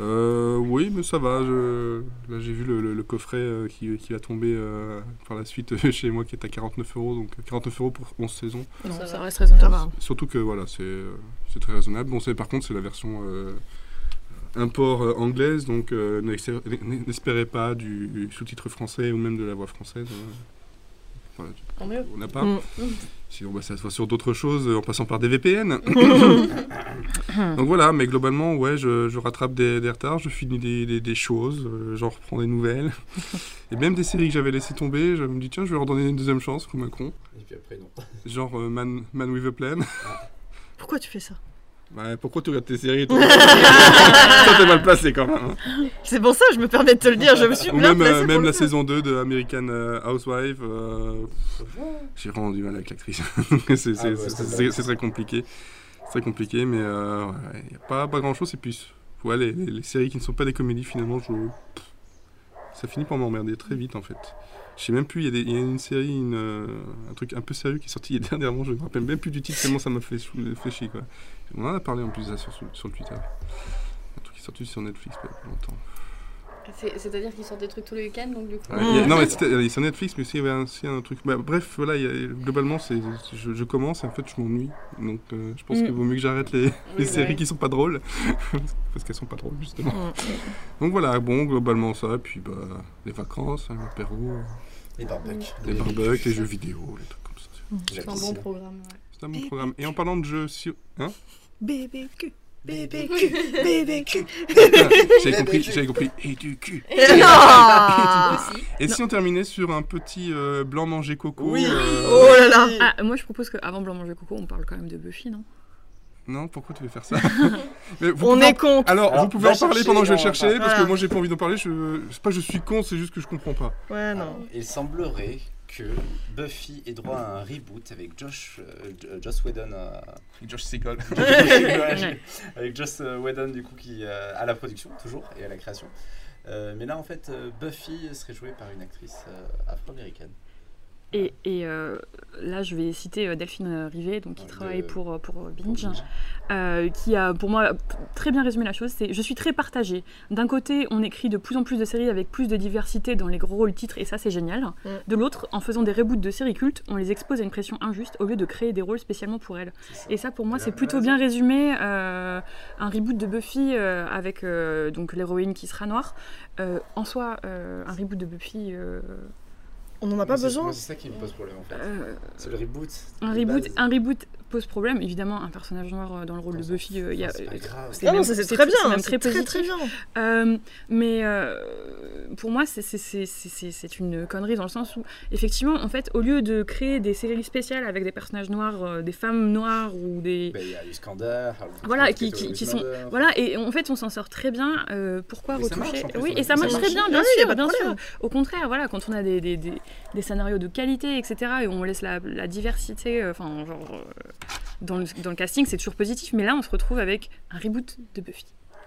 Speaker 4: Euh, oui, mais ça va. je- Là, j'ai vu le, le- le coffret euh, qui, qui va tomber euh, par la suite euh, chez moi, qui est à 49 euros. Donc euh, 49 euros pour 11 saisons.
Speaker 5: Non,
Speaker 1: Ça
Speaker 5: ça,
Speaker 1: va.
Speaker 5: reste raisonnable.
Speaker 4: Surtout que voilà, c'est euh, c'est très raisonnable. Bon, c'est par contre, c'est la version euh, import euh, anglaise, donc euh, n'exé- n'espérez pas du, du sous-titre français ou même de la voix française. euh. Voilà,
Speaker 1: Tant mieux.
Speaker 4: on n'a pas.
Speaker 3: Mm.
Speaker 4: Sinon, bah, ça se voit sur d'autres choses euh, en passant par des VPN. Donc voilà, mais globalement, ouais, je, je rattrape des, des retards, je finis des, des- des choses, euh, j'en reprends des nouvelles. Et même des séries que j'avais laissées tomber, je me dis, tiens, je vais leur donner une deuxième chance, comme un con.
Speaker 2: Et puis après, non.
Speaker 4: Genre euh, Man, Man with a Plan.
Speaker 3: Pourquoi tu fais ça
Speaker 4: Bah, pourquoi tu regardes tes séries toi Ça, t'es mal placé quand même. hein.
Speaker 3: C'est pour ça, je me permets de te le dire, je me suis
Speaker 4: Ou
Speaker 3: bien
Speaker 4: même, euh,
Speaker 3: placée pour
Speaker 4: même
Speaker 3: le
Speaker 4: la
Speaker 3: faire.
Speaker 4: saison 2 de American euh, Housewife. euh, J'ai vraiment du mal avec l'actrice. c'est c'est-
Speaker 2: Ah ouais, c'est
Speaker 4: c'est- c'est-
Speaker 2: vrai.
Speaker 4: c'est très compliqué. C'est très compliqué, mais euh, ouais, y a pas, pas grand chose. Et puis, ouais, les, les- les séries qui ne sont pas des comédies, finalement, je... pff, ça finit par m'emmerder très vite en fait. Je sais même plus, il y, a des- il y a une série, une, euh, un truc un peu sérieux qui est sorti dernièrement, je me rappelle même plus du titre, tellement ça m'a fait, chou- fait chier quoi. On en a parlé en plus de ça sur, sur le Twitter. Un truc qui est sorti sur Netflix il y a pas longtemps.
Speaker 1: C'est- C'est-à-dire qu'ils sortent des trucs tous les week-ends, donc du coup.
Speaker 4: Ouais, il y a- non, mais c'était- euh, sur Netflix, mais aussi il y avait aussi un truc. bah, bref, voilà, il y a- globalement, c'est, je, je commence et en fait, je m'ennuie. Donc, euh, je pense
Speaker 5: Mm.
Speaker 4: qu'il vaut mieux que j'arrête les, les
Speaker 1: Oui,
Speaker 4: séries
Speaker 1: ouais.
Speaker 4: qui sont pas drôles. Parce qu'elles sont pas drôles, justement. Donc, voilà, bon, globalement, ça. Puis, bah, les vacances, hein, l'apéro, euh,
Speaker 2: Les barbecues.
Speaker 4: les barbecues, les jeux vidéo, les trucs comme ça. c'est-
Speaker 1: C'est un bon programme. ouais.
Speaker 4: C'est un bon programme. Et en parlant de jeux, si. Hein
Speaker 3: BBQ, BBQ, BBQ.
Speaker 4: Ah, J'avais compris, j'avais compris. Et du cul.
Speaker 3: Non
Speaker 1: Aussi.
Speaker 4: Et si on terminait sur un petit euh, blanc manger coco
Speaker 3: Oui.
Speaker 4: euh,
Speaker 3: Oh là là
Speaker 5: Ah, moi je propose qu'avant Blanc Manger Coco, on parle quand même de Buffy, non
Speaker 4: Non, pourquoi tu veux faire ça Mais vous
Speaker 3: On
Speaker 4: pouvez en
Speaker 3: est con
Speaker 4: Alors,
Speaker 2: Alors,
Speaker 4: vous pouvez
Speaker 2: va
Speaker 4: en parler
Speaker 2: chercher,
Speaker 4: pendant que je vais
Speaker 2: on
Speaker 4: le
Speaker 2: va
Speaker 4: chercher, parce que
Speaker 3: Voilà.
Speaker 4: moi j'ai pas envie d'en parler. Je... C'est pas que je suis con, c'est juste que je comprends pas.
Speaker 3: Ouais, non.
Speaker 2: Il semblerait que Buffy ait droit à un reboot avec Josh, euh, J- euh, Joss Whedon. euh,
Speaker 4: Josh Seagal.
Speaker 2: avec Joss euh, Whedon, du coup, qui euh, à la production, toujours, et à la création. Euh, mais là, en fait, euh, Buffy serait jouée par une actrice euh, afro-américaine.
Speaker 5: Et, et, euh, là, je vais citer euh, Delphine euh, Rivet, donc, qui
Speaker 2: Ouais,
Speaker 5: travaille
Speaker 2: de-
Speaker 5: pour, euh, pour euh, Binge, euh, qui a pour moi p- très bien résumé la chose. C'est je suis très partagée. D'un côté, on écrit de plus en plus de séries avec plus de diversité dans les gros rôles titres, et ça, c'est génial.
Speaker 3: Mm.
Speaker 5: De l'autre, en faisant des reboots de séries cultes, on les expose à une pression injuste au lieu de créer des rôles spécialement pour elles.
Speaker 2: C'est ça.
Speaker 5: Et ça, pour moi,
Speaker 2: Elle a-
Speaker 5: c'est
Speaker 2: elle a
Speaker 5: plutôt
Speaker 2: raison.
Speaker 5: bien résumé. euh, un reboot de Buffy euh, avec euh, donc l'héroïne qui sera noire. Euh, en soi, euh, un reboot de Buffy. euh,
Speaker 3: On en a pas
Speaker 2: Moi, c'est-
Speaker 3: besoin
Speaker 2: moi, C'est ça qui me pose problème, en fait.
Speaker 5: euh,
Speaker 2: C'est le reboot. Bah,
Speaker 5: un
Speaker 2: de
Speaker 5: reboot,
Speaker 2: base.
Speaker 5: un reboot pose problème. Évidemment, un personnage noir euh, dans le rôle de
Speaker 2: Enfin,
Speaker 5: Buffy, euh, il y a.
Speaker 2: C'est pas grave.
Speaker 5: c'est
Speaker 3: Ah non,
Speaker 5: même-
Speaker 3: ça c'est
Speaker 5: c'est
Speaker 3: très
Speaker 5: tout- c'est
Speaker 3: bien,
Speaker 5: même
Speaker 3: c'est
Speaker 5: très
Speaker 3: très très
Speaker 5: positif.
Speaker 3: bien.
Speaker 5: Euh, mais euh, pour moi, c'est- c'est- c'est c'est- c'est- c'est une connerie dans le sens où, effectivement, en fait, au lieu de créer des séries spéciales avec des personnages noirs, euh, des femmes noires ou des
Speaker 2: Ben, Il y a eu Scandale.
Speaker 5: Voilà, qui- qui- qui sont- voilà, et en fait, on s'en sort très bien. euh, pourquoi
Speaker 2: Et ça
Speaker 5: retoucher
Speaker 2: marche, en plus,
Speaker 5: Oui,
Speaker 2: on
Speaker 5: et
Speaker 2: a
Speaker 5: ça
Speaker 2: vu,
Speaker 5: marche
Speaker 2: ça
Speaker 5: très bien,
Speaker 3: marche.
Speaker 5: bien
Speaker 3: Ah oui, y a
Speaker 5: sûr,
Speaker 3: pas de
Speaker 5: bien sûr.
Speaker 3: problème.
Speaker 5: Au contraire, voilà, quand on a des, des, des- des scénarios de qualité, etc., et on laisse la, la diversité, euh, enfin, genre, euh, dans le, dans le casting, c'est toujours positif, mais là, on se retrouve avec un reboot de Buffy.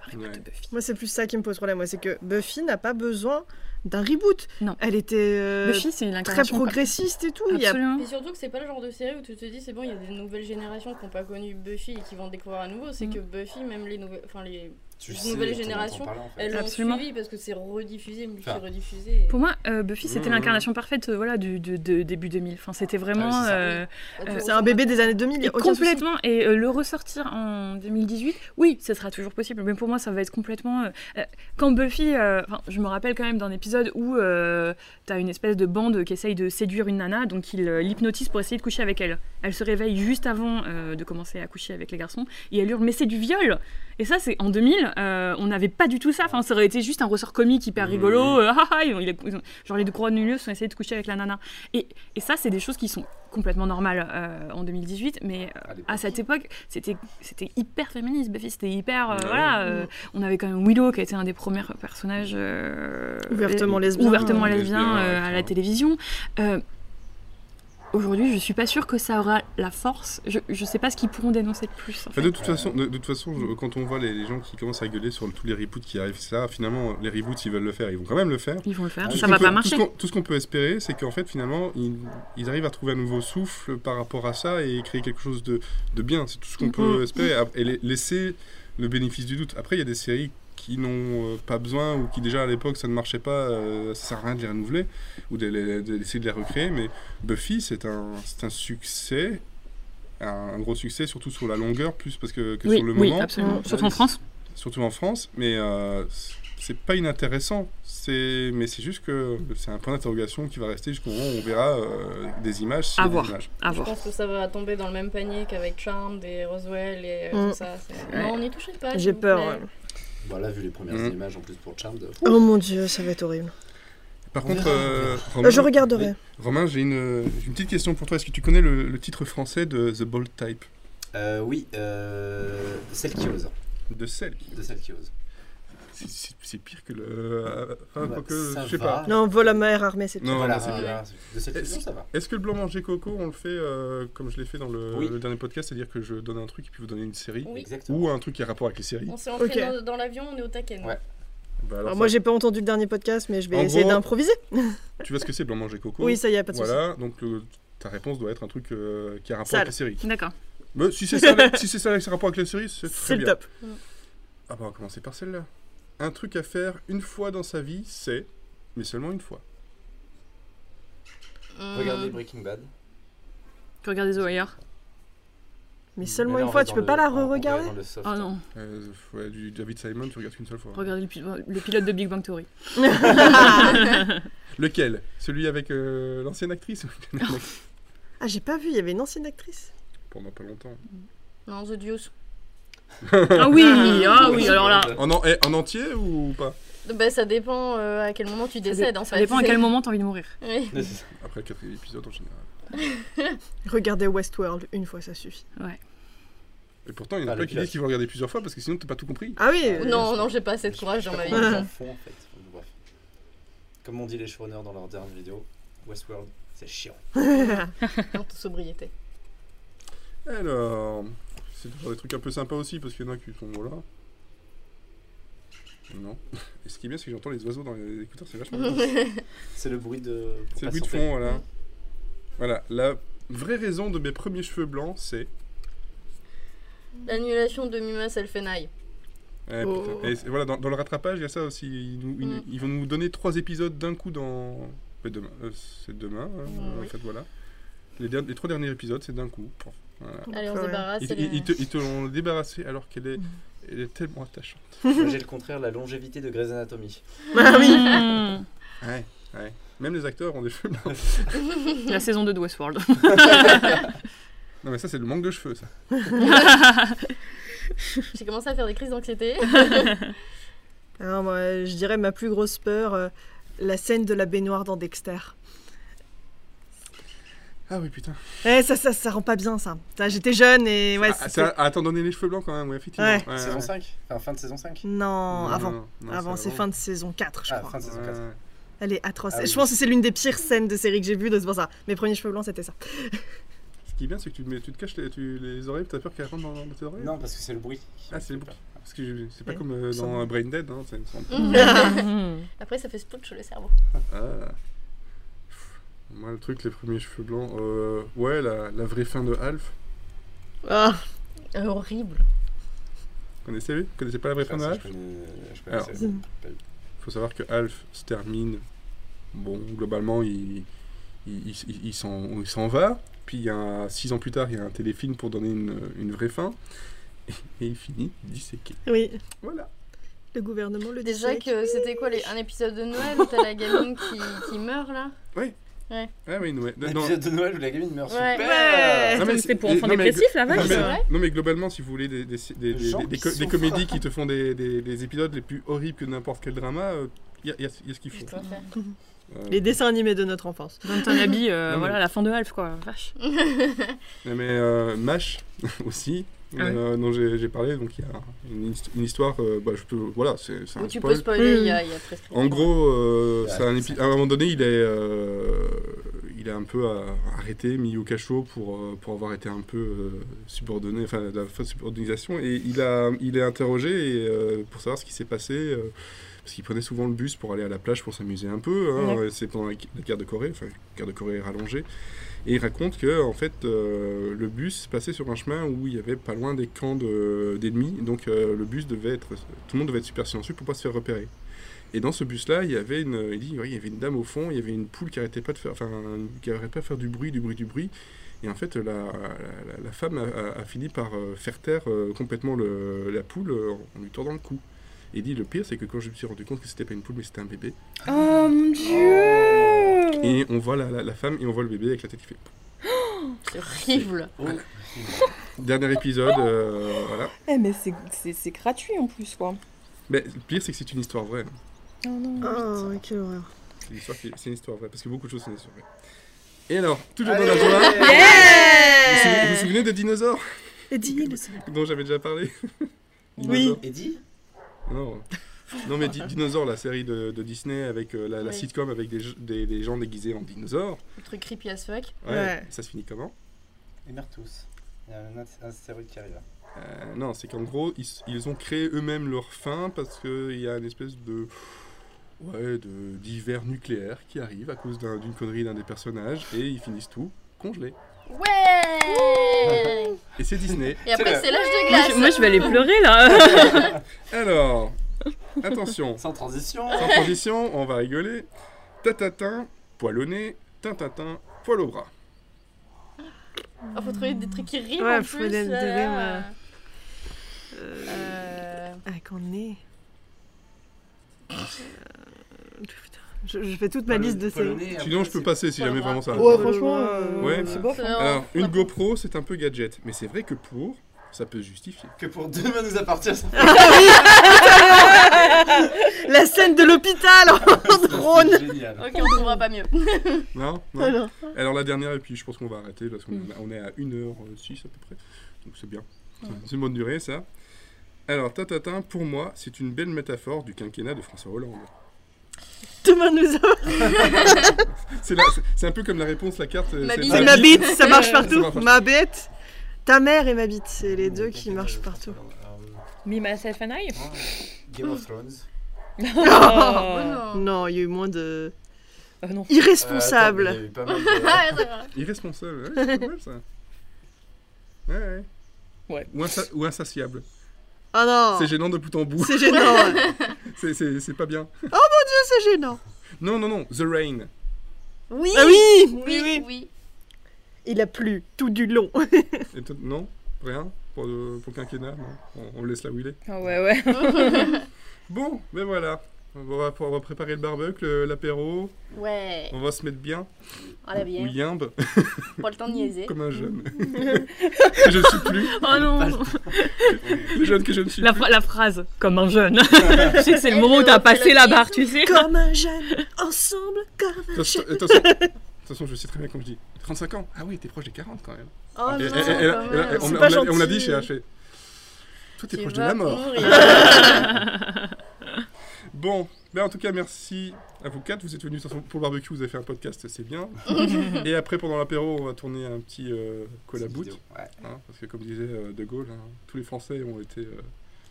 Speaker 5: Un reboot
Speaker 4: Ouais.
Speaker 5: de Buffy.
Speaker 3: Moi, c'est plus ça qui me pose problème. Moi, c'est que Buffy n'a pas besoin d'un reboot.
Speaker 5: Non.
Speaker 3: Elle était euh,
Speaker 5: Buffy, c'est
Speaker 3: très
Speaker 5: l'incarnation.
Speaker 3: progressiste et tout. Il y a-
Speaker 5: Absolument.
Speaker 1: Mais surtout que c'est pas le genre de série où tu te dis c'est bon il y a des nouvelles générations qui n'ont pas connu Buffy et qui vont découvrir à nouveau c'est
Speaker 5: Mm.
Speaker 1: que Buffy même les nouvelles enfin les
Speaker 2: Tu
Speaker 1: Une
Speaker 2: sais,
Speaker 1: nouvelle
Speaker 2: on t'en entend
Speaker 1: génération,
Speaker 2: parler, en fait.
Speaker 1: Elles l'ont
Speaker 5: Absolument.
Speaker 1: suivi parce que c'est rediffusé,
Speaker 2: Enfin,
Speaker 1: multi-rediffusé.
Speaker 5: Pour moi, euh, Buffy, c'était
Speaker 3: Mmh.
Speaker 2: Mhm.
Speaker 5: l'incarnation parfaite euh, voilà, du, de- de- début 2000. Enfin, c'était
Speaker 2: Ah
Speaker 5: vraiment.
Speaker 2: oui, c'est ça.
Speaker 5: euh,
Speaker 1: On peut
Speaker 3: C'est un bébé des années 2000, il y
Speaker 5: et
Speaker 3: a aucun souci.
Speaker 5: complètement. Et euh, le ressortir en 2018, oui, ça sera toujours possible. Mais pour moi, ça va être complètement. euh, euh, quand Buffy. euh, enfin, je me rappelle quand même d'un épisode où euh, t'as une espèce de bande qui essaye de séduire une nana, donc il euh, l'hypnotise pour essayer de coucher avec elle. Elle se réveille juste avant euh, de commencer à coucher avec les garçons et elle hurle Mais c'est du viol Et ça, c'est en 2000, euh, on n'avait pas du tout ça. Enfin, ça aurait été juste un ressort comique hyper
Speaker 2: Mhm.
Speaker 5: rigolo. euh, ah, ah, ils ont- ils ont- ils ont- genre, les deux courants de milieu sont essayés de coucher avec la nana. Et, et ça, c'est des choses qui sont complètement normales euh, en 2018, mais euh,
Speaker 2: À l'époque.
Speaker 5: à cette époque, c'était c'était hyper féministe, Buffy. C'était hyper. euh,
Speaker 2: Ouais.
Speaker 5: Voilà, euh, on avait quand même Willow qui a été un des premiers personnages. euh,
Speaker 3: Ouvertement
Speaker 5: euh,
Speaker 3: lesbien.
Speaker 5: ouvertement
Speaker 4: Euh,
Speaker 5: lesbien,
Speaker 4: lesbien,
Speaker 5: euh,
Speaker 4: ouais,
Speaker 5: à la
Speaker 4: clairement.
Speaker 5: télévision. Euh, Aujourd'hui, je suis pas sûre que ça aura la force. Je, je sais pas ce qu'ils pourront dénoncer de plus. en
Speaker 4: Enfin,
Speaker 5: fait.
Speaker 4: de toute façon, de, de toute façon je- quand on voit les, les gens qui commencent à gueuler sur le- tous les reboots qui arrivent, ça, finalement, les reboots, ils veulent le faire, ils vont quand même le faire.
Speaker 5: Ils vont le faire,
Speaker 4: Tout ce
Speaker 5: ça
Speaker 4: qu'on
Speaker 5: va
Speaker 4: peut-
Speaker 5: pas
Speaker 4: tout ce
Speaker 5: marcher.
Speaker 4: qu'on- Tout ce qu'on peut espérer, c'est qu'en fait, finalement, ils, ils arrivent à trouver un nouveau souffle par rapport à ça et créer quelque chose de, de bien. C'est tout ce qu'on
Speaker 5: Mm-hmm.
Speaker 4: peut espérer. ap- Et la- laisser le bénéfice du doute. Après, il y a des séries qui n'ont euh, pas besoin ou qui, déjà à l'époque, ça ne marchait pas, euh, ça sert à rien de les renouveler ou de les- de- d'essayer de, les recréer. Mais Buffy, c'est un, c'est un succès. Un gros succès, surtout sur la longueur, plus parce que, que
Speaker 5: Oui,
Speaker 4: sur le
Speaker 5: oui,
Speaker 4: moment
Speaker 5: absolument.
Speaker 3: Mm.
Speaker 5: Surtout
Speaker 2: Ah
Speaker 5: en
Speaker 2: oui.
Speaker 5: France.
Speaker 4: surtout en France, mais euh, c'est pas inintéressant. C'est, mais c'est juste que c'est un point d'interrogation qui va rester jusqu'au moment où on verra euh, des images. s'il y a
Speaker 5: À
Speaker 4: des
Speaker 5: voir.
Speaker 4: images.
Speaker 5: À
Speaker 1: Je
Speaker 5: voir.
Speaker 1: pense que ça va tomber dans le même panier qu'avec Charmed et Roswell et euh,
Speaker 3: Mm.
Speaker 1: tout ça. c'est-
Speaker 5: Ouais.
Speaker 1: Non, n'y touchez pas.
Speaker 3: J'ai
Speaker 1: s'il vous
Speaker 3: peur.
Speaker 1: plaît.
Speaker 3: ouais.
Speaker 2: Voilà, vu les premières
Speaker 4: Mhm.
Speaker 2: images en plus pour Charmed.
Speaker 3: Oh mon dieu, ça va être horrible.
Speaker 4: Par
Speaker 2: On
Speaker 4: contre,
Speaker 2: verra,
Speaker 4: euh,
Speaker 3: Euh,
Speaker 4: Romain,
Speaker 3: Je regarderai.
Speaker 4: Romain, j'ai une, j'ai une petite question pour toi. Est-ce que tu connais le, le titre français de The Bold Type
Speaker 2: Euh, oui, euh, celle qui ose.
Speaker 4: de celle qui-
Speaker 2: De celle qui ose.
Speaker 4: c'est- C'est c'est pire que le. euh, Enfin,
Speaker 2: Bah,
Speaker 4: quoique,
Speaker 2: ça
Speaker 4: je sais
Speaker 2: va.
Speaker 4: pas.
Speaker 3: Ah. Non, vol à mer armée, c'est
Speaker 4: Non,
Speaker 3: pire.
Speaker 2: voilà,
Speaker 4: mais c'est
Speaker 2: euh,
Speaker 4: bien.
Speaker 2: voilà, de celle qui
Speaker 4: Est-ce-
Speaker 2: ose, ça
Speaker 1: Euh,
Speaker 2: va.
Speaker 4: Est-ce que le blanc manger coco, on le fait euh, comme je l'ai fait dans le,
Speaker 2: Oui.
Speaker 4: le dernier podcast, c'est-à-dire que je donne un truc et puis vous donnez une série
Speaker 1: Oui.
Speaker 2: Exactement.
Speaker 4: ou un truc qui a rapport avec les séries
Speaker 1: On s'est entré
Speaker 3: Ok.
Speaker 1: dans, dans l'avion, on est au taquet. nous.
Speaker 2: Ouais.
Speaker 4: Bah, alors
Speaker 3: Alors,
Speaker 4: ça-
Speaker 3: moi, j'ai pas entendu le dernier podcast, mais je vais
Speaker 4: En
Speaker 3: essayer
Speaker 4: gros-
Speaker 3: d'improviser.
Speaker 4: Tu vois ce que c'est blanc manger coco
Speaker 3: Oui, ça y est, pas de souci.
Speaker 4: Voilà, donc le- ta réponse doit être un truc euh, qui a rapport
Speaker 3: Sale.
Speaker 4: avec la série.
Speaker 5: D'accord.
Speaker 4: Mais si c'est ça, si c'est ça, qui a rapport avec la série, c'est très
Speaker 3: C'est le
Speaker 4: bien.
Speaker 3: top.
Speaker 4: Ah bah on va commencer par celle-là. Un truc à faire une fois dans sa vie, c'est, mais seulement une fois.
Speaker 5: Mmh.
Speaker 1: Hum,
Speaker 2: Regardez Breaking Bad.
Speaker 5: Tu regardes les ailleurs
Speaker 2: Mais
Speaker 3: Mais seulement
Speaker 2: là,
Speaker 3: une
Speaker 2: on
Speaker 3: fois,
Speaker 2: reste
Speaker 3: tu
Speaker 2: dans
Speaker 3: peux
Speaker 2: le-
Speaker 3: pas
Speaker 2: on-
Speaker 3: la
Speaker 2: on reste
Speaker 3: re-regarder
Speaker 2: dans le soft.
Speaker 1: Ah
Speaker 5: Oh non,
Speaker 4: Euh, ouais, du David Simon, tu regardes qu'une seule fois.
Speaker 5: regarde le, pi- le pilote de Big Bang Theory.
Speaker 4: Lequel Celui avec euh, l'ancienne actrice
Speaker 3: Ah, j'ai pas vu, il y avait une ancienne actrice.
Speaker 4: Pendant pas longtemps.
Speaker 1: Non, The Deuce.
Speaker 5: Ah oui, ah oui, alors là.
Speaker 4: En, en, eh, en entier ou pas
Speaker 1: Bah, ça dépend euh, à quel moment tu décèdes. en
Speaker 5: Ça
Speaker 1: fait.
Speaker 5: dépend à quel moment t'as envie de mourir.
Speaker 1: Oui.
Speaker 2: Ouais, c'est ça.
Speaker 4: Après le quatrième épisode en général.
Speaker 3: Regardez Westworld, une fois, ça suffit.
Speaker 4: Et pourtant, il y en a
Speaker 2: Ah,
Speaker 4: plein
Speaker 2: le
Speaker 4: qui disent
Speaker 2: pilote.
Speaker 4: qu'ils vont regarder plusieurs fois parce que sinon t'as pas tout compris.
Speaker 3: Ah oui
Speaker 2: Ouais.
Speaker 1: Non, non, j'ai pas assez de courage dans ma vie.
Speaker 2: Je sais pas comment ils en font, en fait. Bref. Comme on dit les showrunners dans leur dernière vidéo, Westworld, c'est chiant.
Speaker 1: En toute sobriété.
Speaker 4: Alors, c'est toujours des trucs un peu sympas aussi parce qu'il y en a qui sont voilà. Non. Et ce qui est bien, c'est que j'entends les oiseaux dans les écouteurs, c'est vachement bien.
Speaker 2: C'est le bruit de. pour
Speaker 4: C'est le
Speaker 2: pas
Speaker 4: bruit de
Speaker 2: santé.
Speaker 4: fond, voilà. Voilà, la vraie raison de mes premiers cheveux blancs, c'est.
Speaker 1: L'annulation de Mima Selfenai.
Speaker 4: Eh,
Speaker 3: Oh.
Speaker 4: putain. Et c'est- voilà, dans, dans le rattrapage, il y a ça aussi. Ils, nous- ils nous-
Speaker 1: Mm.
Speaker 4: ils vont nous donner trois épisodes d'un coup dans. Mais demain, euh, c'est demain, hein,
Speaker 1: Mm,
Speaker 4: en
Speaker 1: oui.
Speaker 4: fait, voilà. Les, derni- les trois derniers épisodes, c'est d'un coup. Pouf. Voilà.
Speaker 5: Oh,
Speaker 1: Allez, on se
Speaker 3: Ouais.
Speaker 1: débarrasse.
Speaker 4: Ils,
Speaker 1: elle est-
Speaker 4: ils- ils te, ils te l'ont débarrassée alors qu'elle est,
Speaker 3: Mm.
Speaker 4: elle est tellement attachante.
Speaker 2: Moi, j'ai le contraire, la longévité de Grey's Anatomy.
Speaker 3: Ah oui
Speaker 5: Mmh.
Speaker 4: Ouais, ouais. Même les acteurs ont des cheveux blancs.
Speaker 5: La saison 2 de Westworld.
Speaker 4: Non, mais ça, c'est le manque de cheveux, ça.
Speaker 1: J'ai commencé à faire des crises d'anxiété.
Speaker 3: Alors, moi, je dirais ma plus grosse peur, euh, la scène de la baignoire dans Dexter.
Speaker 4: Ah oui, putain.
Speaker 3: Eh, ça, ça, ça rend pas bien, ça. Ça, J'étais jeune et ouais.
Speaker 4: ah,
Speaker 3: c'est-
Speaker 4: ça- ah, attends, donner les cheveux blancs quand même, ouais, effectivement.
Speaker 3: Ouais.
Speaker 4: Ouais,
Speaker 2: saison
Speaker 4: ouais.
Speaker 2: 5 Enfin, fin de saison 5
Speaker 3: Non,
Speaker 4: Non,
Speaker 3: avant.
Speaker 4: non, non,
Speaker 3: avant, c'est fin de saison 4, je
Speaker 2: Ah,
Speaker 3: crois.
Speaker 2: fin de saison 4.
Speaker 4: Ouais.
Speaker 3: Elle est atroce.
Speaker 2: Ah oui.
Speaker 3: Je pense que c'est l'une des pires scènes de série que j'ai vues, donc c'est pour ça. Mes premiers cheveux blancs, c'était ça.
Speaker 4: Ce qui est bien, c'est que tu, mets- tu te caches les, tu- les oreilles, t'as peur qu'elles rentrent dans, dans tes oreilles
Speaker 2: Non, parce que c'est le bruit. qui
Speaker 4: Ah,
Speaker 2: me
Speaker 4: c'est
Speaker 2: fait
Speaker 4: le
Speaker 2: peur.
Speaker 4: Parce que j'ai- c'est pas
Speaker 3: Ouais,
Speaker 4: comme euh,
Speaker 3: ça
Speaker 4: dans
Speaker 3: me-
Speaker 4: euh, Brain Dead, hein, ça me semble.
Speaker 1: Après, ça fait splotch le cerveau.
Speaker 4: Ah. Pff, Moi, le truc, les premiers cheveux blancs. euh, ouais, la, la vraie fin de Alf.
Speaker 3: Ah,
Speaker 1: Euh, horrible.
Speaker 4: Connaissez, vous connaissez pas la vraie fin de
Speaker 2: Ah, ça,
Speaker 4: Alf
Speaker 2: je connais- je
Speaker 4: Alors.
Speaker 2: connaissais.
Speaker 4: Il faut savoir que Alf se termine. Bon, globalement, il, il, il- il- il s'en il s'en va. Puis, il y a un- six ans plus tard, il y a un téléfilm pour donner une, une vraie fin. Et il finit disséqué.
Speaker 3: Oui,
Speaker 4: Voilà.
Speaker 3: le gouvernement le
Speaker 1: Déjà
Speaker 3: dissèque.
Speaker 1: que c'était quoi les... un épisode de Noël où t'as la gamine qui, qui meurt là
Speaker 4: Ah oui, Noël. Non, non,
Speaker 2: L'épisode de Noël où la gamine meurt
Speaker 1: Ouais.
Speaker 3: Ouais.
Speaker 4: Non, mais
Speaker 5: C'était pour
Speaker 4: c'est-
Speaker 5: enfants
Speaker 4: non, mais-
Speaker 5: dépressifs, la
Speaker 4: non,
Speaker 5: vache
Speaker 1: c'est
Speaker 4: mais,
Speaker 1: vrai
Speaker 4: non, mais globalement, si vous voulez des, des, des- des-
Speaker 2: gens
Speaker 4: des- des
Speaker 2: qui
Speaker 4: co-
Speaker 2: sont
Speaker 4: des comédies qui te font des, des- des épisodes les plus horribles que n'importe quel drama, il y, a y a ce qu'il faut.
Speaker 1: Putain.
Speaker 4: Euh,
Speaker 3: Les dessins animés de notre enfance.
Speaker 5: Dans ton habit,
Speaker 4: Non, mais-
Speaker 5: euh, voilà, la fin de Alf, quoi. Vache.
Speaker 4: Mais euh, MASH aussi,
Speaker 5: Ah
Speaker 4: euh, dont j'ai j'ai parlé, donc il y a une, hist- une histoire, euh, bah, je peux, voilà, c'est c'est
Speaker 1: Où
Speaker 4: un
Speaker 1: tu peux
Speaker 4: spoil.
Speaker 1: spoiler, il
Speaker 3: Mm.
Speaker 1: y a, il y a prescription.
Speaker 4: En gros, euh,
Speaker 2: Ouais,
Speaker 4: c'est un épi- à un moment donné, il est, euh, il est un peu euh, arrêté, mis au cachot pour, euh, pour avoir été un peu euh, subordonné, enfin la fausse subordination, et il, a, il est interrogé et, euh, pour savoir ce qui s'est passé. euh, parce qu'il prenait souvent le bus pour aller à la plage pour s'amuser un peu. hein,
Speaker 3: Ouais.
Speaker 4: et C'est pendant la gu- la guerre de Corée, enfin, la guerre de Corée rallongée. Et il raconte que, en fait, euh, le bus passait sur un chemin où il y avait pas loin des camps de- d'ennemis. donc, euh, le bus devait être. Tout le monde devait être super silencieux pour pas se faire repérer. Et dans ce bus-là, il y avait une, il dit, ouais, il y avait une dame au fond, il y avait une poule qui arrêtait pas de faire, enfin, qui arrêtait pas de faire du bruit, du bruit, du bruit. Et en fait, la, la, la- la femme a, a- a fini par euh, faire taire euh, complètement le- la poule euh, en lui tordant le cou. Et il dit, le pire, c'est que quand je me suis rendu compte que c'était pas une poule, mais c'était un bébé.
Speaker 5: Oh mon dieu
Speaker 4: Et on voit la, la- la femme et on voit le bébé avec la tête qui fait.
Speaker 1: C'est horrible.
Speaker 4: Dernier épisode, euh, voilà.
Speaker 5: Eh, mais c'est- c'est c'est gratuit en plus, quoi.
Speaker 4: Mais le pire, c'est que c'est une histoire vraie. hein.
Speaker 5: Oh non.
Speaker 1: Ah,
Speaker 3: Oh, quelle horreur.
Speaker 4: C'est une histoire, qui- c'est une histoire vraie, parce que beaucoup de choses, c'est une histoire vraie. Et alors, toujours dans la joie, vous, souvenez- vous vous souvenez des dinosaures
Speaker 3: Et dis le sang.
Speaker 4: dont j'avais déjà parlé
Speaker 3: Oui.
Speaker 2: Eddie
Speaker 4: Non. Non mais di- Dinosaure, la série de, de Disney avec euh, la, la
Speaker 1: Oui.
Speaker 4: sitcom avec des, je- des- des gens déguisés en dinosaures.
Speaker 1: Le truc creepy as fuck.
Speaker 4: Ouais.
Speaker 3: Ouais.
Speaker 4: Ça se finit comment
Speaker 2: Ils meurent tous. Il y a un ast- un astéroïde qui arrive. là.
Speaker 4: Euh, Non, c'est qu'en gros, ils, s- ils ont créé eux-mêmes leur fin parce qu'il y a une espèce de... Ouais, de d'hiver nucléaire qui arrive à cause d'un- d'une connerie d'un des personnages et ils finissent tout congelés.
Speaker 1: Ouais
Speaker 4: Et c'est Disney.
Speaker 1: Et après,
Speaker 2: C'est
Speaker 1: c'est l'âge de
Speaker 5: Moi
Speaker 1: glace.
Speaker 5: je, moi, je vais aller pleurer là.
Speaker 4: Alors, attention,
Speaker 2: Sans transition
Speaker 4: sans transition, on va rigoler. Tatatin, poil au nez, tintatin, poil au bras.
Speaker 1: Ah, faut trouver des trucs qui riment
Speaker 3: Ouais,
Speaker 1: en
Speaker 3: faut
Speaker 1: plus.
Speaker 3: des- des
Speaker 1: euh,
Speaker 3: rimes,
Speaker 1: euh,
Speaker 3: Euh,
Speaker 1: euh,
Speaker 3: ah, qu'on est. euh, Putain, Je, je fais toute
Speaker 2: Ah,
Speaker 3: ma liste de ces.
Speaker 4: Sinon, je peux passer si
Speaker 1: poil au
Speaker 4: jamais
Speaker 1: bras.
Speaker 4: vraiment ça.
Speaker 3: Ouais,
Speaker 6: franchement, euh,
Speaker 4: Ouais.
Speaker 6: c'est bof.
Speaker 1: c'est-
Speaker 6: hein.
Speaker 4: Alors,
Speaker 1: on
Speaker 4: une
Speaker 1: a-
Speaker 4: GoPro, c'est un peu gadget, mais c'est vrai que pour, ça peut se justifier.
Speaker 2: Que pour demain nous appartient, ça
Speaker 3: La scène de l'hôpital en drone.
Speaker 2: C'est génial.
Speaker 1: Ok, on trouvera pas mieux.
Speaker 4: Non, non.
Speaker 3: Alors,
Speaker 4: Alors, la dernière, et puis je pense qu'on va arrêter parce qu'on on est à 1h06 à peu près. Donc, c'est bien. C'est une bonne durée, ça. Alors, Tatatin, pour moi, c'est une belle métaphore du quinquennat de François Hollande.
Speaker 3: demain nous avons.
Speaker 4: C'est la- c'est- c'est un peu comme la réponse, la carte. euh,
Speaker 1: Ma bite.
Speaker 3: C'est
Speaker 1: Ouais.
Speaker 3: ma bite, ça marche
Speaker 4: Ça
Speaker 3: partout.
Speaker 4: marche partout.
Speaker 3: Ma bête. Ta mère et ma bite, c'est les deux qui marchent partout.
Speaker 2: Euh,
Speaker 5: Me, myself and I
Speaker 2: Game of Thrones.
Speaker 1: Oh non.
Speaker 3: Non, il y a eu moins de.
Speaker 5: Oh Euh, non.
Speaker 3: Irresponsable.
Speaker 2: Euh, attends, il y a eu pas mal de-
Speaker 1: Ah, c'est vrai.
Speaker 4: Irresponsable, ouais, c'est pas mal ça. Ouais, ouais.
Speaker 5: Ouais.
Speaker 4: Ou, insa- ou insatiable.
Speaker 3: Ah non
Speaker 4: C'est gênant de bout en bout.
Speaker 3: C'est gênant. ouais.
Speaker 4: C'est- C'est c'est pas bien.
Speaker 3: C'est gênant.
Speaker 4: Non, non, non, The Rain.
Speaker 1: Oui,
Speaker 3: Ah oui
Speaker 1: oui, oui,
Speaker 3: Il a plu tout du long.
Speaker 4: Et toi, non Rien pour, le- pour quinquennat non on, on le laisse là où il est.
Speaker 5: Ah ouais, ouais.
Speaker 4: Bon, ben voilà. On va, on va préparer le barbecue, le- l'apéro.
Speaker 1: Ouais,
Speaker 4: On va se mettre bien.
Speaker 1: à la
Speaker 4: Ou
Speaker 1: bière.
Speaker 4: yimbe,
Speaker 1: Pas le temps de niaiser.
Speaker 4: comme un jeune. que je ne suis plus.
Speaker 5: Oh non.
Speaker 4: Le jeune que je ne suis
Speaker 5: La,
Speaker 4: plus.
Speaker 5: phra- la phrase, comme un jeune. tu sais que c'est le moment où t'as passé la barre, tu sais.
Speaker 3: Comme un jeune, ensemble, comme un
Speaker 4: Attention,
Speaker 3: jeune.
Speaker 4: attention. Attention, je sais très bien quand je dis. 35 ans Ah oui, t'es proche des 40 quand même.
Speaker 1: Oh
Speaker 4: Et- et-
Speaker 1: non,
Speaker 4: et-
Speaker 1: quand
Speaker 4: et- et-
Speaker 1: même.
Speaker 4: eh, on
Speaker 3: Ah, C'est
Speaker 4: me-
Speaker 3: pas
Speaker 4: on me l'a- on me l'a
Speaker 3: gentil.
Speaker 4: dit chez H. Toi, t'es
Speaker 1: Tu
Speaker 4: proche de
Speaker 1: vas
Speaker 4: la mort.
Speaker 1: mourir.
Speaker 4: Bon, ben en tout cas, merci à vous quatre. Vous êtes venus sur- pour le barbecue, vous avez fait un podcast, c'est bien. Et après, pendant l'apéro, on va tourner un petit euh, collaboot.
Speaker 2: Vidéo, ouais.
Speaker 4: hein, parce que, comme disait euh, De Gaulle, hein, tous les Français ont été. euh,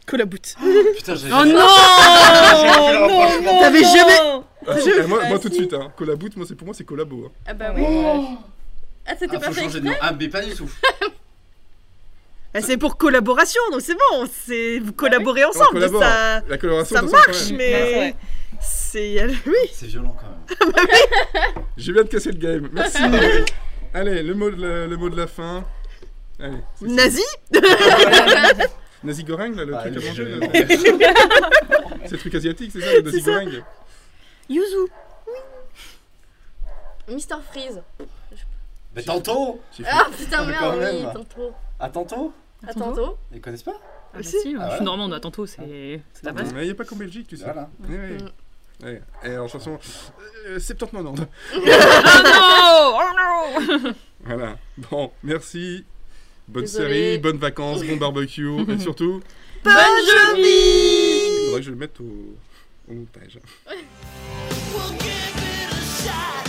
Speaker 3: Collaboute.
Speaker 2: Putain, j'ai.
Speaker 5: Oh non
Speaker 2: Oh,
Speaker 5: Non, non
Speaker 3: T'avais
Speaker 5: non.
Speaker 3: jamais-
Speaker 4: Ah, si,
Speaker 3: Je-
Speaker 4: ah, moi,
Speaker 1: Ah,
Speaker 4: moi, tout de
Speaker 1: si.
Speaker 4: suite, hein, collaboot, moi, c'est- pour moi, c'est collabo. hein.
Speaker 1: Ah bah oui. Ah, c'était
Speaker 2: Ah,
Speaker 1: pas
Speaker 2: faut
Speaker 1: fait
Speaker 2: changer de nom. Ah, mais pas du tout.
Speaker 3: Ah, c'est pour collaboration, donc c'est bon, c'est vous collaborez
Speaker 4: On
Speaker 3: ensemble,
Speaker 4: collabore. Ah,
Speaker 3: ça,
Speaker 4: La coloration,
Speaker 3: ça
Speaker 4: de toute façon,
Speaker 3: marche,
Speaker 4: quand même.
Speaker 3: mais
Speaker 5: Ouais,
Speaker 3: c'est euh, oui,
Speaker 2: C'est violent quand même.
Speaker 4: J'ai bien de casser le game. Merci. Allez, le mot de la, le mot de la fin. Allez. c'est-
Speaker 3: nazi.
Speaker 4: Nazi goreng, là, le
Speaker 2: Ah,
Speaker 4: truc à
Speaker 2: lui,
Speaker 4: manger.
Speaker 2: je-
Speaker 4: là. c'est le truc asiatique, c'est ça, le nazi
Speaker 3: C'est ça.
Speaker 4: goreng
Speaker 3: Yuzu.
Speaker 1: Mister Freeze.
Speaker 2: Mais tantôt
Speaker 4: J'ai fait-
Speaker 1: Ah putain,
Speaker 2: Ah, mais
Speaker 1: merde,
Speaker 2: quand
Speaker 1: oui,
Speaker 2: même.
Speaker 1: tantôt.
Speaker 2: À tantôt
Speaker 1: À tantôt.
Speaker 2: Ils connaissent pas
Speaker 5: Ah, bah
Speaker 3: Aussi.
Speaker 5: si,
Speaker 2: Ah
Speaker 5: je
Speaker 2: ouais.
Speaker 5: suis normande, à tantôt, c'est c'est la base.
Speaker 4: Mais il n'y a pas qu'en Belgique, tu sais.
Speaker 2: Voilà.
Speaker 4: Ouais, ouais. Ouais. Et en chanson, euh, 70 90.
Speaker 5: Ah non Oh non
Speaker 4: Voilà. Bon, merci. Bonne
Speaker 1: Désolée.
Speaker 4: série, bonnes vacances, bon barbecue. et surtout,
Speaker 3: Bonne journée.
Speaker 4: il faudrait que je le mette au, au montage.
Speaker 6: We'll give it a shot. Oh, Oh, Oh,